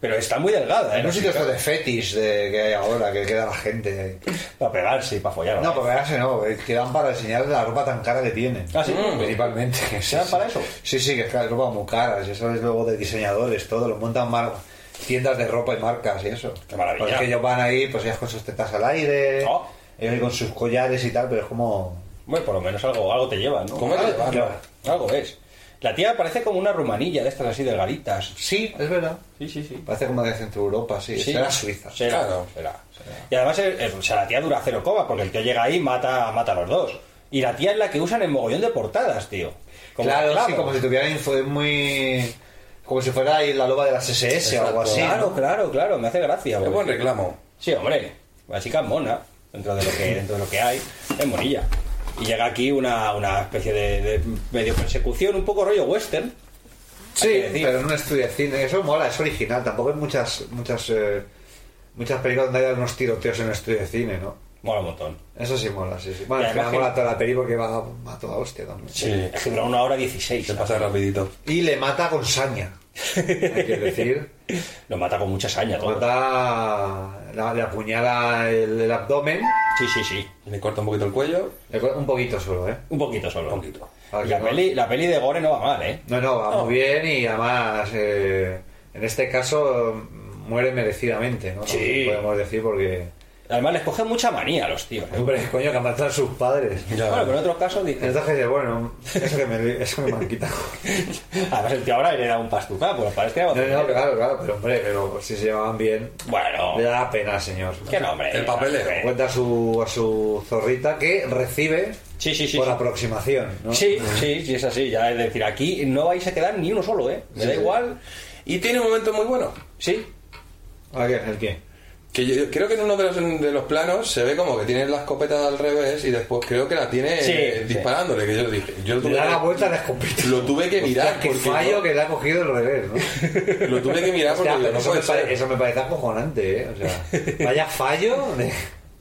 Speaker 9: Pero está muy delgada, ¿eh?
Speaker 10: En un sitio esto de fetis de, que hay ahora, que queda la gente.
Speaker 9: Para pegarse y para follar.
Speaker 10: No, para pegarse no, eh, quedan para enseñar la ropa tan cara que tienen.
Speaker 9: Ah, sí.
Speaker 10: Principalmente. ¿Se para eso? Sí, sí, que es claro, ropa muy cara, y eso es luego de diseñadores, todo, lo montan mar- tiendas de ropa y marcas y eso. Qué
Speaker 9: maravilla.
Speaker 10: Porque ellos van ahí, pues ellas con sus tetas al aire, ellos con sus collares y tal, pero es como.
Speaker 9: Bueno, por lo menos algo, algo te lleva, ¿no?
Speaker 10: ¿Cómo te
Speaker 9: algo,
Speaker 10: lleva?
Speaker 9: lleva. Algo es. La tía parece como una rumanilla de estas así delgaditas.
Speaker 10: Sí, es verdad.
Speaker 9: Sí, sí, sí.
Speaker 10: Parece como de Centro Europa, sí.
Speaker 9: Sí.
Speaker 10: Será Suiza.
Speaker 9: Será, será, será. Y además, eh, eh, o sea, la tía dura cero coma, porque el tío llega ahí y mata, mata a los dos. Y la tía es la que usan en mogollón de portadas, tío.
Speaker 10: claro,
Speaker 9: claro.
Speaker 10: sí, como si tuvieran info muy. Como si fuera ahí la loba de las SS o
Speaker 9: Exacto.
Speaker 10: algo así.
Speaker 9: Claro,
Speaker 10: ¿no?
Speaker 9: claro, claro, me hace gracia.
Speaker 10: Qué
Speaker 9: porque-
Speaker 10: buen reclamo.
Speaker 9: Sí, hombre, la chica es mona, dentro de lo que, dentro de lo que hay, es monilla. Y llega aquí una, una especie de, de medio persecución, un poco rollo western.
Speaker 10: Sí, pero en un estudio de cine. Eso mola, es original. Tampoco hay muchas muchas eh, muchas películas donde haya unos tiroteos en un estudio de cine, ¿no?
Speaker 9: Mola un montón.
Speaker 10: Eso sí mola, sí, sí. Bueno,
Speaker 9: Y
Speaker 10: al final
Speaker 9: además que-
Speaker 10: mola toda la peli porque va a toda hostia también.
Speaker 9: es que dura una hora dieciséis. Se pasa
Speaker 12: rapidito.
Speaker 10: Y le mata con saña. Hay que decir.
Speaker 9: Lo mata con mucha saña.
Speaker 10: Lo mata. la- le apuñala el, el abdomen.
Speaker 9: Sí, sí, sí.
Speaker 12: Le corta un poquito el cuello.
Speaker 10: Un poquito solo, ¿eh?
Speaker 9: Un poquito solo. Un poquito.
Speaker 10: Para que
Speaker 9: la,
Speaker 10: no-
Speaker 9: peli, la peli de Gore no va mal, ¿eh?
Speaker 10: No, no, va muy bien y además eh, en este caso mm, muere merecidamente, ¿no?
Speaker 9: Sí.
Speaker 10: Podemos decir porque...
Speaker 9: Además les coge mucha manía a los tíos. ¿eh?
Speaker 10: Hombre, coño, que han matado a sus padres.
Speaker 9: Bueno, pero en otros casos dices-
Speaker 10: Entonces dices, bueno, eso que me, eso que me han quitado.
Speaker 9: Además el tío ahora le da un pastuca, pues parece que... No,
Speaker 10: no, claro, claro, pero hombre, pero si se llevaban bien...
Speaker 9: Bueno...
Speaker 10: Le da pena al señor.
Speaker 9: Qué nombre, El papeleo. hombre. Eh,
Speaker 10: Cuenta a su, a su zorrita que recibe por
Speaker 9: sí.
Speaker 10: aproximación, ¿no?
Speaker 9: Sí, sí, sí, es así. Ya es decir, aquí no vais a quedar ni uno solo, ¿eh? Me
Speaker 10: Sí,
Speaker 9: da
Speaker 10: sí.
Speaker 9: igual. Y tiene un momento muy bueno. Sí.
Speaker 10: ¿A qué? ¿El qué?
Speaker 12: Que yo creo que en uno de los, de los planos se ve como que tiene la escopeta al revés y después creo que la tiene
Speaker 10: Sí,
Speaker 12: eh,
Speaker 10: sí.
Speaker 12: disparándole, que yo lo dije. Yo lo
Speaker 10: Le
Speaker 12: tuve,
Speaker 10: da la
Speaker 12: que,
Speaker 10: vuelta a la escopeta.
Speaker 12: lo tuve que mirar
Speaker 10: Hostia, qué
Speaker 12: porque
Speaker 10: fallo
Speaker 12: no-
Speaker 10: que le ha cogido el revés, ¿no?
Speaker 12: lo tuve que mirar porque
Speaker 10: Hostia,
Speaker 12: digo,
Speaker 10: pero
Speaker 12: no
Speaker 10: eso,
Speaker 12: puede
Speaker 10: me
Speaker 12: ser.
Speaker 10: pare- eso me parece acojonante, ¿eh? O sea, vaya fallo. de-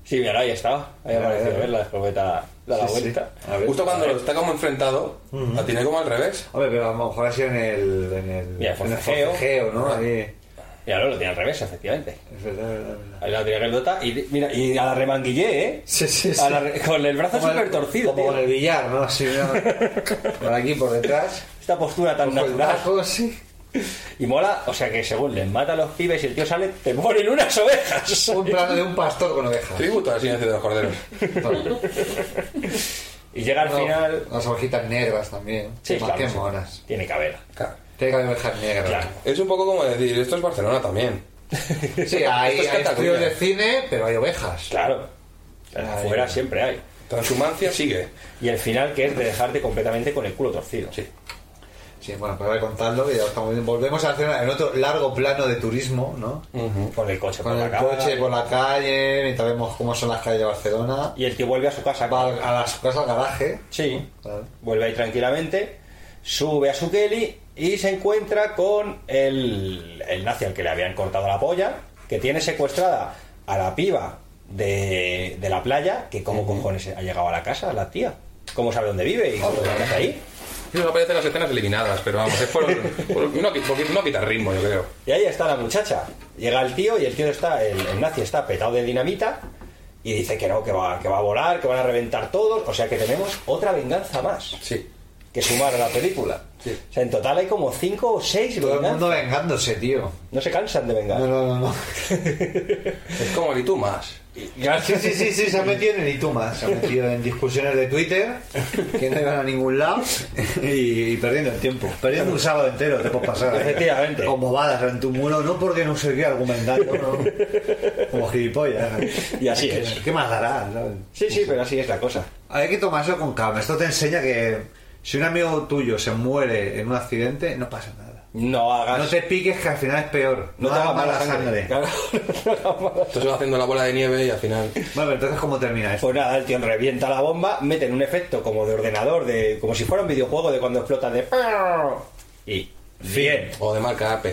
Speaker 9: Sí, mira, ahí está. Ahí
Speaker 10: Mira,
Speaker 9: apareció,
Speaker 10: mira.
Speaker 9: ¿ves? La escopeta da la
Speaker 10: Sí, sí.
Speaker 9: vuelta.
Speaker 10: A ver.
Speaker 12: Justo cuando
Speaker 10: A ver.
Speaker 12: lo está como enfrentado, la tiene como al revés.
Speaker 10: Hombre, pero a lo mejor ha sido en el. En el,
Speaker 9: Mira,
Speaker 10: en el
Speaker 9: forcejeo.
Speaker 10: forcejeo, ¿no? Ahí.
Speaker 9: Ya lo, lo tiene al revés, efectivamente.
Speaker 10: Es verdad, verdad, verdad.
Speaker 9: Ahí la tiene Gerdota y mira, y a la remanguillé, ¿eh?
Speaker 10: Sí, sí,
Speaker 9: A
Speaker 10: sí.
Speaker 9: la re- con el brazo
Speaker 10: Como el-
Speaker 9: súper torcido.
Speaker 10: Como con el billar, ¿no? Así, ¿no? por aquí, por detrás.
Speaker 9: Esta postura tan
Speaker 10: Ojo, el
Speaker 9: natural.
Speaker 10: brazo, sí.
Speaker 9: Y mola, o sea que según les mata a los pibes y el tío sale, te ponen unas ovejas.
Speaker 10: Un plano de un pastor con ovejas.
Speaker 12: Tributo a la silencio de los corderos.
Speaker 9: y llega al
Speaker 10: No,
Speaker 9: final.
Speaker 10: Las ovejitas negras también.
Speaker 9: Sí,
Speaker 10: Más
Speaker 9: claro,
Speaker 10: que
Speaker 9: sí.
Speaker 10: monas.
Speaker 9: Tiene que haber.
Speaker 10: Tiene que haber ovejas negras.
Speaker 9: Claro.
Speaker 12: Es un poco como decir, esto es Barcelona también.
Speaker 10: Sí, hay,
Speaker 12: Esto es
Speaker 10: hay
Speaker 12: Cataluña.
Speaker 10: estudios de cine, pero hay ovejas.
Speaker 9: Claro. Afuera siempre hay.
Speaker 12: Transhumancia sigue.
Speaker 9: Y el final que es de dejarte completamente con el culo torcido. Sí.
Speaker 10: Sí, bueno, pues voy a contarlo que ya estamos bien. Volvemos a hacer en otro largo plano de turismo, ¿no?
Speaker 9: Con el coche
Speaker 10: Con
Speaker 9: por
Speaker 10: el
Speaker 9: la cara.
Speaker 10: coche por la calle, mientras vemos cómo son las calles de Barcelona.
Speaker 9: Y el que vuelve a su casa.
Speaker 10: Va al- a la- su casa al garaje.
Speaker 9: Sí. Vuelve ahí tranquilamente, sube a su Kelly y se encuentra con el, el nazi al que le habían cortado la polla, que tiene secuestrada a la piba de, de la playa, que como cojones ha llegado a la casa, la tía. ¿Cómo sabe dónde vive y cómo está ahí?
Speaker 12: Sí, no aparecen las escenas eliminadas, pero vamos, es por, por- no, qui- por no quitar ritmo, yo creo.
Speaker 9: Y ahí está la muchacha. Llega el tío y el tío está, el, el nazi está petado de dinamita y dice que no, que va, que va a volar, que van a reventar todos. O sea que tenemos otra venganza más.
Speaker 12: Sí.
Speaker 9: Que sumar a la película. O sea, en total hay como cinco o seis
Speaker 10: Todo el
Speaker 9: venganzas.
Speaker 10: mundo vengándose, tío.
Speaker 9: No se cansan de vengar.
Speaker 10: No, no, no. no.
Speaker 12: Es como el y tú más.
Speaker 10: Sí, sí, sí, sí, se ha metido en el Ituma. Se ha metido en discusiones de Twitter que no iban a ningún lado y, y perdiendo el tiempo. Perdiendo un sábado entero, te puedes pasar. ¿eh?
Speaker 9: Efectivamente.
Speaker 10: Con bobadas en tu muro, no porque no sé qué argumentando, ¿no? como gilipollas.
Speaker 9: Y así es.
Speaker 10: ¿Qué más dará? ¿sabes?
Speaker 9: Sí, sí, pero así es la cosa.
Speaker 10: Hay que tomarlo con calma. Esto te enseña que si un amigo tuyo se muere en un accidente, no pasa nada.
Speaker 9: No hagas.
Speaker 10: No te piques que al final es peor. No,
Speaker 9: no te
Speaker 10: hagas
Speaker 9: hagas
Speaker 10: mala sangre.
Speaker 9: Claro.
Speaker 12: Esto se va haciendo la bola de nieve y al final.
Speaker 10: Bueno, pero entonces, ¿cómo termina esto?
Speaker 9: Pues nada, el tío revienta la bomba, meten un efecto como de ordenador, de como si fuera un videojuego de cuando explota de. Y. Bien.
Speaker 12: O de marca AP.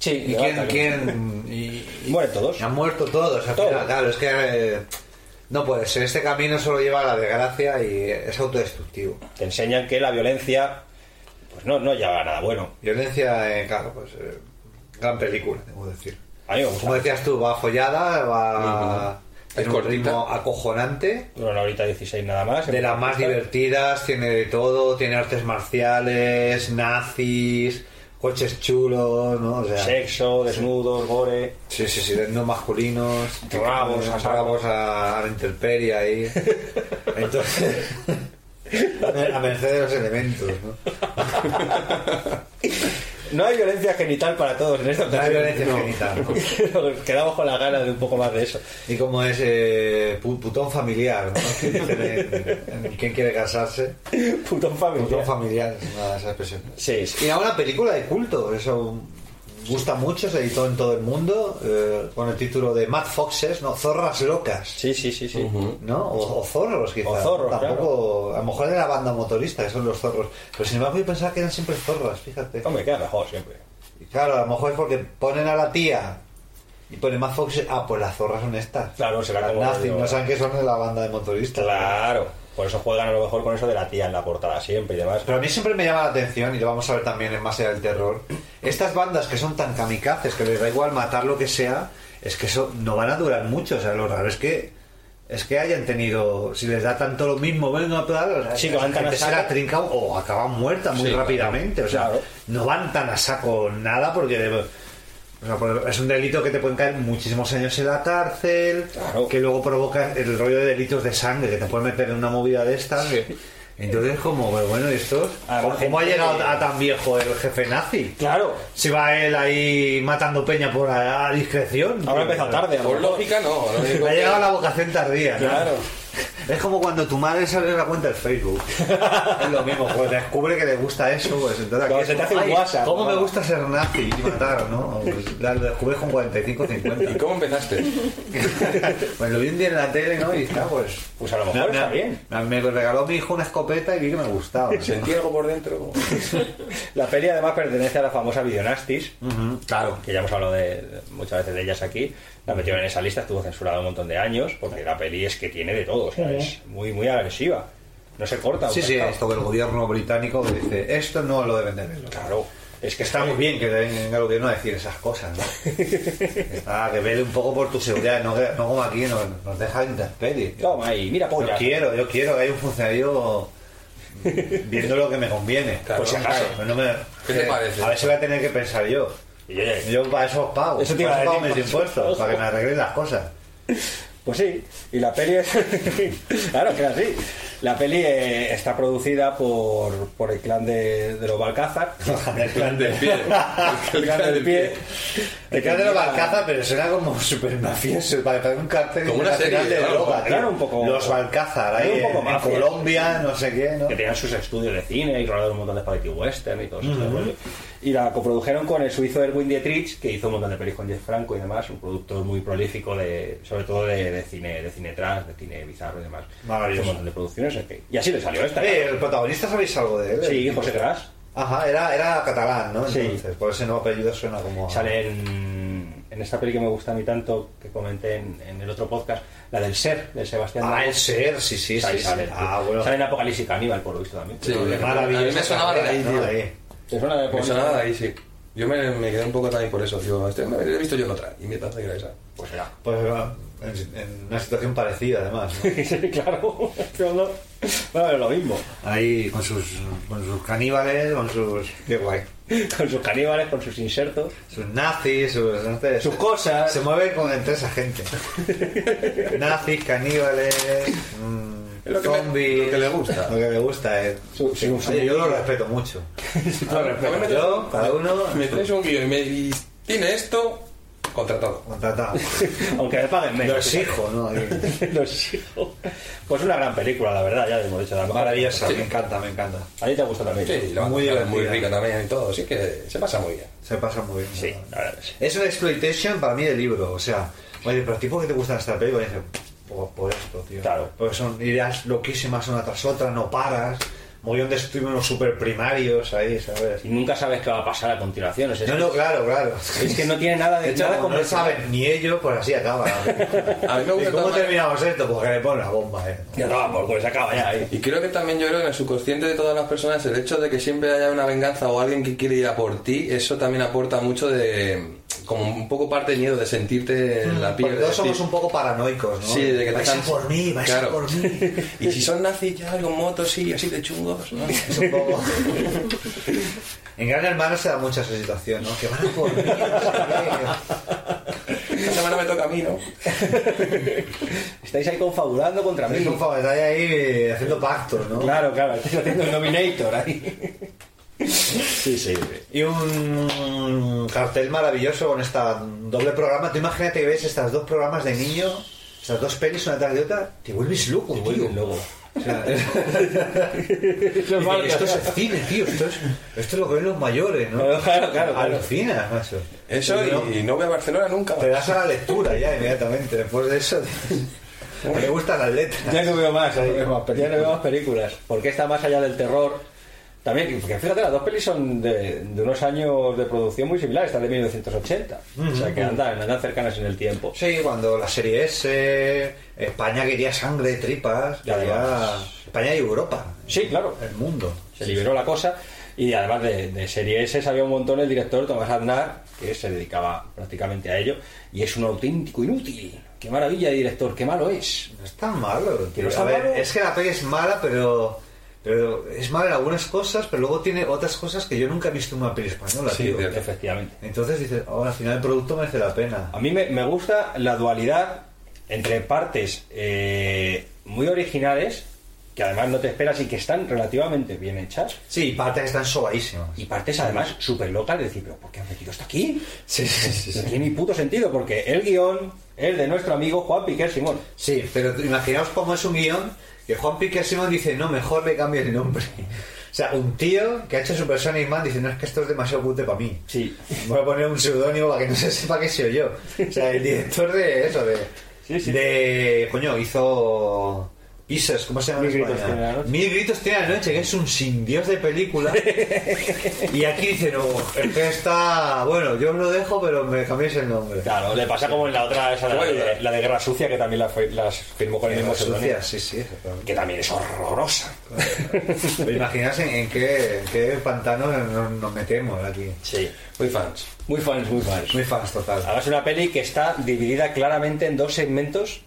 Speaker 9: Sí,
Speaker 10: ¿Y quién,
Speaker 9: levanta,
Speaker 10: quién? Y,
Speaker 9: y- Mueren todos.
Speaker 10: y han muerto todos al
Speaker 9: Todos.
Speaker 10: final. Claro, es que eh, no puede ser. Este camino solo lleva a la desgracia y es autodestructivo.
Speaker 9: Te enseñan que la violencia pues no, no lleva nada bueno.
Speaker 10: Violencia, eh, claro, pues eh, gran película, debo decir.
Speaker 9: A mí me gusta.
Speaker 10: Como decías tú, va follada, va... tiene un ritmo acojonante.
Speaker 9: Dura una horita 16 nada más.
Speaker 10: De las más divertidas, tiene de todo, tiene artes marciales, nazis, coches chulos, ¿no? O sea,
Speaker 9: Sexo, desnudos, gore.
Speaker 10: Sí, sí, sí, desnudos masculinos.
Speaker 9: Rabos, a saco.
Speaker 10: rabos a, a la intemperie ahí. Entonces, a mer- a merced de los elementos, ¿no?
Speaker 14: No hay violencia genital para todos en esta
Speaker 10: No hay
Speaker 14: ocasión.
Speaker 10: violencia genital, ¿no?
Speaker 14: Nos Quedamos con la gana de un poco más de eso.
Speaker 10: Y como es eh, pu- putón familiar, ¿no? Que dicen en- en ¿Quién quiere casarse?
Speaker 14: Putón familiar.
Speaker 10: Putón familiar es una de esas expresiones.
Speaker 9: Sí,
Speaker 10: Y ahora una película de culto, eso gusta mucho, se editó en todo el mundo, eh, con el título de Mad Foxes, ¿no? Zorras locas.
Speaker 9: Sí, sí, sí, sí.
Speaker 10: ¿No? O, o zorros, quizás.
Speaker 9: O zorros,
Speaker 10: Tampoco, a lo mejor de la banda motorista, que son los zorros. Pero sin embargo yo pensaba que eran siempre zorras, fíjate.
Speaker 9: Hombre, queda mejor siempre.
Speaker 10: Y claro, a lo mejor es porque ponen a la tía y ponen Mad Foxes, ah, pues las zorras son estas.
Speaker 9: Claro, será
Speaker 10: Las
Speaker 9: como-
Speaker 10: nazis, no saben que son de la banda de motoristas.
Speaker 9: Claro. Por eso juegan a lo mejor con eso de la tía en la portada siempre y demás.
Speaker 10: Pero a mí siempre me llama la atención, y lo vamos a ver también en Más allá del terror, estas bandas que son tan kamikazes, que les da igual matar lo que sea, es que eso no van a durar mucho. O sea, lo raro es que es que hayan tenido, si les da tanto lo mismo, venga a pegar, o sea,
Speaker 9: Sí, que
Speaker 10: la
Speaker 9: van tan
Speaker 10: gente
Speaker 9: a
Speaker 10: se
Speaker 9: saco.
Speaker 10: la trinca o acaban muerta muy
Speaker 9: Sí, claro.
Speaker 10: rápidamente. O sea,
Speaker 9: Claro.
Speaker 10: no van tan a saco nada porque... o sea, por- es un delito que te pueden caer muchísimos años en la cárcel, que luego provoca el rollo de delitos de sangre, que te pueden meter en una movida de estas. que- Entonces, como, pero bueno, esto.
Speaker 14: Ah,
Speaker 10: ¿Cómo, cómo ha llegado a tan viejo el jefe nazi?
Speaker 14: Claro.
Speaker 10: Si va él ahí matando peña por a, a discreción.
Speaker 14: Habrá empezado tarde, a lo
Speaker 12: Por
Speaker 14: mejor.
Speaker 12: lógica, pues, no. Lo único
Speaker 10: Le ha
Speaker 12: que-
Speaker 10: llegado la vocación tardía. ¿no?
Speaker 14: Claro.
Speaker 10: Es como cuando tu madre se abre la cuenta del Facebook. es lo mismo, pues descubre que le gusta eso, pues entonces
Speaker 14: Cuando
Speaker 10: aquí
Speaker 14: se te
Speaker 10: es
Speaker 14: hace
Speaker 10: como,
Speaker 14: un
Speaker 10: "Ay,
Speaker 14: WhatsApp,
Speaker 10: ¿Cómo
Speaker 14: ¿no?
Speaker 10: me gusta ser nazi y matar, no? Pues, la- lo descubres con 45, 50.
Speaker 12: ¿Y cómo empezaste?
Speaker 10: Pues lo vi un día en la tele, ¿no? Y está, pues.
Speaker 9: Pues a lo mejor
Speaker 10: me-
Speaker 9: está
Speaker 10: me-
Speaker 9: bien.
Speaker 10: Me, regaló mi hijo una escopeta y vi que me gustaba. ¿no?
Speaker 12: Sentí algo por dentro.
Speaker 9: La peli además pertenece a la famosa Videonastis,
Speaker 10: Claro.
Speaker 9: que ya hemos hablado de, de- muchas veces de ellas aquí. La metieron en esa lista, estuvo censurada un montón de años, porque la peli es que tiene de todo, o sea, es muy, muy agresiva. No se corta.
Speaker 10: Sí,
Speaker 9: o sea,
Speaker 10: sí,
Speaker 9: está-
Speaker 10: esto que el gobierno británico dice, esto no lo deben de ver.
Speaker 9: Claro, es que
Speaker 10: Está muy bien que venga el gobierno a decir esas cosas, ¿no? Ah, que vele un poco por tu seguridad, no, que- no como aquí nos, nos deja intemperie.
Speaker 9: Toma ahí, mira,
Speaker 10: Yo
Speaker 9: polla.
Speaker 10: quiero, yo quiero que haya un funcionario viendo lo que me conviene.
Speaker 9: Claro,
Speaker 10: Por si
Speaker 9: claro.
Speaker 10: acaso. No me-
Speaker 12: ¿Qué te parece?
Speaker 10: A ver si voy a tener que pensar yo.
Speaker 9: Y oye,
Speaker 10: Yo para eso os pago.
Speaker 14: Eso te iba
Speaker 10: Para
Speaker 14: a
Speaker 10: pago
Speaker 14: decir,
Speaker 10: mis
Speaker 14: para
Speaker 10: impuestos,
Speaker 14: eso.
Speaker 10: para que me arreglen las cosas.
Speaker 9: Pues sí, y la peli es. claro, que era así. La peli eh, está producida por, por el clan de, de los Balcázar.
Speaker 10: El plan de
Speaker 12: Bien.
Speaker 9: El clan del pie.
Speaker 10: El plan de los Balcázar, pero suena como super mafioso, para para un cartel
Speaker 12: Como una
Speaker 10: internacional
Speaker 12: serie,
Speaker 10: de
Speaker 12: claro,
Speaker 10: droga.
Speaker 9: claro,
Speaker 10: tío.
Speaker 9: un poco-
Speaker 10: Los Balcázar,
Speaker 9: Era
Speaker 10: ahí
Speaker 9: un poco
Speaker 10: en, en
Speaker 9: mafia.
Speaker 10: Colombia, no sé qué, ¿no?
Speaker 9: que tenían sus estudios de cine y rodaron un montón de spaghetti western y todo eso. Y la coprodujeron con el suizo Erwin Dietrich, que hizo un montón de pelis con Jeff Franco y demás, un productor muy prolífico, de, sobre todo de, de cine de cine trans, de cine bizarro y demás. Hizo
Speaker 10: Maravilloso.
Speaker 9: Un montón de producciones, en fin. Y así le salió esta.
Speaker 10: Eh, el protagonista sabéis algo de él.
Speaker 9: sí,
Speaker 10: El
Speaker 9: José
Speaker 10: tipo.
Speaker 9: Gras.
Speaker 10: Ajá, era, era catalán, ¿no?
Speaker 9: Sí.
Speaker 10: Entonces, por ese nuevo apellido suena como.
Speaker 9: Sale en, en esta peli que me gusta a mí tanto, que comenté en, en el otro podcast, la del Ser, de Sebastián.
Speaker 10: Ah,
Speaker 9: Damos.
Speaker 10: el ser, sí, sí, sí.
Speaker 9: Ahí
Speaker 10: sí.
Speaker 9: sale.
Speaker 10: Ah, bueno.
Speaker 9: Sale en Apocalipsis Caníbal, por lo visto también.
Speaker 12: Sí.
Speaker 9: Pero-
Speaker 10: Maravilloso.
Speaker 12: A mí me sonaba de ahí, tío.
Speaker 10: eh.
Speaker 9: ¿Te suena de
Speaker 12: Me
Speaker 9: Apocalipsis?
Speaker 12: sonaba de ahí, sí. Yo me, me quedé un poco también por eso. Digo, este, me- he visto yo en otra. Y me parece que era esa.
Speaker 9: Pues será.
Speaker 10: Pues va, en, en una situación parecida, además. ¿no?
Speaker 9: Sí, claro. Pero no- Bueno, pero lo mismo.
Speaker 10: Ahí con sus, con sus caníbales, con sus. Qué guay.
Speaker 9: Con sus caníbales, con sus insertos.
Speaker 10: Sus nazis, sus. no sé,
Speaker 14: Sus cosas.
Speaker 10: Se mueve con, entre esa gente. nazis, caníbales. mm,
Speaker 12: Es lo que me-
Speaker 10: zombies.
Speaker 12: lo que le gusta.
Speaker 10: Lo que le gusta, eh.
Speaker 9: Su- su- su-
Speaker 10: Oye, yo lo respeto mucho.
Speaker 12: A ver, a ver, me traes-
Speaker 10: Yo, cada uno.
Speaker 12: Me traes un guión y me y tiene esto contratado.
Speaker 10: Contratado.
Speaker 9: Aunque me paguen menos.
Speaker 10: Lo exijo, ¿no? Ahí.
Speaker 9: Lo exijo. Pues una gran película, la verdad, ya lo hemos dicho. la mejor.
Speaker 10: Maravillosa,
Speaker 12: Sí.
Speaker 10: me encanta, me encanta.
Speaker 9: A ti te gusta también.
Speaker 12: Sí, la
Speaker 10: Muy
Speaker 12: muy, muy
Speaker 10: divertida.
Speaker 12: rica también y todo. Así que se pasa muy bien.
Speaker 10: Se pasa muy bien.
Speaker 9: Sí,
Speaker 10: ¿no?
Speaker 9: la verdad que sí.
Speaker 10: Es una exploitation para mí de libro, o sea, oye, pero tipo que te gustan esta película, dice, por, por esto, tío.
Speaker 9: Claro.
Speaker 10: Porque son ideas loquísimas una tras otra, no paras, mogollón de estímulos super primarios ahí, ¿sabes?
Speaker 9: Y nunca sabes qué va a pasar a continuación. es-
Speaker 10: No, no, claro, claro.
Speaker 9: Es que no tiene nada de
Speaker 10: hecho,
Speaker 9: nada
Speaker 10: no, no
Speaker 9: convencional.
Speaker 10: saben ni ellos, pues así acaba. la película.
Speaker 12: A mí me gusta
Speaker 10: ¿Y cómo
Speaker 12: tomar-
Speaker 10: terminamos esto? Pues que le ponen la bomba, eh.
Speaker 9: Ya vamos, pues acaba ya.
Speaker 12: Y creo que también yo creo que en el subconsciente de todas las personas el hecho de que siempre haya una venganza o alguien que quiere ir a por ti, eso también aporta mucho de como un poco parte de miedo de sentirte en la piel.
Speaker 10: Mm. Porque
Speaker 12: de
Speaker 10: todos
Speaker 12: decir,
Speaker 10: somos un poco paranoicos, ¿no?
Speaker 12: Sí, de que te
Speaker 10: vais a
Speaker 12: canses.
Speaker 10: por mí, vais
Speaker 12: Claro.
Speaker 10: a por mí.
Speaker 12: Y si son nazis ya con motos y así de chungos, ¿no?
Speaker 10: Es un poco... En Gran Hermano se da mucha esa situación, ¿no? Que van a por mí.
Speaker 12: Esta semana me toca a mí, ¿no?
Speaker 14: Estáis ahí confabulando contra
Speaker 10: mí. Estáis ahí haciendo pactos, ¿no?
Speaker 14: Claro, claro, estáis haciendo el Nominator ahí.
Speaker 10: Sí, sí. Y un cartel maravilloso con esta doble programa. Tú imagínate que ves estas dos programas de niño, estas dos pelis una tras de otra, te vuelves loco, te vuelves loco. esto es cine, tío. Esto es, esto es lo que ven los mayores, ¿no?
Speaker 12: Claro, claro, claro.
Speaker 10: Alucinas, macho.
Speaker 12: Eso
Speaker 10: Y no-
Speaker 12: y, y no voy a Barcelona nunca.
Speaker 10: Te das a la lectura ya inmediatamente. Después de eso, te- me gustan las letras.
Speaker 14: Ya no veo más, ahí.
Speaker 9: Ya no veo más películas. Porque está más allá del terror. También, que- que fíjate, las dos pelis son de, de unos años de producción muy similares, están de 1980. O sea, que andan, andan cercanas en el tiempo.
Speaker 10: Sí, cuando la serie S, España quería sangre de tripas,
Speaker 9: Ya,
Speaker 10: quería-
Speaker 9: ya.
Speaker 10: España y Europa.
Speaker 9: Sí, claro.
Speaker 10: El mundo.
Speaker 9: Se liberó la cosa. Y además de, de serie S sabía un montón el director Tomás Aznar, que se dedicaba prácticamente a ello. Y es un auténtico inútil. Qué maravilla de director, qué malo es.
Speaker 10: No es tan malo. tío.
Speaker 9: ¿No está
Speaker 10: A ver,
Speaker 9: malo?
Speaker 10: es que la peli es mala, pero, pero es mala en algunas cosas, pero luego tiene otras cosas que yo nunca he visto en una peli española.
Speaker 9: Sí,
Speaker 10: tío.
Speaker 9: cierto, efectivamente.
Speaker 10: Entonces dices, oh, al final el producto merece la pena.
Speaker 9: A mí me, me gusta la dualidad entre partes eh, muy originales, que además no te esperas y que están relativamente bien hechas.
Speaker 10: Sí, partes están sobadísimas.
Speaker 9: Y partes además súper locas de decir, pero ¿por qué han metido esto aquí?
Speaker 10: Sí, sí, sí.
Speaker 9: No tiene ni puto sentido, porque el guión es de nuestro amigo Juan Piquer Simón.
Speaker 10: Sí, pero imaginaos cómo es un guión que Juan Piquer Simón dice, no, mejor le cambio el nombre. O sea, un tío que ha hecho Super Sonic Man dice, no, es que esto es demasiado cute para mí.
Speaker 9: Sí.
Speaker 10: Voy a poner un seudónimo para que no se sepa que soy yo. O sea, el director de eso, de... De... Coño, hizo... Pieces, ¿cómo se llama? en
Speaker 9: Mil gritos
Speaker 10: España?
Speaker 9: tiene la noche.
Speaker 10: Mil gritos tiene la noche, que es un sin dios de película. y aquí dice, no, es que está... Bueno, yo lo dejo, pero me cambiéis el nombre.
Speaker 9: Claro, le pasa como en la otra, esa, la, de, la de Guerra Sucia, que también la, fue- las firmó con el mismo
Speaker 10: Las
Speaker 9: seudónimo.
Speaker 10: sucias, sí, sí, exactamente.
Speaker 9: Que también es horrorosa.
Speaker 10: ¿Te imaginas en, en qué, en qué pantano nos, nos metemos aquí?
Speaker 9: Sí.
Speaker 12: Muy fans.
Speaker 9: Muy fans, muy fans.
Speaker 10: Muy fans, total.
Speaker 9: Además, una peli que está dividida claramente en dos segmentos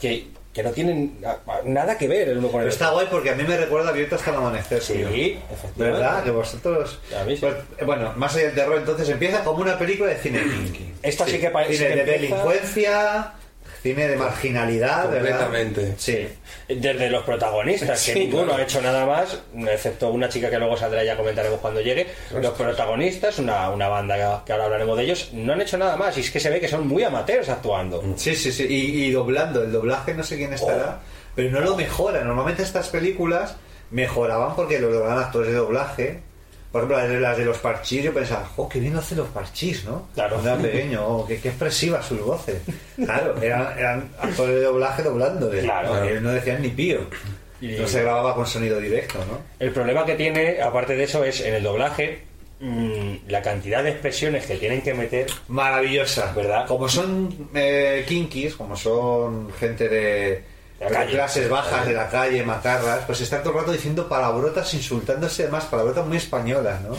Speaker 9: que, que no tienen na- nada que ver el uno con el
Speaker 10: Pero está
Speaker 9: otro.
Speaker 10: guay porque a mí me recuerda abierto hasta el amanecer.
Speaker 9: Sí,
Speaker 10: tío.
Speaker 9: efectivamente.
Speaker 10: ¿Verdad? Que vosotros...
Speaker 9: Ya ves.
Speaker 10: Pues, eh, bueno, más allá del terror, entonces empieza como una película de cine kinky.
Speaker 9: Esta sí, que parece.
Speaker 10: Cine
Speaker 9: que
Speaker 10: de
Speaker 9: empieza-
Speaker 10: delincuencia, cine de marginalidad, ¿verdad?
Speaker 12: Completamente.
Speaker 10: Sí.
Speaker 9: Desde los protagonistas, que
Speaker 12: Sí,
Speaker 9: ninguno
Speaker 12: claro.
Speaker 9: ha hecho nada más, excepto una chica que luego saldrá ya comentaremos cuando llegue. Los protagonistas, una, una banda que ahora hablaremos de ellos, no han hecho nada más. Y es que se ve que son muy amateurs actuando.
Speaker 10: Sí, sí, sí. Y, y doblando, el doblaje no sé quién
Speaker 9: Oh.
Speaker 10: estará, pero no lo mejora. Normalmente estas películas mejoraban porque lo lograban actores de doblaje. Por ejemplo, las de, las de los parchís, yo pensaba, oh, qué bien lo hacen los parchís, ¿no?
Speaker 9: Claro.
Speaker 10: Cuando era pequeño, oh, qué, qué expresivas sus voces. Claro, eran, eran actores de doblaje doblándole.
Speaker 9: Claro.
Speaker 10: Porque ellos no decían ni pío.
Speaker 9: Y-
Speaker 10: No se grababa con sonido directo, ¿no?
Speaker 9: El problema que tiene, aparte de eso, es en el doblaje mm, la cantidad de expresiones que tienen que meter.
Speaker 10: Maravillosa,
Speaker 9: ¿Verdad?
Speaker 10: Como son eh, kinkies, como son gente de,
Speaker 9: la
Speaker 10: de
Speaker 9: calle.
Speaker 10: clases bajas de la calle, macarras, pues están todo el rato diciendo palabrotas, insultándose además, palabrotas muy españolas, ¿no?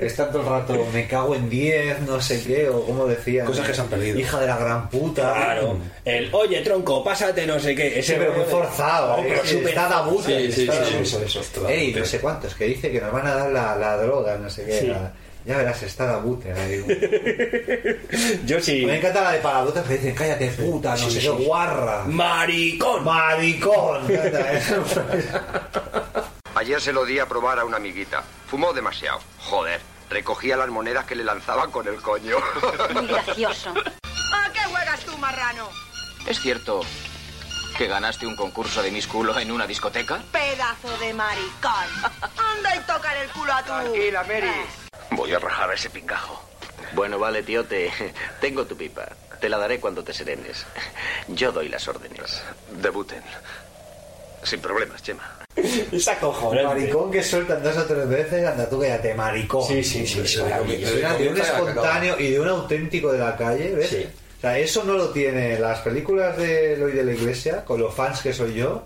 Speaker 10: están todo el rato, me cago en 10, no sé qué, o como decían.
Speaker 12: Cosas que se han perdido.
Speaker 10: Hija de la gran puta.
Speaker 9: Claro. El, oye, tronco, pásate, no sé qué.
Speaker 10: Sí, pero muy forzado,
Speaker 9: Oh,
Speaker 10: ¿eh?
Speaker 9: pero
Speaker 10: Sí,
Speaker 9: súper-
Speaker 10: está da buta,
Speaker 12: Sí, sí,
Speaker 10: está
Speaker 12: sí,
Speaker 10: da
Speaker 12: sí,
Speaker 10: buta.
Speaker 12: eso, eso, está da
Speaker 10: Ey,
Speaker 12: buta.
Speaker 10: no sé cuántos, que dice que nos van a dar la, la droga, no sé qué.
Speaker 9: Sí.
Speaker 10: la- ya verás, está eh, da buta. ahí.
Speaker 9: Yo sí.
Speaker 10: Me encanta la de palabrotas que dicen, cállate, puta, no sé qué, guarra.
Speaker 9: Maricón.
Speaker 10: Maricón. pues.
Speaker 16: Ayer se lo di a probar a una amiguita. Fumó demasiado. Joder, recogía las monedas que le lanzaban con el coño.
Speaker 1: Muy gracioso.
Speaker 17: ¿A qué juegas tú, marrano?
Speaker 8: ¿Es cierto que ganaste un concurso de mis culo en una discoteca?
Speaker 17: Pedazo de maricón. Anda y tocar el culo a tu. Tranquila, Mary.
Speaker 8: Voy a rajar ese pingajo. Bueno, vale, tío, te... tengo tu pipa. Te la daré cuando te serenes. Yo doy las órdenes. Debuten. Sin problemas, Chema.
Speaker 14: Esa cojona.
Speaker 10: Maricón que sueltan dos o tres veces, anda tú cállate, maricón. Sí, sí, sí.
Speaker 14: maravilloso.
Speaker 10: de un espontáneo y de un auténtico de la calle, ¿ves? O sea, eso no lo tiene las películas de Eloy de la Iglesia, con los fans que soy yo,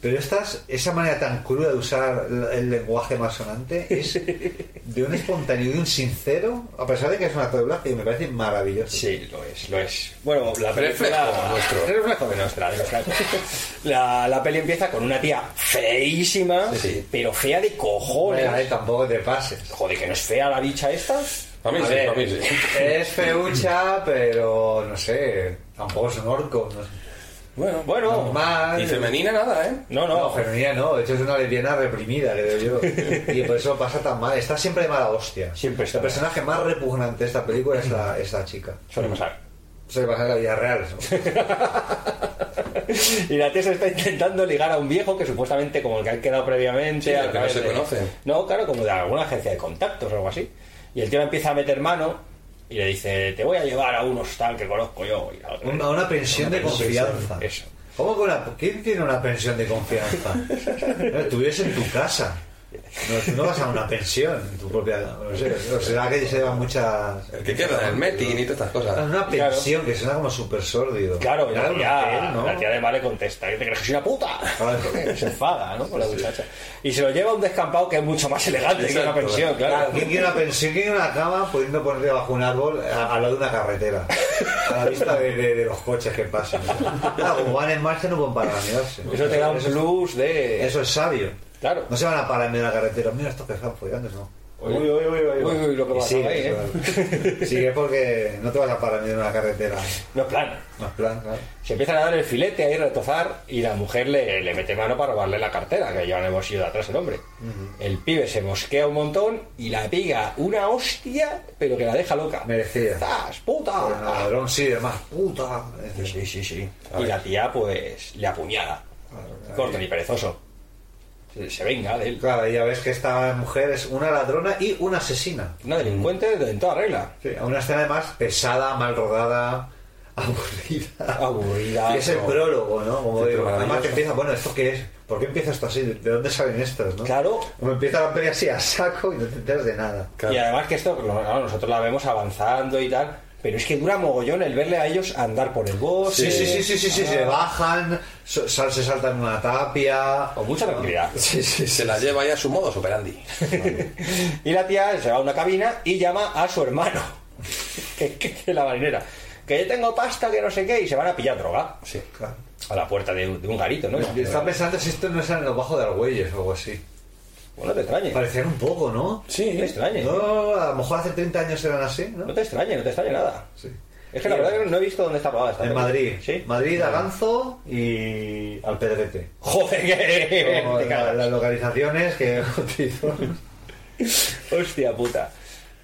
Speaker 10: pero estas, esa manera tan cruda de usar l- el lenguaje más sonante es de un espontáneo y de un sincero, a pesar de que es un actor de blanco, y me parece maravilloso.
Speaker 9: Sí, lo es, lo es. Bueno, la
Speaker 10: Pero es
Speaker 9: película...
Speaker 10: fresco nuestro.
Speaker 9: Es reflejo de nuestra, de nuestra época. La, la peli empieza con una tía feísima, pero fea de cojones.
Speaker 10: Bueno, eh, tampoco te pases.
Speaker 9: Joder, que no es fea la bicha esta.
Speaker 10: A mí sí, a mí sí. Es feucha, pero no sé, tampoco es un orco. No sé.
Speaker 9: Bueno, bueno.
Speaker 10: Normal.
Speaker 9: Y femenina nada, ¿eh? No, no.
Speaker 10: femenina no. De hecho, es una lesbiana reprimida, creo yo. Y por eso pasa tan mal. Está siempre de mala hostia. Siempre El personaje más repugnante de esta película es la, es la chica.
Speaker 9: Suele pasar.
Speaker 10: Suele pasar en la vida real. eso.
Speaker 9: Y la tía se está intentando ligar a un viejo que supuestamente como el que han quedado
Speaker 12: Sí,
Speaker 9: previamente.
Speaker 12: el
Speaker 9: a
Speaker 12: que no
Speaker 9: través
Speaker 12: se
Speaker 9: de-
Speaker 12: conoce.
Speaker 9: No, claro, como de alguna agencia de contactos o algo así. Y el tío le empieza a meter mano y le dice, te voy a llevar a un hostal que conozco yo. Y la otra-
Speaker 10: Una, una pensión
Speaker 9: Una
Speaker 10: de
Speaker 9: pensión.
Speaker 10: confianza. Eso. ¿Cómo que una, ¿Quién tiene una pensión de confianza? No, tú vives en tu casa. No, tú no vas a una pensión. en Tu propia, no sé, o será que se llevan muchas...
Speaker 12: El que queda, el meeting y todas estas cosas.
Speaker 10: Una pensión que suena como súper sórdido.
Speaker 9: Claro, y la
Speaker 10: Era un
Speaker 9: tía,
Speaker 10: hotel, ¿no?
Speaker 9: la tía de Male contesta, ¿qué te crees que soy una puta? Se enfada, ¿no? Con la muchacha. Y se lo lleva a un descampado que es mucho más elegante que una pensión, claro.
Speaker 10: ¿Quién quiere una pensión? ¿Quién quiere una cama pudiendo ponerte bajo un árbol a- al lado de una carretera? A la vista de, de- de los coches que pasan. Claro, como van en marcha no pueden parar a mirarse.
Speaker 9: Eso te da un
Speaker 10: es-
Speaker 9: plus de...
Speaker 10: Eso es sabio.
Speaker 9: Claro.
Speaker 10: No se van a parar en medio de la carretera. Mira estos que están follando, ¿no?
Speaker 9: Uy, uy, uy, uy, uy. Uy, uy, lo que
Speaker 10: Y
Speaker 9: pasa
Speaker 10: sigue,
Speaker 9: ahí, ¿eh?
Speaker 10: claro. Sigue porque no te vas a parar en medio de una carretera.
Speaker 9: No es plan.
Speaker 10: No es plan, claro.
Speaker 9: Se empiezan a dar el filete ahí, a retozar, y la mujer le, le mete mano para robarle la cartera, que lleva en el bolsillo de atrás el hombre. El pibe se mosquea un montón y la pega una hostia, pero que la deja loca.
Speaker 10: Merecida.
Speaker 9: ¡Zas, puta!
Speaker 10: Pero no, Pues ladrón sí, demás. ¡Puta!
Speaker 9: Ah. Sí, sí, sí. Y la tía, pues, le apuñala.
Speaker 10: Ah,
Speaker 9: Corto ni perezoso. Se, se venga de él.
Speaker 10: Claro, y ya ves que esta mujer es una ladrona y una asesina.
Speaker 9: Una delincuente de- en toda regla.
Speaker 10: Sí, a una escena además pesada, mal rodada, aburrida.
Speaker 9: Aburrida.
Speaker 10: Y es el
Speaker 9: no.
Speaker 10: prólogo, ¿no? Como
Speaker 9: Sí,
Speaker 10: digo,
Speaker 9: pero
Speaker 10: además
Speaker 9: maravilloso.
Speaker 10: que empieza, bueno, ¿esto qué es? ¿Por qué empieza esto así? ¿De dónde salen estos, no?
Speaker 9: Claro.
Speaker 10: Como empieza la peli así a saco y no te enteras de nada.
Speaker 9: Y además que esto, lo- claro, nosotros la vemos avanzando y tal, pero es que dura mogollón el verle a ellos andar por el bosque.
Speaker 10: Sí, sí, sí, sí, sí, sí,
Speaker 9: Ah.
Speaker 10: se bajan, so- sal- se saltan una tapia.
Speaker 9: Con mucha tranquilidad.
Speaker 10: Sí, sí, sí.
Speaker 12: Se la lleva ya a su modo superandi.
Speaker 9: Y la tía se va a una cabina y llama a su hermano, que, que- que la marinera, que yo tengo pasta, que no sé qué, y se van a pillar droga.
Speaker 12: Sí,
Speaker 10: claro.
Speaker 9: A la puerta de un, de un garito, ¿no?
Speaker 10: Yo Estaba pensando si esto no es en los bajos de Argüelles o algo así.
Speaker 9: Eh. Bueno, te extrañe.
Speaker 10: Parecían un poco, ¿no?
Speaker 9: Sí, no te extrañe.
Speaker 10: No, a lo mejor hace 30 años eran así, ¿no?
Speaker 9: No te extrañe, no te extrañe nada. Es que la
Speaker 10: Sí.
Speaker 9: verdad que no he visto dónde está pagada esta
Speaker 10: En
Speaker 9: película.
Speaker 10: Madrid.
Speaker 9: Ah, ¿Sí?
Speaker 10: Madrid, a Ganzo y al Pedrete.
Speaker 9: Joder, que...
Speaker 10: Como
Speaker 9: te
Speaker 10: la-
Speaker 9: cagas.
Speaker 10: las localizaciones que utilizo.
Speaker 9: Hostia puta.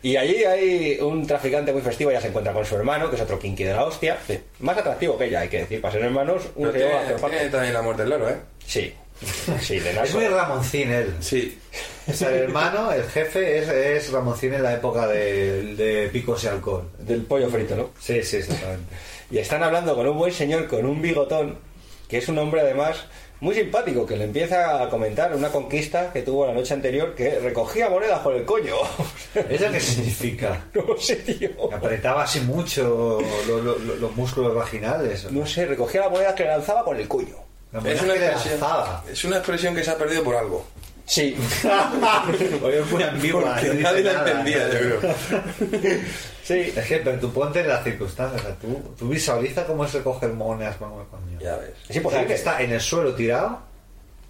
Speaker 9: Y allí hay un traficante muy festivo, ya se encuentra con su hermano, que es otro kinky de la hostia. Más atractivo que ella, hay que decir, para ser hermanos, uno
Speaker 12: Pero
Speaker 9: se lleva a
Speaker 12: tiene,
Speaker 9: hacer parte.
Speaker 12: tiene también la muerte del loro, ¿eh?
Speaker 9: Sí. Sí, de
Speaker 10: Es
Speaker 9: narco.
Speaker 10: muy Ramoncín él.
Speaker 12: Sí.
Speaker 10: Es el hermano, el jefe, es, es Ramoncín en la época de, de picos y alcohol.
Speaker 9: Del pollo frito, ¿no?
Speaker 10: Sí, sí, exactamente.
Speaker 9: Y están hablando con un buen señor con un bigotón, que es un hombre además muy simpático, que le empieza a comentar una conquista que tuvo la noche anterior que recogía monedas por el coño.
Speaker 10: ¿Eso qué significa?
Speaker 9: No sé, tío.
Speaker 10: Apretaba así mucho lo- lo- lo- los músculos vaginales.
Speaker 9: No sé, recogía las monedas que le lanzaba con el coño.
Speaker 10: La
Speaker 12: Es
Speaker 10: mujer
Speaker 12: una,
Speaker 10: que le
Speaker 12: expresión,
Speaker 10: lanzaba.
Speaker 12: es una expresión que se ha perdido por algo.
Speaker 9: Sí.
Speaker 10: Oye, ¿eh? es muy ambigua.
Speaker 12: Porque
Speaker 10: no dice
Speaker 12: nadie la
Speaker 10: nada.
Speaker 12: entendía, yo creo.
Speaker 9: Sí.
Speaker 10: Es que, pero tú ponte en las circunstancias. o sea, tú, tú visualiza cómo se coge el monedas con el coño.
Speaker 12: Ya ves.
Speaker 9: Es imposible.
Speaker 10: O sea, que está en el suelo tirado,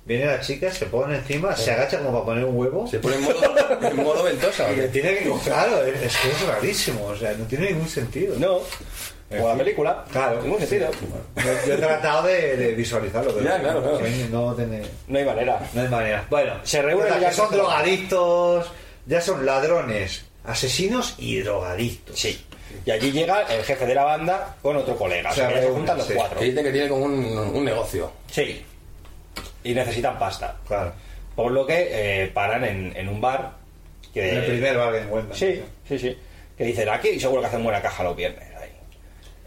Speaker 10: viene la chica, se pone encima, se agacha como para poner un huevo.
Speaker 12: Se pone en modo, en modo ventosa. ¿o
Speaker 10: Y le
Speaker 12: qué?
Speaker 10: tiene que Claro, es es que es rarísimo, o sea, no tiene ningún sentido.
Speaker 9: No. Como la
Speaker 10: Sí.
Speaker 9: película.
Speaker 10: Claro.
Speaker 9: Ningún sentido.
Speaker 10: Yo, yo he tratado de, de visualizarlo, pero
Speaker 9: Ya, claro, claro.
Speaker 10: no tiene.
Speaker 9: No hay manera.
Speaker 10: No hay manera. Bueno,
Speaker 9: Se reúnen
Speaker 10: total,
Speaker 9: ya
Speaker 10: que son
Speaker 9: con-
Speaker 10: drogadictos, ya son ladrones, asesinos y drogadictos.
Speaker 9: Sí. Y allí llega el jefe de la banda con otro colega. O
Speaker 10: Se
Speaker 9: sea, que se
Speaker 10: reúnen,
Speaker 9: juntan los
Speaker 10: sí.
Speaker 9: cuatro.
Speaker 12: Que dicen que tiene como un, un negocio.
Speaker 9: Sí. Y necesitan pasta.
Speaker 10: Claro.
Speaker 9: Por lo que eh, paran en, en un bar. Que,
Speaker 10: En el primer bar que encuentran.
Speaker 9: Eh, Sí, sí, sí. Que dicen aquí seguro que hacen buena caja los viernes. Ahí.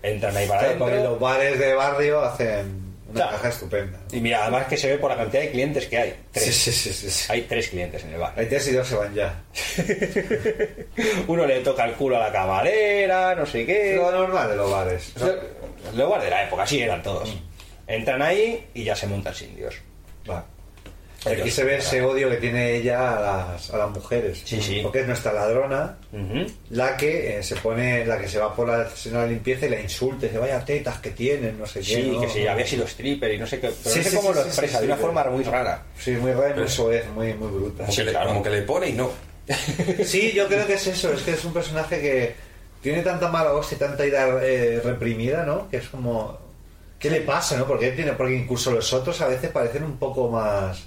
Speaker 9: Entran ahí para
Speaker 10: Claro, porque
Speaker 9: adentro.
Speaker 10: los bares de barrio hacen Una caja estupenda.
Speaker 9: Y mira, además que se ve por la cantidad de clientes que hay. Tres. Hay tres clientes en el bar.
Speaker 10: Hay tres y dos se van ya.
Speaker 9: Uno le toca el culo a la camarera, no sé qué.
Speaker 10: Lo normal de los bares.
Speaker 9: Lo- Los bares de la época, así eran
Speaker 10: Mm.
Speaker 9: todos. Entran ahí y ya se montan sin Dios.
Speaker 10: Aquí se ve ese odio que tiene ella a las, a las mujeres. Porque es nuestra ladrona, la que eh, se pone, la que se va por la señora de limpieza y la insulta, y dice, vaya tetas que tienen, no sé qué.
Speaker 9: Sí,
Speaker 10: ¿no?
Speaker 9: que si había sido stripper y no sé qué. Pero
Speaker 10: Sí,
Speaker 9: no sé
Speaker 10: sí,
Speaker 9: cómo
Speaker 10: sí,
Speaker 9: lo
Speaker 10: sí,
Speaker 9: expresa,
Speaker 10: sí,
Speaker 9: de una
Speaker 10: sí.
Speaker 9: forma muy rara.
Speaker 10: Sí, muy raro, eso es, muy, muy bruta.
Speaker 12: Como, que le, como que le pone y no.
Speaker 10: Sí, yo creo que es eso, es que es un personaje que tiene tanta mala voz y tanta ira eh, reprimida, ¿no? Que es como... ¿Qué le pasa, no? Porque, él tiene, porque incluso los otros a veces parecen un poco más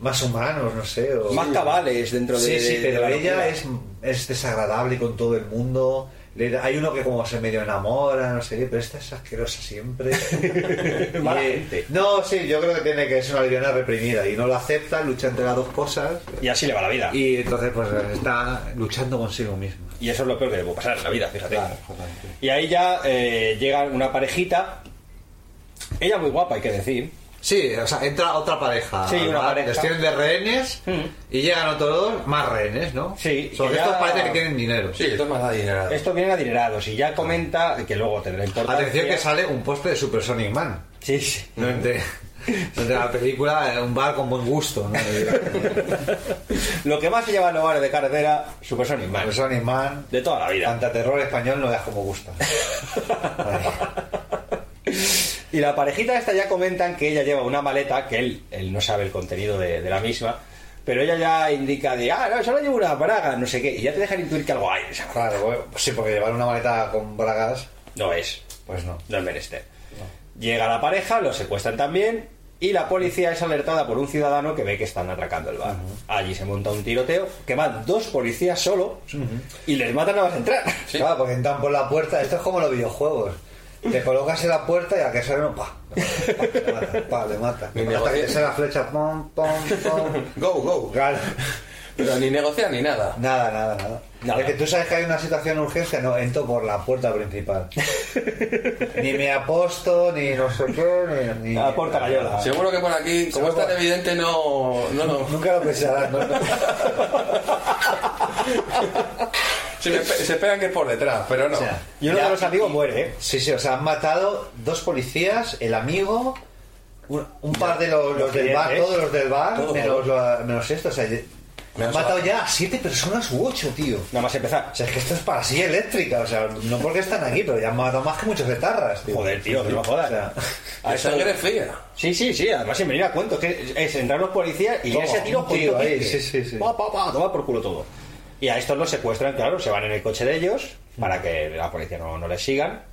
Speaker 10: más humanos, no sé. o-
Speaker 9: Más cabales dentro de-
Speaker 10: Sí, sí,
Speaker 9: de
Speaker 10: pero
Speaker 9: la
Speaker 10: ella
Speaker 9: locura.
Speaker 10: es, es desagradable con todo el mundo. Le da- hay uno que como se medio enamora, no sé qué, pero esta es asquerosa siempre. Y, eh, No, sí, yo creo que tiene que ser una lesbiana reprimida y no lo acepta, lucha entre las dos cosas.
Speaker 9: Y así le va la vida.
Speaker 10: Y entonces pues está luchando consigo mismo.
Speaker 9: Y eso es lo peor que le puede pasar en la vida, fíjate. Y ahí ya eh, llega una parejita. Ella muy guapa, hay que decir.
Speaker 10: Sí, o sea, entra otra pareja.
Speaker 9: Sí, una
Speaker 10: ¿verdad?
Speaker 9: pareja.
Speaker 10: Les tienen de rehenes y llegan otros dos más rehenes, ¿no? Sí. Son
Speaker 9: que ya-
Speaker 10: estos parece que tienen dinero.
Speaker 9: Sí, estos
Speaker 12: más adinerados.
Speaker 9: Estos vienen adinerados y ya comenta que luego tendrá importancia.
Speaker 10: Atención que sale un postre de Super Sonic Man.
Speaker 9: Sí, sí.
Speaker 10: No entre, entre la película, eh, un bar con buen gusto. ¿no?
Speaker 9: Lo que más se lleva en los bares de carretera, Super Sonic Man.
Speaker 10: Sonic Man.
Speaker 9: De toda la vida.
Speaker 10: Fantaterror español no veas como gusta. Ah.
Speaker 9: Y la parejita esta ya comentan que ella lleva una maleta, que él, él no sabe el contenido de, de la misma, pero ella ya indica de, ah, no, solo llevo una braga, no sé qué, y ya te dejan intuir que algo hay.
Speaker 10: Claro, bueno, sí, porque llevar una maleta con bragas...
Speaker 9: No es.
Speaker 10: Pues no.
Speaker 9: No es menester. Llega la pareja, lo secuestran también, y la policía es alertada por un ciudadano que ve que están atracando el bar. Allí se monta un tiroteo, que van dos policías solo, y les matan a las entradas.
Speaker 10: Claro, porque entran por la puerta. Esto es como los videojuegos. Te colocas en la puerta y a que sale uno, pa, pa, pa, le mata.
Speaker 12: Mi
Speaker 10: Hasta que
Speaker 12: negocio-
Speaker 10: te sale la flecha, pom, pom, pom.
Speaker 12: Go, go. Pero ni negocia ni nada.
Speaker 10: Nada, nada, nada. Es que tú sabes que hay una situación de urgencia, no, entro por la puerta principal. ni me aposto, ni no sé qué, ni... ni la puerta gallola.
Speaker 12: Seguro que por aquí, como es tan evidente, no. no, no.
Speaker 10: Nunca lo pensarás, no, no.
Speaker 12: Se, me- se esperan que es por detrás, pero no.
Speaker 10: O sea, ya-
Speaker 9: ¿eh?
Speaker 10: Sí, sí, o sea, han matado dos policías, el amigo, un, un par de los, los del bar,
Speaker 12: clientes.
Speaker 10: todos los del bar,
Speaker 12: Todos,
Speaker 10: menos, la- menos esto, o sea, ye-
Speaker 12: Menos
Speaker 10: han matado
Speaker 12: la-
Speaker 10: ya a siete personas u ocho, tío.
Speaker 9: Nada más empezar.
Speaker 10: O sea, es que esto es para sí eléctrica, o sea, no porque están aquí, pero ya han matado más que muchos guitarras, tío.
Speaker 9: Joder, tío, que no jodas.
Speaker 10: O sea,
Speaker 9: A eso- Sí, sí, sí, además sin venir a cuento, es que es entrar los policías y
Speaker 10: Toma,
Speaker 9: ese tiro
Speaker 10: un tiro
Speaker 9: con
Speaker 10: ahí,
Speaker 9: toque.
Speaker 10: sí, sí, sí.
Speaker 9: Pa, pa, pa, toma por culo todo. Y a estos los secuestran, claro, se van en el coche de ellos para que la policía no, no les sigan.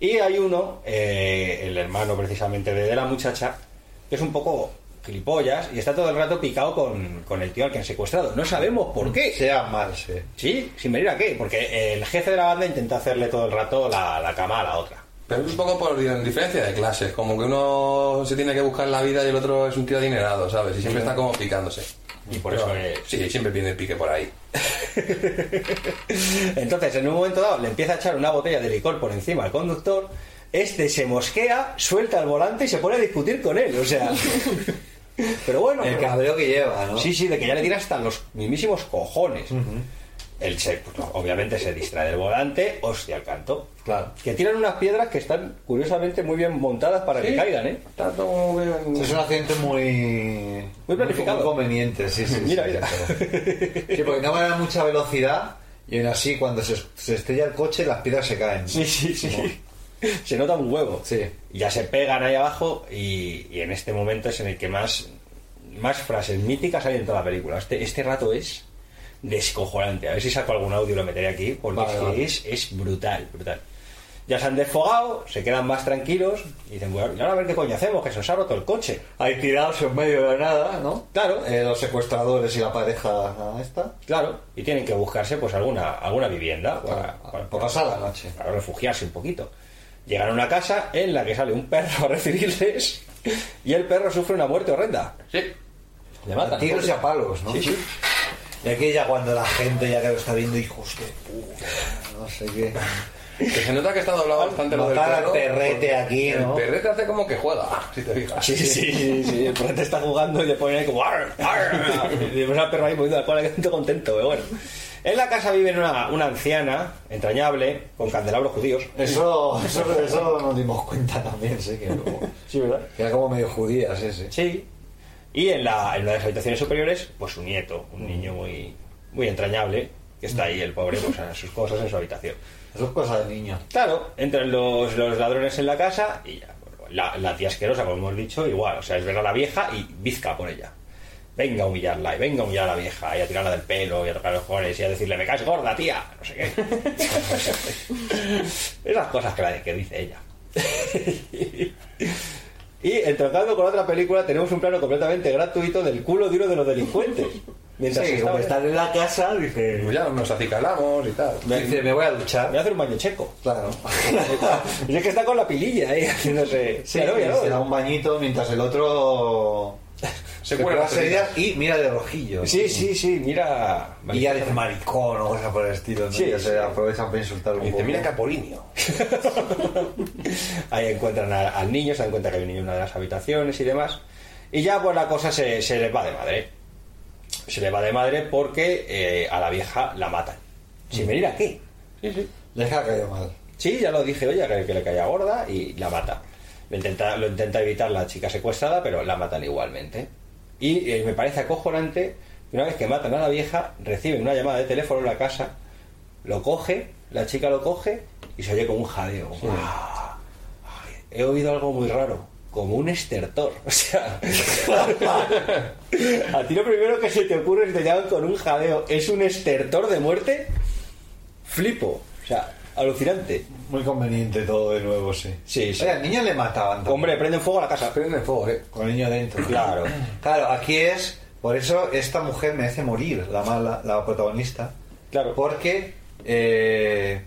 Speaker 9: Y hay uno, eh, el hermano precisamente de, de la muchacha, que es un poco gilipollas y está todo el rato picado con, con el tío al que han secuestrado. No sabemos por qué.
Speaker 10: Sea mal, sí.
Speaker 9: Sí, sin venir a qué, porque el jefe de la banda intenta hacerle todo el rato la, la cama a la otra.
Speaker 12: Pero es un poco por diferencia de clases, como que uno se tiene que buscar la vida y el otro es un tío adinerado, ¿sabes? Y siempre está como picándose.
Speaker 9: Y por eso es-
Speaker 12: Sí, siempre viene el pique por ahí.
Speaker 9: Entonces, en un momento dado, le empieza a echar una botella de licor por encima al conductor. Este se mosquea, suelta el volante y se pone a discutir con él. O sea. Pero bueno.
Speaker 10: El cabreo que lleva, ¿no?
Speaker 9: Sí, sí, de que ya le tira hasta los mismísimos cojones. Él se, pues, no, obviamente se distrae del volante, hostia al canto.
Speaker 10: Claro.
Speaker 9: Que tiran unas piedras que están curiosamente muy bien montadas para que
Speaker 10: Sí.
Speaker 9: caigan, ¿eh?
Speaker 10: Es un accidente muy...
Speaker 9: Muy planificado.
Speaker 10: Muy conveniente, sí, sí. sí.
Speaker 9: Mira, mira.
Speaker 10: Sí, porque no van a mucha velocidad y aún así cuando se, se estrella el coche las piedras se caen.
Speaker 9: Sí, sí, sí. Se nota un huevo. Y Ya se pegan ahí abajo y, y en este momento es en el que más, más frases míticas hay en toda la película. Este, este rato es descojonante. A ver si saco algún audio y lo meteré aquí porque
Speaker 10: Vale,
Speaker 9: es, que
Speaker 10: vale.
Speaker 9: es- es brutal, brutal. Ya se han desfogado, se quedan más tranquilos y dicen, bueno, y ahora a ver qué coño hacemos, que se nos ha roto el coche.
Speaker 10: Hay tirados en medio de la nada, ¿no?
Speaker 9: Claro.
Speaker 10: Eh, los secuestradores y la pareja ¿no? esta.
Speaker 9: Claro, y tienen que buscarse pues alguna, alguna vivienda para, para-
Speaker 10: por pasar la noche.
Speaker 9: para refugiarse un poquito. Llegan a una casa en la que sale un perro a recibirles y el perro sufre una muerte horrenda. Sí. Le matan.
Speaker 10: A tiros y a palos, ¿no?
Speaker 9: Ah, Sí, sí.
Speaker 10: Y aquí ya cuando la gente ya que lo está viendo, hijos de puta, no sé qué.
Speaker 12: Que se nota que está doblado bastante lo del
Speaker 9: Matar al
Speaker 12: perro.
Speaker 9: perrete aquí, ¿no?
Speaker 12: El perrete hace como que juega, si te fijas.
Speaker 9: Sí, sí, sí, sí, el perrete está jugando y le ponen ahí como "Arr, arr". Y vemos al perro ahí moviendo la cola que tanto contento, pero bueno. En la casa vive una, una anciana, entrañable, con candelabros judíos.
Speaker 10: Eso, eso, eso nos dimos cuenta también, sí, que como-
Speaker 9: Sí, ¿verdad? Que era como medio judía, sí, sí. Sí. Y en, la, en una de las habitaciones superiores, pues su nieto, un niño muy, muy entrañable, que está ahí el pobre, pues a sus cosas en su habitación.
Speaker 10: Eso es cosa de niño.
Speaker 9: Claro, entran los, los ladrones en la casa y ya. bueno, La, la tía asquerosa, como hemos dicho, igual. O sea, es ver a la vieja y bizca por ella. Venga a humillarla y venga a humillar a la vieja y a tirarla del pelo y a tocar los cojones y a decirle, me caes gorda, tía. No sé qué. Esas cosas que, la- que dice ella. Y entrocando con otra película, tenemos un plano completamente gratuito del culo de uno de los delincuentes. Mientras
Speaker 10: Sí, como están
Speaker 9: en la casa, dice.
Speaker 12: Pues ya nos acicalamos y tal.
Speaker 9: Dice, me voy a duchar. Me voy a hacer un baño checo. Claro. y es que está con la pililla ahí, haciéndose.
Speaker 10: Sí,
Speaker 9: Claro,
Speaker 10: y
Speaker 9: claro.
Speaker 10: se da un bañito mientras el otro
Speaker 9: Se
Speaker 10: se
Speaker 9: cuelga
Speaker 10: cuelga las
Speaker 9: las
Speaker 10: heridas y mira de rojillo.
Speaker 9: Sí, sí, sí, mira.
Speaker 10: Y ya dice maricón o cosas por el estilo, ¿no?
Speaker 9: Sí,
Speaker 10: Ya
Speaker 9: sí.
Speaker 10: se aprovechan para insultar un poco.
Speaker 9: Capolinio. Ahí encuentran a- al niño, se dan cuenta que hay un niño en una de las habitaciones y demás. Y ya pues la cosa se, se les va de madre. Se les va de madre porque eh, a la vieja la matan. Sin venir aquí. Sí, sí. Deja que mal. Sí, ya lo dije oye, que, que le caía gorda y la mata. Lo intenta, lo intenta evitar la chica secuestrada, pero la matan igualmente. Y eh, me parece acojonante que una vez que matan a la vieja, reciben una llamada de teléfono en la casa lo coge, la chica lo coge y se oye como un jadeo. ¡Ah! Ay, he oído algo muy raro, como un estertor. O sea, a ti lo primero que se te ocurre es te llaman con un jadeo. ¿Es un estertor de muerte? Flipo. O sea, alucinante.
Speaker 10: Muy conveniente todo de nuevo, sí.
Speaker 9: Sí, sí.
Speaker 10: Oye, al niño le mataban.
Speaker 9: Hombre, prenden fuego a la casa.
Speaker 12: Prenden fuego, eh.
Speaker 10: Con el niño dentro.
Speaker 9: Claro.
Speaker 10: Claro, aquí es. Por eso esta mujer merece morir, la mala, la protagonista.
Speaker 9: Claro.
Speaker 10: Porque. eh,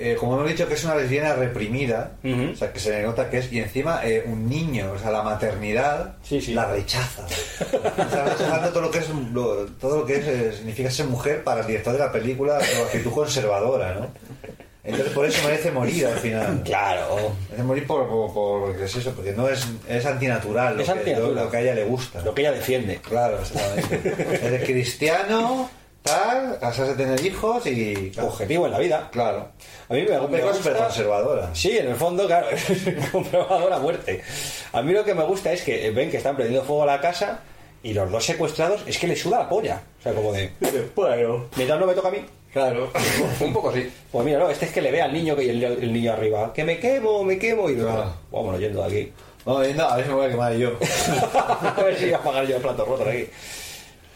Speaker 10: eh, como hemos dicho que es una lesbiana reprimida, o sea que se le nota que es, y encima eh, un niño, o sea, la maternidad la rechaza. Está rechazando todo lo que es lo- todo lo que es, eh, significa ser mujer para el director de la película, su actitud conservadora, ¿no? Entonces por eso merece morir al final.
Speaker 9: Claro.
Speaker 10: Merece morir por, por, por- ¿qué es eso, porque no es, es antinatural, lo,
Speaker 9: Es
Speaker 10: que,
Speaker 9: antinatural.
Speaker 10: Lo, lo que a ella le gusta.
Speaker 9: Lo que ella defiende.
Speaker 10: Claro, exactamente. Eres cristiano, tal, casarse, tener hijos y.
Speaker 9: Objetivo en la vida.
Speaker 10: Claro.
Speaker 9: A mí me, me
Speaker 10: película súper conservadora.
Speaker 9: Sí, en el fondo, claro, conservadora a muerte. A mí lo que me gusta es que eh, ven que están prendiendo fuego a la casa y los dos secuestrados es que le suda la polla. O sea, como de... Bueno. Mientras no me toca a mí. Claro.
Speaker 12: Un poco sí.
Speaker 9: Pues mira, no, este es que le ve al niño que el, el niño arriba. Que me quemo, me quemo. Y digo, vámonos yendo de aquí.
Speaker 10: Vamos yendo, a ver si me voy a quemar yo.
Speaker 9: a ver si voy a pagar yo el plato roto de aquí.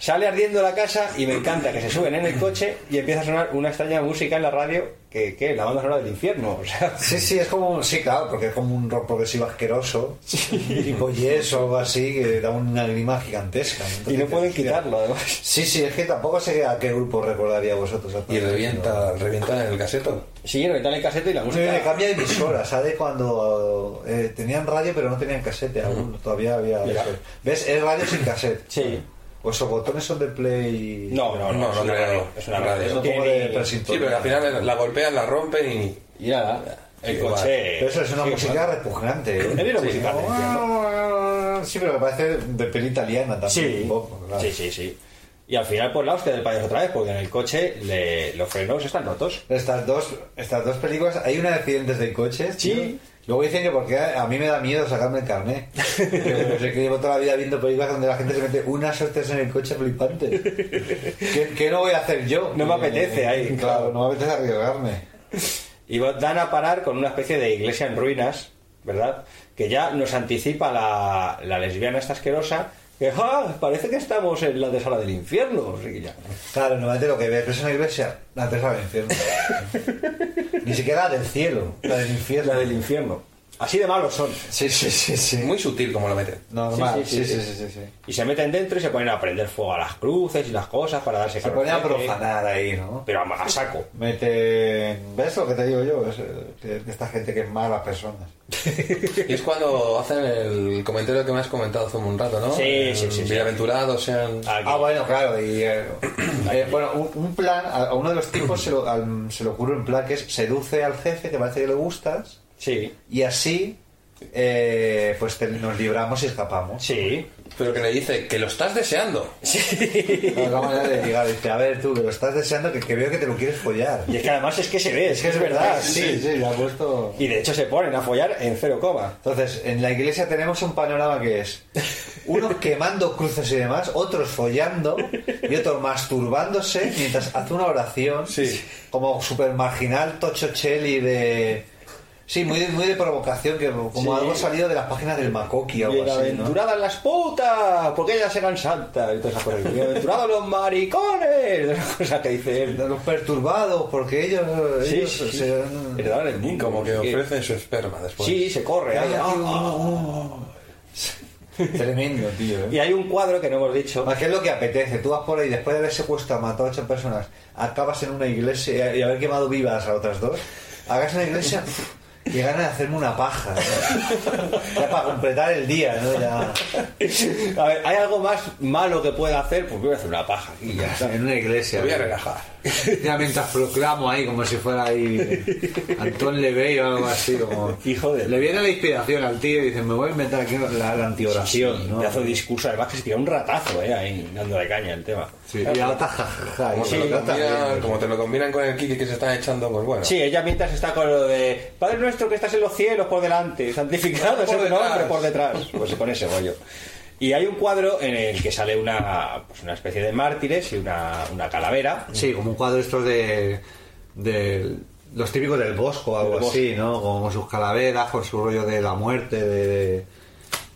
Speaker 9: Sale ardiendo la casa y me encanta que se suben en el coche y empieza a sonar una extraña música en la radio que, que la banda sonora del infierno. O sea,
Speaker 10: Sí, sí, es como. Sí, claro, porque es como un rock progresivo asqueroso. Tipo yeso o algo así, que da una grima gigantesca.
Speaker 9: Y no pueden quitarlo, además.
Speaker 10: Sí, sí, es que tampoco sé a qué grupo recordaría vosotros.
Speaker 12: Y revienta, revienta en el caseto.
Speaker 9: Sí, reventan el casete y la
Speaker 10: música. cambia de emisora, ¿sabes? Cuando eh, tenían radio pero no tenían casete aún, todavía había.
Speaker 9: Ya.
Speaker 10: eso. ¿Ves? Es radio sin cassette.
Speaker 9: Sí.
Speaker 10: ¿O esos botones son de play?
Speaker 9: No, no, no, No, no es una creo. radio, es una radio.
Speaker 10: Es un
Speaker 9: Tiene-
Speaker 10: poco de
Speaker 12: Sí,
Speaker 10: presintonía.
Speaker 12: pero al final la golpean, la rompen y.
Speaker 9: Y nada. El
Speaker 12: igual.
Speaker 9: coche.
Speaker 10: Pero eso es una
Speaker 12: Sí,
Speaker 10: música
Speaker 12: igual.
Speaker 10: repugnante. ¿eh?
Speaker 9: Es una
Speaker 10: Sí,
Speaker 9: música
Speaker 10: como, Sí, pero me parece de peli italiana también.
Speaker 9: Sí.
Speaker 10: un poco, claro.
Speaker 9: Sí, sí, sí. Y al final, pues la hostia del payaso otra vez, porque en el coche le- los frenos están rotos.
Speaker 10: Estas dos, estas dos películas, hay una de accidentes de coches. Sí. Luego dicen que porque a mí me da miedo sacarme el carnet. Pero sé que llevo toda la vida viendo películas donde la gente se mete unas hostias en el coche flipante. ¿Qué, qué no voy a hacer yo?
Speaker 9: No me apetece ahí.
Speaker 10: Claro, no me apetece arriesgarme.
Speaker 9: Y va- dan a parar con una especie de iglesia en ruinas, ¿verdad? Que ya nos anticipa la, la lesbiana esta asquerosa, que ¡ah! parece que estamos en la sala del infierno. Así que ya.
Speaker 10: Claro, normalmente lo que ves es una iglesia, la tercera del infierno. Ni siquiera la del cielo, la del infierno.
Speaker 9: La del infierno.
Speaker 14: Así de malos son.
Speaker 9: Sí, sí, sí,
Speaker 12: Muy sutil como lo meten.
Speaker 14: Normal, sí, sí,
Speaker 9: Y se meten dentro y se ponen a prender fuego a las cruces y las cosas para darse
Speaker 10: Se
Speaker 9: calor.
Speaker 10: ponen a profanar ahí, ¿no?
Speaker 9: Pero a, a saco.
Speaker 10: Mete. ¿Ves lo que te digo yo? Es, eh, que esta gente que es mala persona.
Speaker 12: Y es cuando hacen el comentario que me has comentado hace un rato, ¿no?
Speaker 10: Sí,
Speaker 12: El
Speaker 10: sí, sí, sí.
Speaker 12: Bienaventurados sean.
Speaker 10: Ah, bueno, claro. Y, eh, eh, bueno, un, un plan, a a uno de los tipos se, lo, al- se le ocurre un plan que es seduce al jefe, que parece que le gustas.
Speaker 9: Sí.
Speaker 10: Y así, eh, pues te- nos libramos y escapamos.
Speaker 9: Sí.
Speaker 12: Pero que le dice que lo estás deseando.
Speaker 10: Sí. La manera de ligar, dice, a ver tú, que lo estás deseando, que, que veo que te lo quieres follar.
Speaker 14: Y es que además es que se ve, es que es verdad.
Speaker 10: Sí, sí, le ha puesto...
Speaker 14: Y de hecho se ponen a follar en cero coma.
Speaker 10: Entonces, en la iglesia tenemos un panorama que es unos quemando cruces y demás, otros follando y otros masturbándose mientras hace una oración como super marginal, tocho cheli de... Sí, muy de, muy de provocación, que como
Speaker 14: Sí.
Speaker 10: algo salido de las páginas del Macoqui o algo así, ¿no?
Speaker 14: Bienaventuradas las putas, porque ellas eran santas. Y todas esas cosas. Bienaventurados los maricones. Esas cosas que dicen.
Speaker 10: Los perturbados, porque ellos.
Speaker 14: Sí,
Speaker 10: ellos
Speaker 14: sí, sí.
Speaker 10: se han-
Speaker 14: Heredaron el mundo.
Speaker 12: Como que
Speaker 14: Sí.
Speaker 12: ofrecen su esperma
Speaker 10: Pues
Speaker 12: después.
Speaker 14: Sí, se corre. ahí, ah, ah.
Speaker 10: Tremendo, tío. ¿eh?
Speaker 14: Y hay un cuadro que no hemos dicho.
Speaker 10: Más que es lo que apetece. Tú vas por ahí, después de haber secuestrado, matado a ocho personas, acabas en una iglesia y haber quemado vivas a otras dos, hagas una iglesia pf, y ganas de hacerme una paja. ¿no? Ya para completar el día, ¿no? Ya.
Speaker 14: A ver, ¿hay algo más malo que pueda hacer? Pues voy a hacer una paja. Y ya está.
Speaker 10: En una iglesia.
Speaker 14: Me voy a relajar.
Speaker 10: Ya mientras proclamo ahí, como si fuera ahí Antón Levey o algo así. Como...
Speaker 14: Hijo de...
Speaker 10: Le viene la inspiración al tío y dice, me voy a inventar aquí la, la antioración.
Speaker 9: Sí,
Speaker 10: ¿no?
Speaker 9: pedazo de discurso, además que se tira un ratazo, eh, ahí, dándole caña el tema.
Speaker 10: Sí, y ahora jajaja.
Speaker 12: Como, te lo combinan, como te lo combinan con el Kiki que se está echando, pues bueno.
Speaker 14: Sí, ella mientras está con lo de Padre nuestro que estás en los cielos por delante, santificado
Speaker 9: Por
Speaker 14: sea tu
Speaker 9: detrás.
Speaker 14: nombre por detrás. Pues se pone ese rollo.
Speaker 9: Y hay un cuadro en el que sale una, pues una especie de mártires y una, una calavera.
Speaker 10: Sí, como un cuadro estos de, de los típicos del Bosco o algo
Speaker 9: Del Bosco.
Speaker 10: así, ¿no? Como sus calaveras, con su rollo de la muerte, de, de,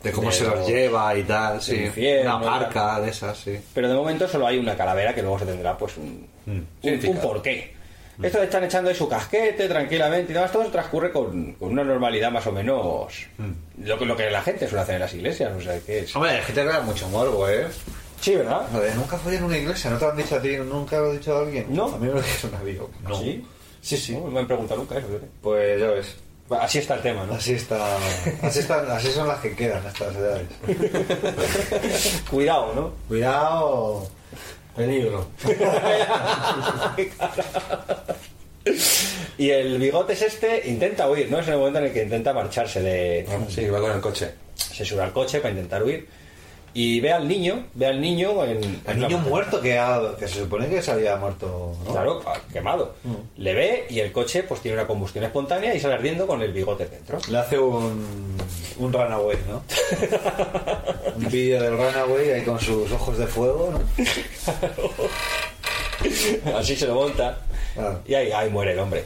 Speaker 10: de cómo
Speaker 9: De
Speaker 10: se
Speaker 9: los-
Speaker 10: los lleva y tal, sí.
Speaker 9: infierno,
Speaker 10: Una marca de esas, sí.
Speaker 9: Pero de momento solo hay una calavera que luego se tendrá pues un, un, un
Speaker 10: Significado.
Speaker 9: porqué. Estos están echando de su casquete tranquilamente y demás. Todo transcurre con, con una normalidad más o menos lo, que- lo que la gente suele hacer en las iglesias. O sea, que es...
Speaker 10: Hombre, hay gente que da mucho morbo, ¿eh?
Speaker 9: Sí, ¿verdad?
Speaker 10: Joder, nunca fui en una iglesia, ¿no te lo han dicho a ti? ¿Nunca lo ha dicho a alguien? No. A mí me lo ha dicho un amigo. No.
Speaker 9: ¿Sí?
Speaker 10: Sí, sí.
Speaker 9: No me han preguntado nunca eso. fíjate.
Speaker 10: Pues ya ves.
Speaker 9: Así está el tema, ¿no?
Speaker 10: Así está, así están, así son las que quedan a estas edades.
Speaker 14: Cuidado, ¿no?
Speaker 10: Cuidado, peligro.
Speaker 9: Y el bigote es este, intenta huir, ¿no? Es en el momento en el que intenta marcharse de...
Speaker 10: Ah,
Speaker 12: Ah, Sí, va con el coche.
Speaker 9: Se sube al coche para intentar huir. Y ve al niño, ve al niño en...
Speaker 10: El niño muerto que, ha- que se supone que se había muerto, ¿no?
Speaker 9: Claro, pa- quemado.
Speaker 10: Mm.
Speaker 9: Le ve y el coche pues tiene una combustión espontánea y sale ardiendo con el bigote dentro.
Speaker 10: Le hace un, un runaway, ¿no? un vídeo del runaway ahí con sus ojos de fuego, ¿no?
Speaker 9: Así se lo monta.
Speaker 10: Ah.
Speaker 9: Y ahí, ahí muere el hombre.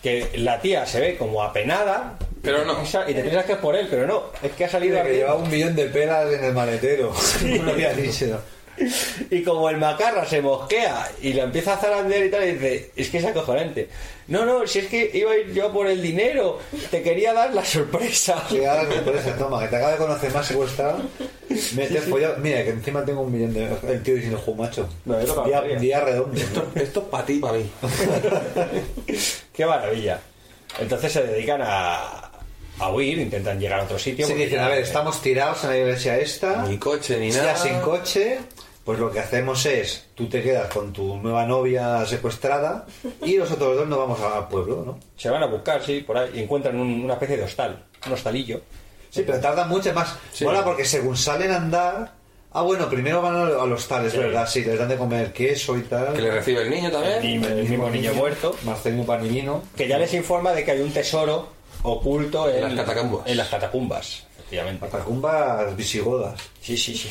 Speaker 9: Que la tía se ve como apenada. Pero no. Y te piensas que es por él, pero no. Es que ha salido
Speaker 10: Que
Speaker 9: ardiendo.
Speaker 10: llevaba un millón de pelas en el maletero. No lo había dicho.
Speaker 9: Y como el macarra se mosquea y la empieza a zarandear y tal, y dice, es que es acojonante. No, no, si es que iba a ir yo por el dinero, te quería dar la sorpresa.
Speaker 10: Que ahora me parece, toma, que te acaba de conocer más secuestrado. Me te he follado. Mira, que encima tengo un millón de. El tío diciendo, ju, macho.
Speaker 9: es lo que
Speaker 10: día,
Speaker 9: habría".
Speaker 10: día redondo.
Speaker 12: Esto es para ti, para mí.
Speaker 9: Qué maravilla. Entonces se dedican a, a huir, intentan llegar a otro sitio.
Speaker 10: Sí,
Speaker 9: porque
Speaker 10: dicen,
Speaker 9: ya-
Speaker 10: a ver, estamos tirados en la iglesia esta.
Speaker 12: Ni coche, ni
Speaker 10: Ya
Speaker 12: nada.
Speaker 10: sin coche, pues lo que hacemos es, tú te quedas con tu nueva novia secuestrada y los otros dos nos vamos al pueblo, ¿no?
Speaker 9: Se van a buscar, sí, por ahí, y encuentran un- una especie de hostal, un hostalillo.
Speaker 10: Sí, pero tardan mucho más. Mola porque según salen a andar... Ah, bueno, primero van al al hostal, es verdad, sí, les dan de comer queso y tal.
Speaker 12: Que le recibe el niño también.
Speaker 9: El niño- el mismo niño muerto.
Speaker 10: Marcelino Panilino.
Speaker 9: Que ya les informa de que hay un tesoro oculto en,
Speaker 10: las catacumbas.
Speaker 9: En las catacumbas, efectivamente.
Speaker 10: Catacumbas visigodas.
Speaker 9: Sí, sí, sí.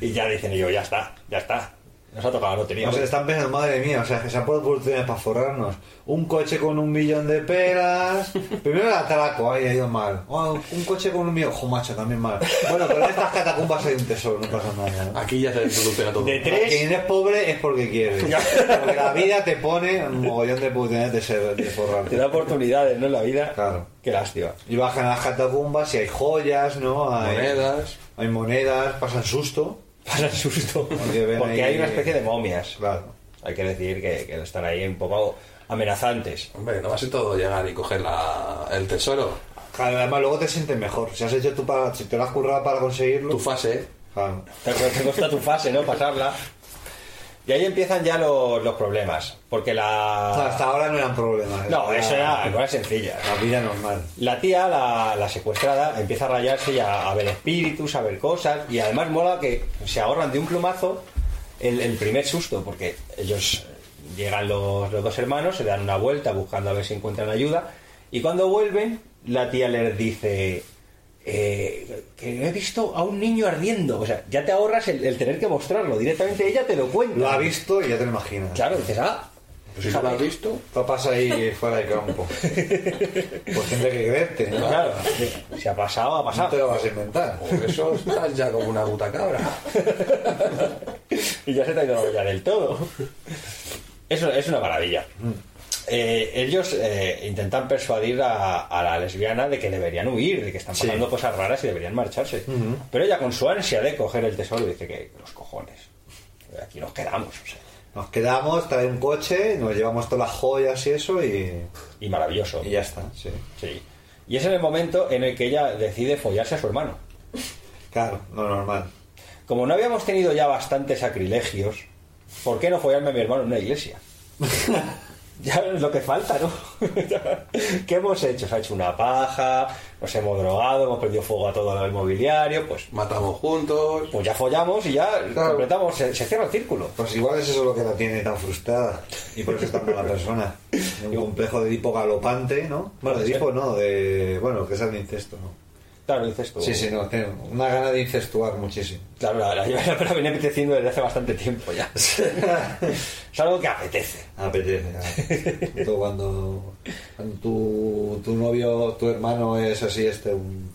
Speaker 9: y ya dicen ellos, ya está, ya está. Nos ha tocado la lotería.
Speaker 10: O sea,
Speaker 9: hombre.
Speaker 10: están pensando, madre mía, o sea, que se han puesto oportunidades para forrarnos. Un coche con un millón de peras. Primero el atraco, ahí ha ido mal. Oh, un coche con un millón, ojo macho, también mal. Bueno, pero en estas catacumbas hay un tesoro, no pasa nada.
Speaker 12: Aquí ya se soluciona todo.
Speaker 10: De Quien es pobre es porque quiere. Porque la vida te pone un mogollón de oportunidades de, ser, de forrarte. Te da
Speaker 9: oportunidades, ¿no? En la vida.
Speaker 10: Claro.
Speaker 9: Qué lástima.
Speaker 10: Y bajan a las catacumbas y hay joyas, ¿no? Hay
Speaker 9: Monedas.
Speaker 10: Hay monedas, pasan susto.
Speaker 9: Pasan susto. Porque hay una especie de momias. Hay que decir que, que están ahí un poco amenazantes.
Speaker 12: Hombre, no va a ser todo llegar y coger la- el tesoro.
Speaker 10: Claro, además luego te sientes mejor. Si has hecho tú para, si te lo has currado para conseguirlo. Tu
Speaker 12: fase.
Speaker 10: Claro.
Speaker 9: Te te cuesta tu fase, ¿no? Pasarla. Y ahí empiezan ya los, los problemas. Porque la.
Speaker 10: Hasta ahora no eran problemas. ¿eh?
Speaker 9: No, eso era cosas sencillas.
Speaker 10: La vida normal.
Speaker 9: La tía, la, la secuestrada, empieza a rayarse y a, a ver espíritus, a ver cosas. Y además mola que se ahorran de un plumazo el, el primer susto, porque ellos eh, llegan los, los dos hermanos, se dan una vuelta buscando a ver si encuentran ayuda. Y cuando vuelven, la tía les dice. eh, que he visto a un niño ardiendo. O sea, ya te ahorras el, el tener que mostrarlo. Directamente ella te lo cuenta. Lo ha
Speaker 10: visto y ya te lo imaginas.
Speaker 9: Claro, dices, ah,
Speaker 10: Pues si no lo has
Speaker 12: visto,
Speaker 10: tú pasas ahí fuera de campo. pues tendré que creerte, ¿no?
Speaker 9: Claro. Si ha pasado, ha pasado.
Speaker 10: No te lo vas a inventar.
Speaker 12: Por eso estás ya como una puta cabra.
Speaker 9: y ya se te ha ido la olla del todo. Eso es una maravilla. Eh, ellos eh, intentan persuadir a, a la lesbiana de que deberían huir, de que están pasando cosas raras y deberían marcharse.
Speaker 10: Ujú.
Speaker 9: Pero ella, con su ansia de coger el tesoro, dice que los cojones, eh, aquí nos quedamos. o sea,
Speaker 10: Nos quedamos, trae un coche, nos llevamos todas las joyas y eso y.
Speaker 9: Y maravilloso.
Speaker 10: Y ya está, sí.
Speaker 9: sí. Y es en el momento en el que ella decide follarse a su hermano.
Speaker 10: Claro, no normal.
Speaker 9: Como no habíamos tenido ya bastantes sacrilegios, ¿por qué no follarme a mi hermano en una iglesia? ya es lo que falta, ¿no? ¿Qué hemos hecho? Se ha hecho una paja, nos hemos drogado, hemos perdido fuego a todo el mobiliario, pues...
Speaker 12: Matamos juntos...
Speaker 9: Pues ya follamos y ya
Speaker 10: Claro.
Speaker 9: completamos, se, se cierra el círculo.
Speaker 10: Pues igual es eso lo que la tiene tan frustrada. Y por eso es tan mala persona. Un complejo de tipo galopante, ¿no? Bueno, de
Speaker 9: Sí.
Speaker 10: tipo no, de. Bueno, que es el incesto, ¿no?
Speaker 9: Claro, incesto.
Speaker 10: Sí, sí, no, tiene una gana de incestuar muchísimo.
Speaker 9: Claro, la, la, la- pero viene apeteciendo desde hace bastante tiempo ya. es algo que apetece.
Speaker 10: Apetece. claro. Tú cuando, cuando tu, tu novio, tu hermano es así, este, un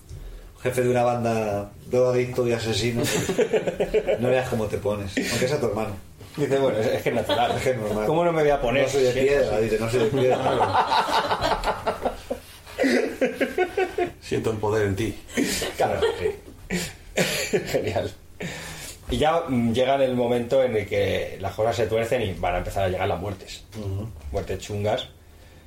Speaker 10: jefe de una banda drogadicto y asesino, pues, no veas cómo te pones. Aunque sea tu hermano.
Speaker 9: Dice, bueno, es, es que es natural.
Speaker 10: Es que es normal.
Speaker 9: ¿Cómo no me voy a poner?
Speaker 10: No soy de
Speaker 9: si es
Speaker 10: piedra,
Speaker 9: así?
Speaker 10: dice, no soy de piedra.
Speaker 12: Siento el poder en ti.
Speaker 9: Claro, sí. Genial. Y ya mm, llega el momento en el que las cosas se tuercen y van a empezar a llegar las muertes. Muertes chungas.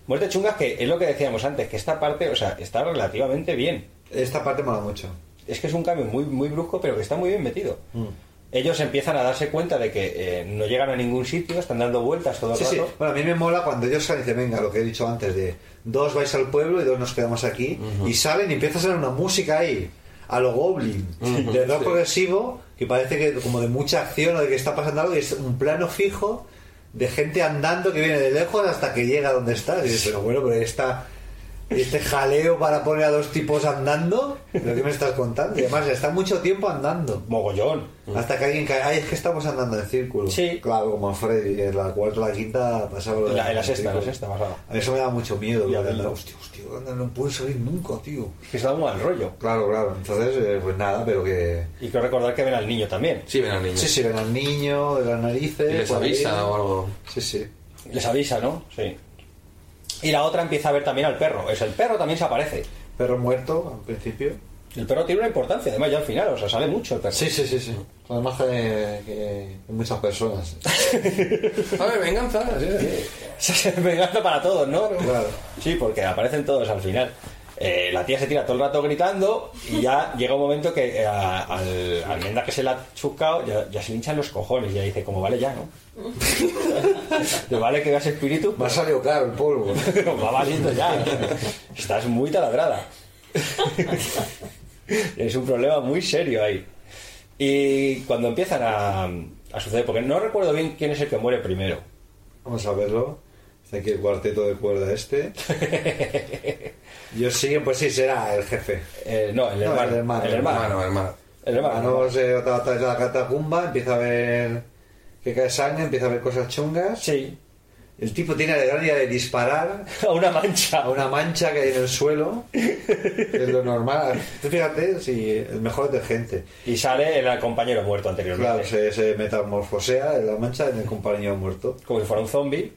Speaker 9: Muertes chungas que es lo que decíamos antes, que esta parte, o sea, está relativamente bien.
Speaker 10: Esta parte mola mucho.
Speaker 9: Es que es un cambio muy, muy brusco, pero que está muy bien metido.
Speaker 10: Mm.
Speaker 9: Ellos empiezan a darse cuenta de que eh, no llegan a ningún sitio, están dando vueltas todo el
Speaker 10: Sí, sí.
Speaker 9: rato.
Speaker 10: Bueno, a mí me mola cuando ellos salen y dicen, venga, lo que he dicho antes de dos vais al pueblo y dos nos quedamos aquí. Y salen y empieza a sonar una música ahí, a lo Goblin,
Speaker 18: Ujú,
Speaker 10: de rock
Speaker 18: sí.
Speaker 10: progresivo, que parece que como de mucha acción o de que está pasando algo, y es un plano fijo de gente andando que viene de lejos hasta que llega a donde está. Y dices, pero bueno, pero está... Este jaleo para poner a dos tipos andando, lo que me estás contando. Y además, está mucho tiempo andando.
Speaker 9: Mogollón.
Speaker 10: Hasta que alguien cae. Ay, es que estamos andando en círculo. Sí. Claro, como a Freddy, que en la cuarta, la quinta, pasaba lo de
Speaker 9: La- en la
Speaker 10: en
Speaker 9: sexta, en la
Speaker 10: círculo.
Speaker 9: sexta pasada.
Speaker 10: A mí eso me da mucho miedo.
Speaker 9: Y
Speaker 10: porque
Speaker 9: hacerlo.
Speaker 10: anda, hostia, hostia, anda, no puede salir nunca, tío.
Speaker 9: Que se da un mal rollo.
Speaker 10: Claro, claro. Entonces, eh, pues nada, pero que.
Speaker 9: Y quiero recordar que ven al niño también.
Speaker 12: Sí, ven al niño.
Speaker 10: Sí, sí, ven al niño, de las narices.
Speaker 9: Y les
Speaker 10: por ahí.
Speaker 9: avisa o algo.
Speaker 10: Sí, sí.
Speaker 9: Les avisa, ¿no? Sí. Y la otra empieza a ver también al perro. Es el perro también se aparece.
Speaker 10: Perro muerto, al principio.
Speaker 9: El perro tiene una importancia, además ya al final, o sea, sale mucho el perro.
Speaker 10: Sí, sí, sí, sí. Además eh, que, que muchas personas.
Speaker 12: A ver, venganza. sí, sí.
Speaker 9: Venganza para todos, ¿no? Sí, porque aparecen todos al final. Eh, la tía se tira todo el rato gritando y ya llega un momento que eh, a- al, al menda que se la ha chuscado ya, ya se le hinchan los cojones. Ya dice, como vale ya, ¿no? Te vale que veas espíritu. Me
Speaker 10: ha salido claro el polvo.
Speaker 9: Va valiendo ya. Estás muy taladrada. es un problema muy serio ahí. Y cuando empiezan a, a suceder, porque no recuerdo bien quién es el que muere primero.
Speaker 10: Vamos a verlo. Está aquí el cuarteto de cuerda este. Yo sí, pues sí, será el jefe.
Speaker 9: Eh, no, el hermano.
Speaker 10: El hermano.
Speaker 9: El hermano.
Speaker 10: El hermano,
Speaker 9: El hermano.
Speaker 10: se otra vez a la catacumba, empieza a ver que cae sangre, empieza a ver cosas chungas. Sí. El tipo tiene la idea de disparar a una mancha. A una mancha que hay en el suelo. es lo normal. Tú fíjate si el mejor detergente.
Speaker 9: Y sale el compañero muerto anteriormente.
Speaker 10: Claro, se, se metamorfosea en la mancha en el compañero muerto.
Speaker 9: Como si fuera un zombie.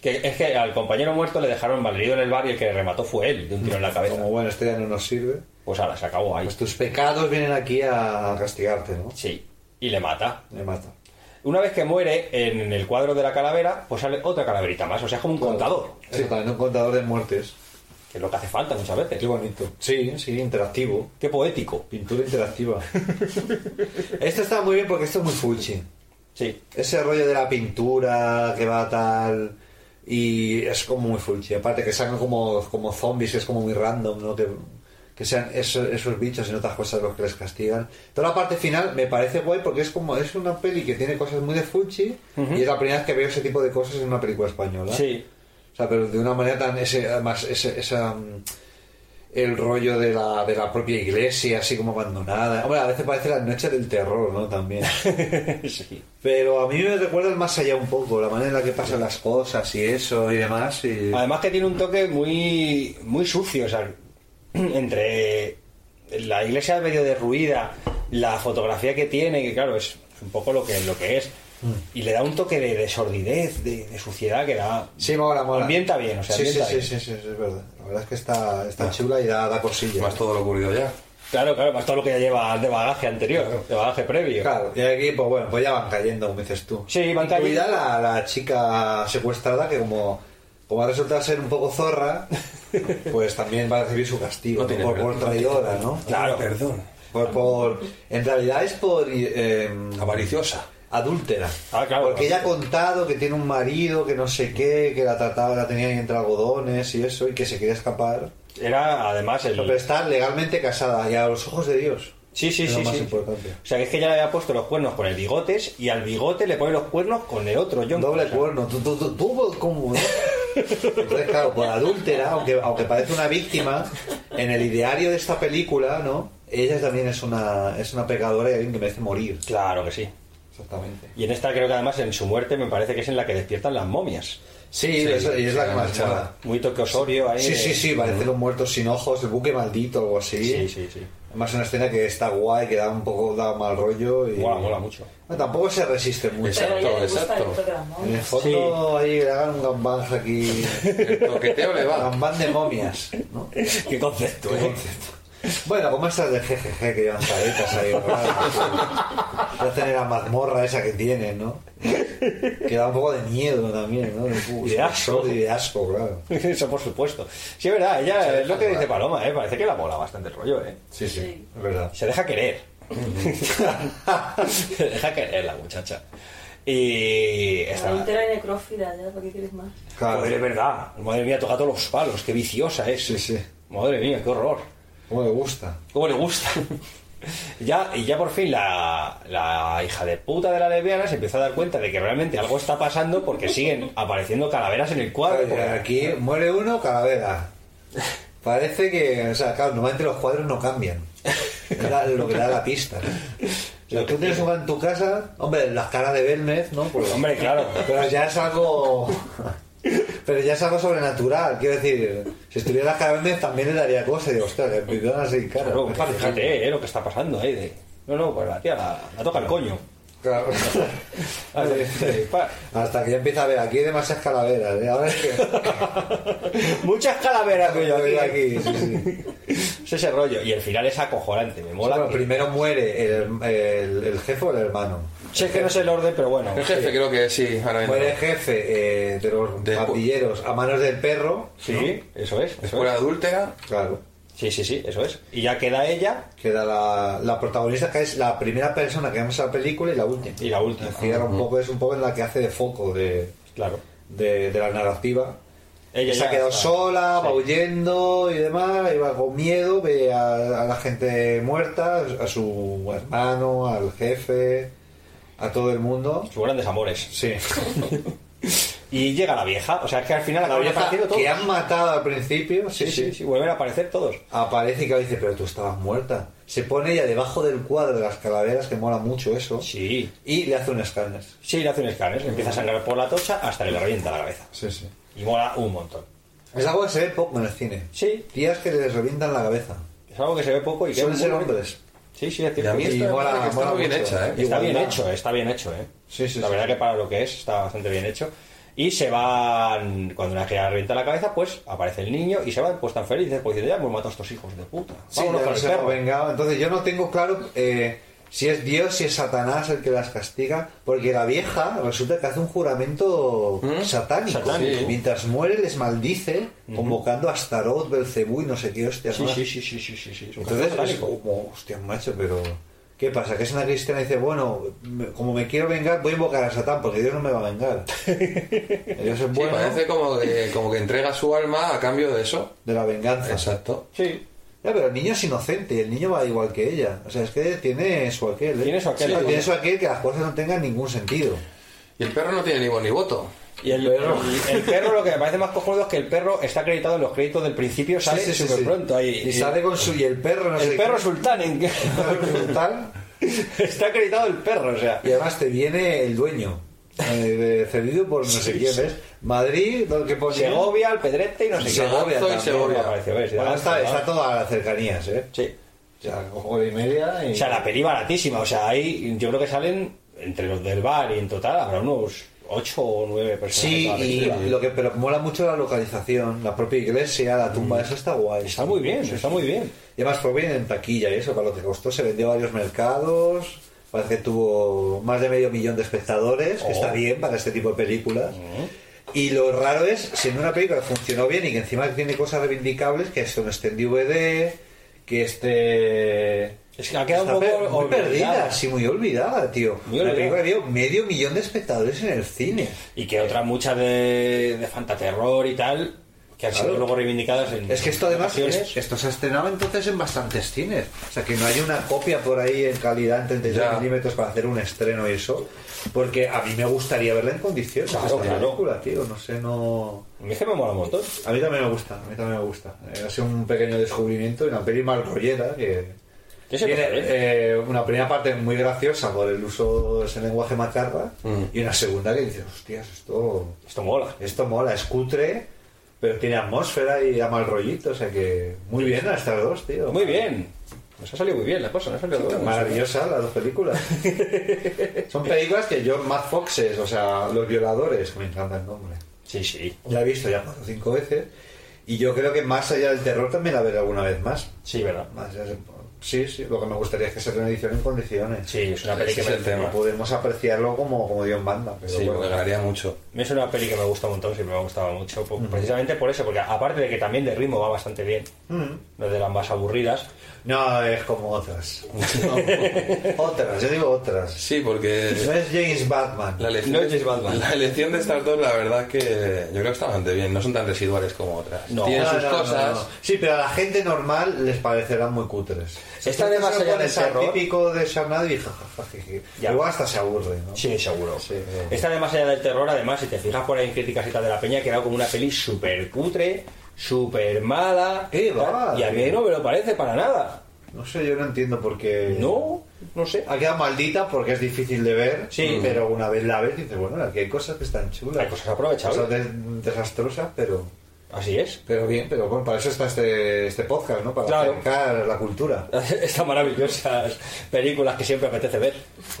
Speaker 9: Que es que al compañero muerto le dejaron malherido en el bar y el que remató fue él, de un tiro en la cabeza.
Speaker 10: Como bueno, este ya no nos sirve.
Speaker 9: Pues ahora se acabó ahí. Pues
Speaker 10: tus pecados vienen aquí a castigarte, ¿no?
Speaker 9: Sí. Y le mata.
Speaker 10: Le mata.
Speaker 9: Una vez que muere en el cuadro de la calavera, pues sale otra calaverita más. O sea, es como un contador.
Speaker 10: Exactamente, un contador de muertes.
Speaker 9: Que es lo que hace falta muchas veces.
Speaker 10: Qué bonito. Sí, sí, interactivo.
Speaker 9: Qué poético.
Speaker 10: Pintura interactiva. esto está muy bien porque esto es muy fuchi.
Speaker 9: Sí.
Speaker 10: Ese rollo de la pintura que va tal. Y es como muy fuchi. Aparte que salgan como, como zombies, que es como muy random, ¿no? Que, que sean esos, esos bichos y no otras cosas los que les castigan. Toda la parte final me parece guay porque es como es una peli que tiene cosas muy de fuchi
Speaker 9: Ujú.
Speaker 10: y es la primera vez que veo ese tipo de cosas en una película española.
Speaker 9: Sí.
Speaker 10: O sea, pero de una manera tan ese, además ese- esa mm, el rollo de la, de la propia iglesia así como abandonada. Hombre, a veces parece la noche del terror, ¿no? También. Pero a mí me recuerda el más allá un poco, la manera en la que pasan las cosas y eso y demás. Y...
Speaker 9: Además que tiene un toque muy, muy sucio, o sea, entre la iglesia medio derruida, la fotografía que tiene, que claro, es un poco lo que, lo que es, y le da un toque de, de sordidez, de, de suciedad que da...
Speaker 10: Sí, mola, mola.
Speaker 9: Ambienta bien, o sea,
Speaker 10: sí, sí,
Speaker 9: ambienta
Speaker 10: sí,
Speaker 9: bien.
Speaker 10: sí, sí, sí, es verdad. La verdad es que está, está chula y da, da cosilla.
Speaker 12: Más todo lo ocurrido ya.
Speaker 9: Claro, claro, más todo lo que ya lleva de bagaje anterior, de bagaje previo.
Speaker 10: Claro, y aquí, pues bueno, pues ya van cayendo, como dices tú.
Speaker 9: Sí, van cayendo.
Speaker 10: Incluida la, la chica secuestrada que como, como ha resultado ser un poco zorra, pues también va a recibir su castigo, ¿no?
Speaker 12: tiene
Speaker 10: por, por
Speaker 12: perdón.
Speaker 10: traidora, ¿no?
Speaker 12: Claro. Perdón.
Speaker 10: Por, por- en realidad es por... eh,
Speaker 12: Avariciosa.
Speaker 10: Adúltera.
Speaker 9: Ah, claro.
Speaker 10: Porque ella ha contado que tiene un marido, que no sé qué, que la trataba, la tenía entre algodones y eso, y que se quería escapar.
Speaker 9: Era además el...
Speaker 10: Pero está legalmente casada y a los ojos de Dios.
Speaker 9: Sí, sí,
Speaker 10: Es
Speaker 9: sí,
Speaker 10: Lo más
Speaker 9: sí.
Speaker 10: importante.
Speaker 9: O sea, que es que ya le había puesto los cuernos con el bigotes y al bigote le pone los cuernos con el otro John.
Speaker 10: Doble cuerno. Tú, tú, tú, tú, ¿cómo? Entonces, claro, por adúltera, aunque, aunque parece una víctima, en el ideario de esta película, ¿no? Ella también es una, es una pecadora y alguien que merece morir.
Speaker 9: Claro que sí.
Speaker 10: Exactamente.
Speaker 9: Y en esta creo que además en su muerte me parece que es en la que despiertan las momias.
Speaker 10: Sí, es- y es la que más chava.
Speaker 9: Muy toque Osorio ahí.
Speaker 10: Sí,
Speaker 9: de-
Speaker 10: sí, sí, parece los muertos sin ojos, el buque maldito o algo así.
Speaker 9: Sí, sí, sí.
Speaker 10: Además, una escena que está guay, que da un poco da mal rollo. Y...
Speaker 9: Mola, mola mucho.
Speaker 10: Bueno, tampoco se resiste mucho.
Speaker 9: Pero a ella le gusta el toque de las
Speaker 10: En el
Speaker 9: momias.
Speaker 10: fondo, ahí le hagan un gambán aquí. El
Speaker 12: toqueteo le va.
Speaker 10: Gambán de momias. ¿no?
Speaker 9: Qué concepto,
Speaker 10: ¿eh? Bueno, pues como estas del GGG que llevan caretas ahí, raras, que hacen la mazmorra esa que tienen, ¿no? Que da un poco de miedo también, ¿no?
Speaker 9: Y de asco.
Speaker 10: Y de asco, claro.
Speaker 9: Eso por supuesto. Sí, es verdad, ella es lo que dice Paloma, ¿eh? parece que la mola bastante el rollo. ¿eh?
Speaker 10: Sí, sí, es verdad.
Speaker 9: Se deja querer. Se deja querer la muchacha. Y está...
Speaker 19: Adultera y necrófila, ya, ¿para qué quieres más?
Speaker 9: Joder, es verdad. Madre mía, toca todos los palos. Qué viciosa es. Madre mía, qué horror.
Speaker 10: ¿Cómo le gusta?
Speaker 9: ¿Cómo le gusta? ya, y ya por fin la, la hija de puta de la lesbiana se empieza a dar cuenta de que realmente algo está pasando porque siguen apareciendo calaveras en el cuadro.
Speaker 10: Oye, aquí muere uno, calavera. Parece que, o sea, claro, normalmente los cuadros no cambian. Es la- lo que da la pista. ¿no? O sea, tú tienes un en tu casa, hombre, las caras de Belmez, ¿no? Pues,
Speaker 9: Hombre, claro.
Speaker 10: Pero ya es algo. Pero ya es algo sobrenatural. Quiero decir, si estuviera las caras de Belmez también le daría cosas. Digo, ostras, le pintan así, cara.
Speaker 9: Claro, pues fíjate eh, lo que está pasando ahí. de- No, no, pues la tía la, la toca el coño.
Speaker 10: Claro. Hasta que ya empieza a ver, aquí hay demasiadas calaveras. ¿eh? Ahora es que...
Speaker 9: Muchas calaveras,
Speaker 10: coño, aquí. aquí sí, sí.
Speaker 9: Es ese rollo. Y el final es acojonante, me mola.
Speaker 10: Bueno,
Speaker 9: que-
Speaker 10: primero muere el, el- el jefe o el hermano.
Speaker 9: Sí, es que no es el orden, pero bueno.
Speaker 12: El jefe creo que sí, ahora mismo.
Speaker 10: Muere el jefe eh, de los pandilleros a manos del perro.
Speaker 9: Sí, eso es. Eso
Speaker 12: Fuera
Speaker 9: es.
Speaker 12: adúltera.
Speaker 10: Claro.
Speaker 9: Sí, sí, sí, eso es. Y ya queda ella.
Speaker 10: Queda la, la protagonista que es la primera persona que vemos en la película y la última.
Speaker 9: Y la última.
Speaker 10: Cierra un poco, es un poco en la que hace de foco de,
Speaker 9: claro.
Speaker 10: de, de la narrativa.
Speaker 9: Ella
Speaker 10: se
Speaker 9: ya
Speaker 10: ha quedado
Speaker 9: está.
Speaker 10: sola, va
Speaker 9: Sí.
Speaker 10: huyendo y demás, y va con miedo, ve a, a la gente muerta, a su hermano, al jefe, a todo el mundo.
Speaker 9: Sus grandes amores. Sí.
Speaker 10: Y llega la vieja, o sea, es que al final
Speaker 9: acaban apareciendo todos.
Speaker 10: Que han matado al principio, sí, sí,
Speaker 9: sí, vuelven a aparecer todos.
Speaker 10: Aparece y que dice, pero tú estabas muerta. se pone ella debajo del cuadro de las calaveras, que mola mucho eso. Sí. Y le hace un escáner.
Speaker 9: Sí, le hace un escáner. Empieza a sangrar por la tocha hasta que le revienta la cabeza.
Speaker 10: Sí, sí.
Speaker 9: Y mola un montón.
Speaker 10: Es algo que se ve poco en el cine. Sí. Tías que les revientan la cabeza.
Speaker 9: Es algo que se ve poco y que
Speaker 10: Suelen
Speaker 9: es
Speaker 10: ser
Speaker 9: muy bonito.
Speaker 10: hombres.
Speaker 9: Sí, sí, es
Speaker 10: Y a
Speaker 9: cierto.
Speaker 10: mí esta me parece que está muy bien hecha, ¿eh?
Speaker 9: Está bien
Speaker 10: Igualdad.
Speaker 9: hecho, está bien hecho, ¿eh?
Speaker 10: Sí, sí,
Speaker 9: La
Speaker 10: sí.
Speaker 9: verdad que para lo que es está bastante bien hecho. Y se van, cuando una gira revienta la cabeza, pues aparece el niño y se van pues tan felices, pues diciendo, ya hemos matado a estos hijos de puta.
Speaker 10: Sí,
Speaker 9: Vámonos
Speaker 10: ya
Speaker 9: con el
Speaker 10: nos hemos
Speaker 9: perro.
Speaker 10: vengado. Entonces yo no tengo claro eh, si es Dios, si es Satanás el que las castiga, porque la vieja resulta que hace un juramento satánico.
Speaker 9: Mm. Satánico.
Speaker 10: Sí. Mientras muere les maldice, convocando a Starot, Belcebú y no sé qué hostias
Speaker 9: Sí,
Speaker 10: más.
Speaker 9: sí, sí, sí, sí, sí, sí. es un
Speaker 10: Entonces
Speaker 9: cazo
Speaker 10: es
Speaker 9: satánico.
Speaker 10: como, hostia, macho, pero... ¿Qué pasa? Que es una cristiana y dice, bueno, me- como me quiero vengar, voy a invocar a Satán, porque Dios no me va a vengar. Dios
Speaker 12: Sí,
Speaker 10: es bueno.
Speaker 12: parece como que, como que entrega su alma a cambio de eso.
Speaker 10: De la venganza.
Speaker 12: Exacto.
Speaker 9: Sí.
Speaker 10: Ya, pero el niño es inocente, el niño va igual que ella. O sea, es que tiene su aquel. ¿eh?
Speaker 9: Tiene su aquel,
Speaker 10: Sí,
Speaker 9: ¿eh?
Speaker 10: tiene su aquel que las cosas no tengan ningún sentido.
Speaker 12: Y el perro no tiene ni voz ni voto.
Speaker 9: Y el, el- el perro, lo que me parece más cojonudo es que el perro está acreditado en los créditos del principio, sale
Speaker 10: sí, sí,
Speaker 9: súper
Speaker 10: sí.
Speaker 9: pronto ahí.
Speaker 10: Y sale con su- y el perro, no
Speaker 9: El
Speaker 10: sé
Speaker 9: perro
Speaker 10: qué.
Speaker 9: sultán, ¿en qué?
Speaker 10: sultán.
Speaker 9: Está acreditado el perro, o sea.
Speaker 10: Y además te viene el dueño, eh, de- cedido por no sé
Speaker 9: Sí,
Speaker 10: quién
Speaker 9: sí.
Speaker 10: es. Madrid, lo que pone.
Speaker 9: Segovia, Alpedrete y no sé qué.
Speaker 10: Segovia
Speaker 9: Lanzo y
Speaker 10: también
Speaker 9: Segovia.
Speaker 10: me apareció, ¿ves? Bueno,
Speaker 9: Lanzo,
Speaker 10: está,
Speaker 9: ¿no?
Speaker 10: está todas las cercanías, ¿eh?
Speaker 9: Sí.
Speaker 10: O sea, como hora y media. Y...
Speaker 9: O sea, la peli baratísima. O sea, ahí yo creo que salen entre los del bar y en total habrá unos 8 o 9 personas. en
Speaker 10: Sí,
Speaker 9: toda la
Speaker 10: y
Speaker 9: película.
Speaker 10: lo que pero mola mucho la localización, la propia iglesia, la tumba, eso está guay. Mm. Está muy
Speaker 9: bien, está muy bien.
Speaker 10: Y además fue bien en taquilla y eso, para lo que costó, se vendió a varios mercados, parece que tuvo más de medio millón de espectadores, que está bien para este tipo de películas. Y lo raro es, siendo una película que funcionó bien y que encima tiene cosas reivindicables, que esto no esté en DVD, que este... Es
Speaker 9: que ha quedado un poco
Speaker 10: muy
Speaker 9: olvidada.
Speaker 10: perdida, sí, muy olvidada, tío.
Speaker 9: Muy
Speaker 10: Una
Speaker 9: olvidada.
Speaker 10: película que dio medio millón de espectadores en el cine.
Speaker 9: Y que otras muchas de, de fantaterror y tal, que han sido
Speaker 10: Claro.
Speaker 9: luego reivindicadas en.
Speaker 10: Es que esto además,
Speaker 9: ocasiones.
Speaker 10: es- esto se ha estrenado entonces en bastantes cines. O sea, que no hay una copia por ahí en calidad en 33 milímetros para hacer un estreno y eso. Porque a mí me gustaría verla en condiciones.
Speaker 9: Claro,
Speaker 10: esta
Speaker 9: claro.
Speaker 10: película, tío. No sé, no...
Speaker 9: A mí es que me mola un montón.
Speaker 10: A mí también me gusta, a mí también me gusta. Eh, Ha sido un pequeño descubrimiento y una peli mal rollera que...
Speaker 9: ¿Qué se
Speaker 10: tiene,
Speaker 9: pasa,
Speaker 10: eh, una primera parte muy graciosa por el uso de ese lenguaje macarra
Speaker 9: Mm.
Speaker 10: y una segunda que dices, hostias, esto...
Speaker 9: Esto mola.
Speaker 10: Esto mola, es cutre, pero tiene atmósfera y da mal rollito, o sea que muy bien las dos, tío.
Speaker 9: Muy bien. Nos ha salido muy bien la cosa, nos ha salido bien.
Speaker 10: Maravillosa las dos películas. Son películas que yo, Mad Foxes, o sea, Los Violadores, que me encanta el nombre.
Speaker 9: Sí, sí.
Speaker 10: La he visto ya cuatro o cinco veces. Y yo creo que más allá del terror también la veré alguna vez más.
Speaker 9: Sí, ¿verdad?
Speaker 10: Más allá de- Sí, sí. Lo que me gustaría es que se una edición en condiciones.
Speaker 9: Sí, es una peli
Speaker 10: película
Speaker 9: que merece la pena.
Speaker 10: Podemos apreciarlo como, como Dios manda. Pero
Speaker 9: Sí,
Speaker 10: bueno.
Speaker 9: me molaría mucho. Es una peli que me gusta un montón, siempre me ha gustado mucho. por- Precisamente por eso, porque aparte de que también de ritmo va bastante bien,
Speaker 10: Mm.
Speaker 9: no es de las más aburridas.
Speaker 10: No, es como otras. otras, yo digo otras.
Speaker 12: Sí, porque.
Speaker 10: No es James Batman.
Speaker 12: La elección,
Speaker 10: No es James Batman.
Speaker 12: la elección de estas dos, la verdad que yo creo que está bastante bien. No son tan residuales como otras. Tienen sus
Speaker 10: no, no,
Speaker 12: cosas.
Speaker 10: no. Sí, pero a la gente normal les parecerán muy cutres.
Speaker 9: Esta de más allá del terror.
Speaker 10: típico de Sharnado y jajajajiji. Igual hasta se aburre, ¿no?
Speaker 9: Sí, seguro.
Speaker 10: eh.
Speaker 9: Esta de más allá del terror, además, si te fijas por ahí en críticas y tal de la peña, ha quedado como una peli súper cutre, súper mala.
Speaker 10: ¿Qué
Speaker 9: tal,
Speaker 10: va?
Speaker 9: Y a mí no me lo parece para nada.
Speaker 10: No sé, yo no entiendo por qué...
Speaker 9: No, no sé.
Speaker 10: Ha quedado maldita porque es difícil de ver,
Speaker 9: Sí.
Speaker 10: pero una vez la ves dices, bueno, aquí hay cosas que están chulas.
Speaker 9: Hay cosas aprovechables.
Speaker 10: Cosas des- desastrosas, pero...
Speaker 9: Así es.
Speaker 10: Pero bien, pero bueno, para eso está este, este podcast, ¿no? Para
Speaker 9: Claro.
Speaker 10: acercar la cultura.
Speaker 9: Estas maravillosas películas que siempre apetece ver,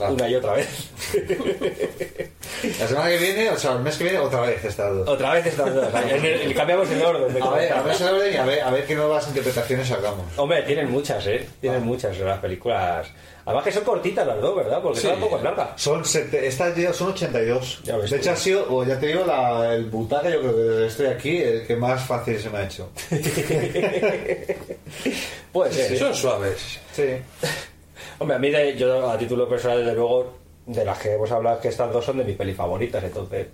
Speaker 9: una y otra vez.
Speaker 10: La semana que viene, o sea, el mes que viene, otra vez estas dos.
Speaker 9: Otra vez estas dos. En el- cambiamos el orden. de
Speaker 10: A ver, a ver,
Speaker 9: cabeza.
Speaker 10: ese orden y a ver, a ver qué nuevas interpretaciones sacamos.
Speaker 9: Hombre, tienen muchas, ¿eh?
Speaker 10: Ah.
Speaker 9: Tienen muchas las películas. Además que son cortitas las dos, ¿verdad? Porque son poco largas.
Speaker 10: Son, sete- estas tío, son 82. de hecho, ha sido, o ya te digo, la- el butaca, yo creo que desde que estoy aquí, el que más fácil se me ha hecho.
Speaker 9: Puede ser.
Speaker 12: Sí, Son suaves.
Speaker 10: Sí.
Speaker 9: Hombre, a mí, de- yo a título personal, desde luego, de las que hemos hablado, es que estas dos son de mis pelis favoritas, entonces.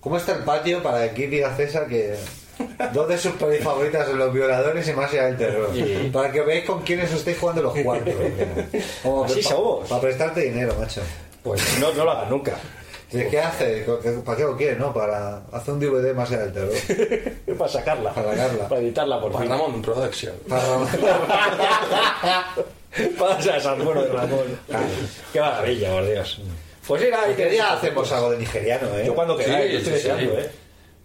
Speaker 10: ¿Cómo está el patio para que diga César que dos de sus pelis favoritas son los violadores y más allá del terror?
Speaker 9: Sí.
Speaker 10: Para que veáis con quiénes os estáis jugando los cuatro. Como
Speaker 9: Así
Speaker 10: que pa-
Speaker 9: somos.
Speaker 10: Para prestarte dinero, macho.
Speaker 9: Pues no, no lo hagas nunca.
Speaker 10: ¿De ¿Qué hace? ¿Para qué lo quiere? No, para hacer un DVD más allá del terror.
Speaker 9: Para sacarla.
Speaker 10: Para sacarla.
Speaker 9: Para editarla, por
Speaker 12: Para
Speaker 9: fin.
Speaker 12: Ramón Production.
Speaker 10: Para
Speaker 9: Pasa San Bueno de Ramón. Qué maravilla, por Dios. Pues era,
Speaker 10: Cualquier día hacemos algo de nigeriano, ¿eh?
Speaker 9: Yo cuando queráis,
Speaker 10: Sí,
Speaker 9: yo estoy
Speaker 10: sí,
Speaker 9: deseando,
Speaker 10: sí.
Speaker 9: ¿eh?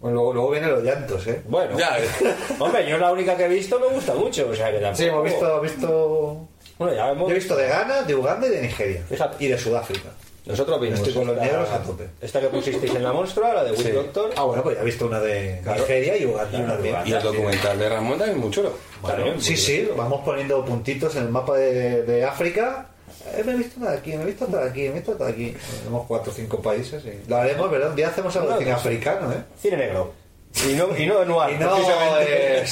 Speaker 9: Bueno, luego, vienen los llantos, ¿eh? Bueno, hombre, yo la única que he visto me gusta mucho, o sea que tampoco.
Speaker 10: Sí, hemos visto, visto...
Speaker 9: Bueno, ya hemos...
Speaker 10: Yo he visto de Ghana, de Uganda y de Nigeria. Y de Sudáfrica.
Speaker 9: Nosotros vimos
Speaker 10: Estoy con los
Speaker 9: esta-
Speaker 10: negros a tope.
Speaker 9: Esta que pusisteis en la monstrua, la de Will Doctor.
Speaker 10: Ah, bueno, pues ya he visto una de Nigeria y Uganda.
Speaker 9: Y una de Uganda,
Speaker 20: Y el
Speaker 9: sí.
Speaker 20: documental de Ramón también muy chulo.
Speaker 10: Bueno, sí, sí, vamos poniendo puntitos en el mapa de, de África. Eh, me he visto otra de aquí, me he visto otra de aquí, me he visto otra de aquí. Tenemos cuatro o cinco países. Y... Lo haremos, ¿verdad? Un día hacemos algo de cine africano, ¿eh?
Speaker 9: Cine negro. Y no, y no noir,
Speaker 10: Y no,
Speaker 9: precisamente.
Speaker 10: eh,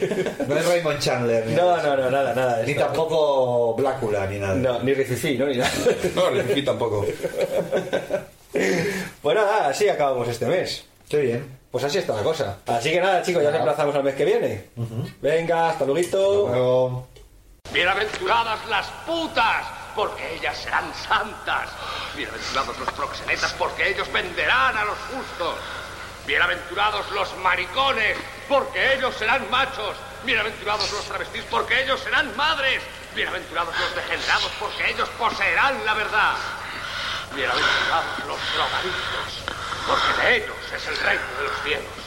Speaker 10: sí. no es Raymond Chandler.
Speaker 9: No, no, no, nada, nada.
Speaker 10: Ni tampoco Blácula, ni nada.
Speaker 9: No, ni Rififí, no, ni nada.
Speaker 20: No, Rififí tampoco.
Speaker 9: Pues nada, así acabamos este mes.
Speaker 10: Qué bien.
Speaker 9: Pues así está la cosa. Así que nada, chicos, ya nos emplazamos al mes que viene. Venga, hasta luego.
Speaker 12: Bienaventuradas las putas, porque ellas serán santas. Bienaventurados los proxenetas, porque ellos venderán a los justos. Bienaventurados los maricones, porque ellos serán machos. Bienaventurados los travestis, porque ellos serán madres. Bienaventurados los degenerados, porque ellos poseerán la verdad. Bienaventurados los drogadictos, porque de ellos es el reino de los cielos.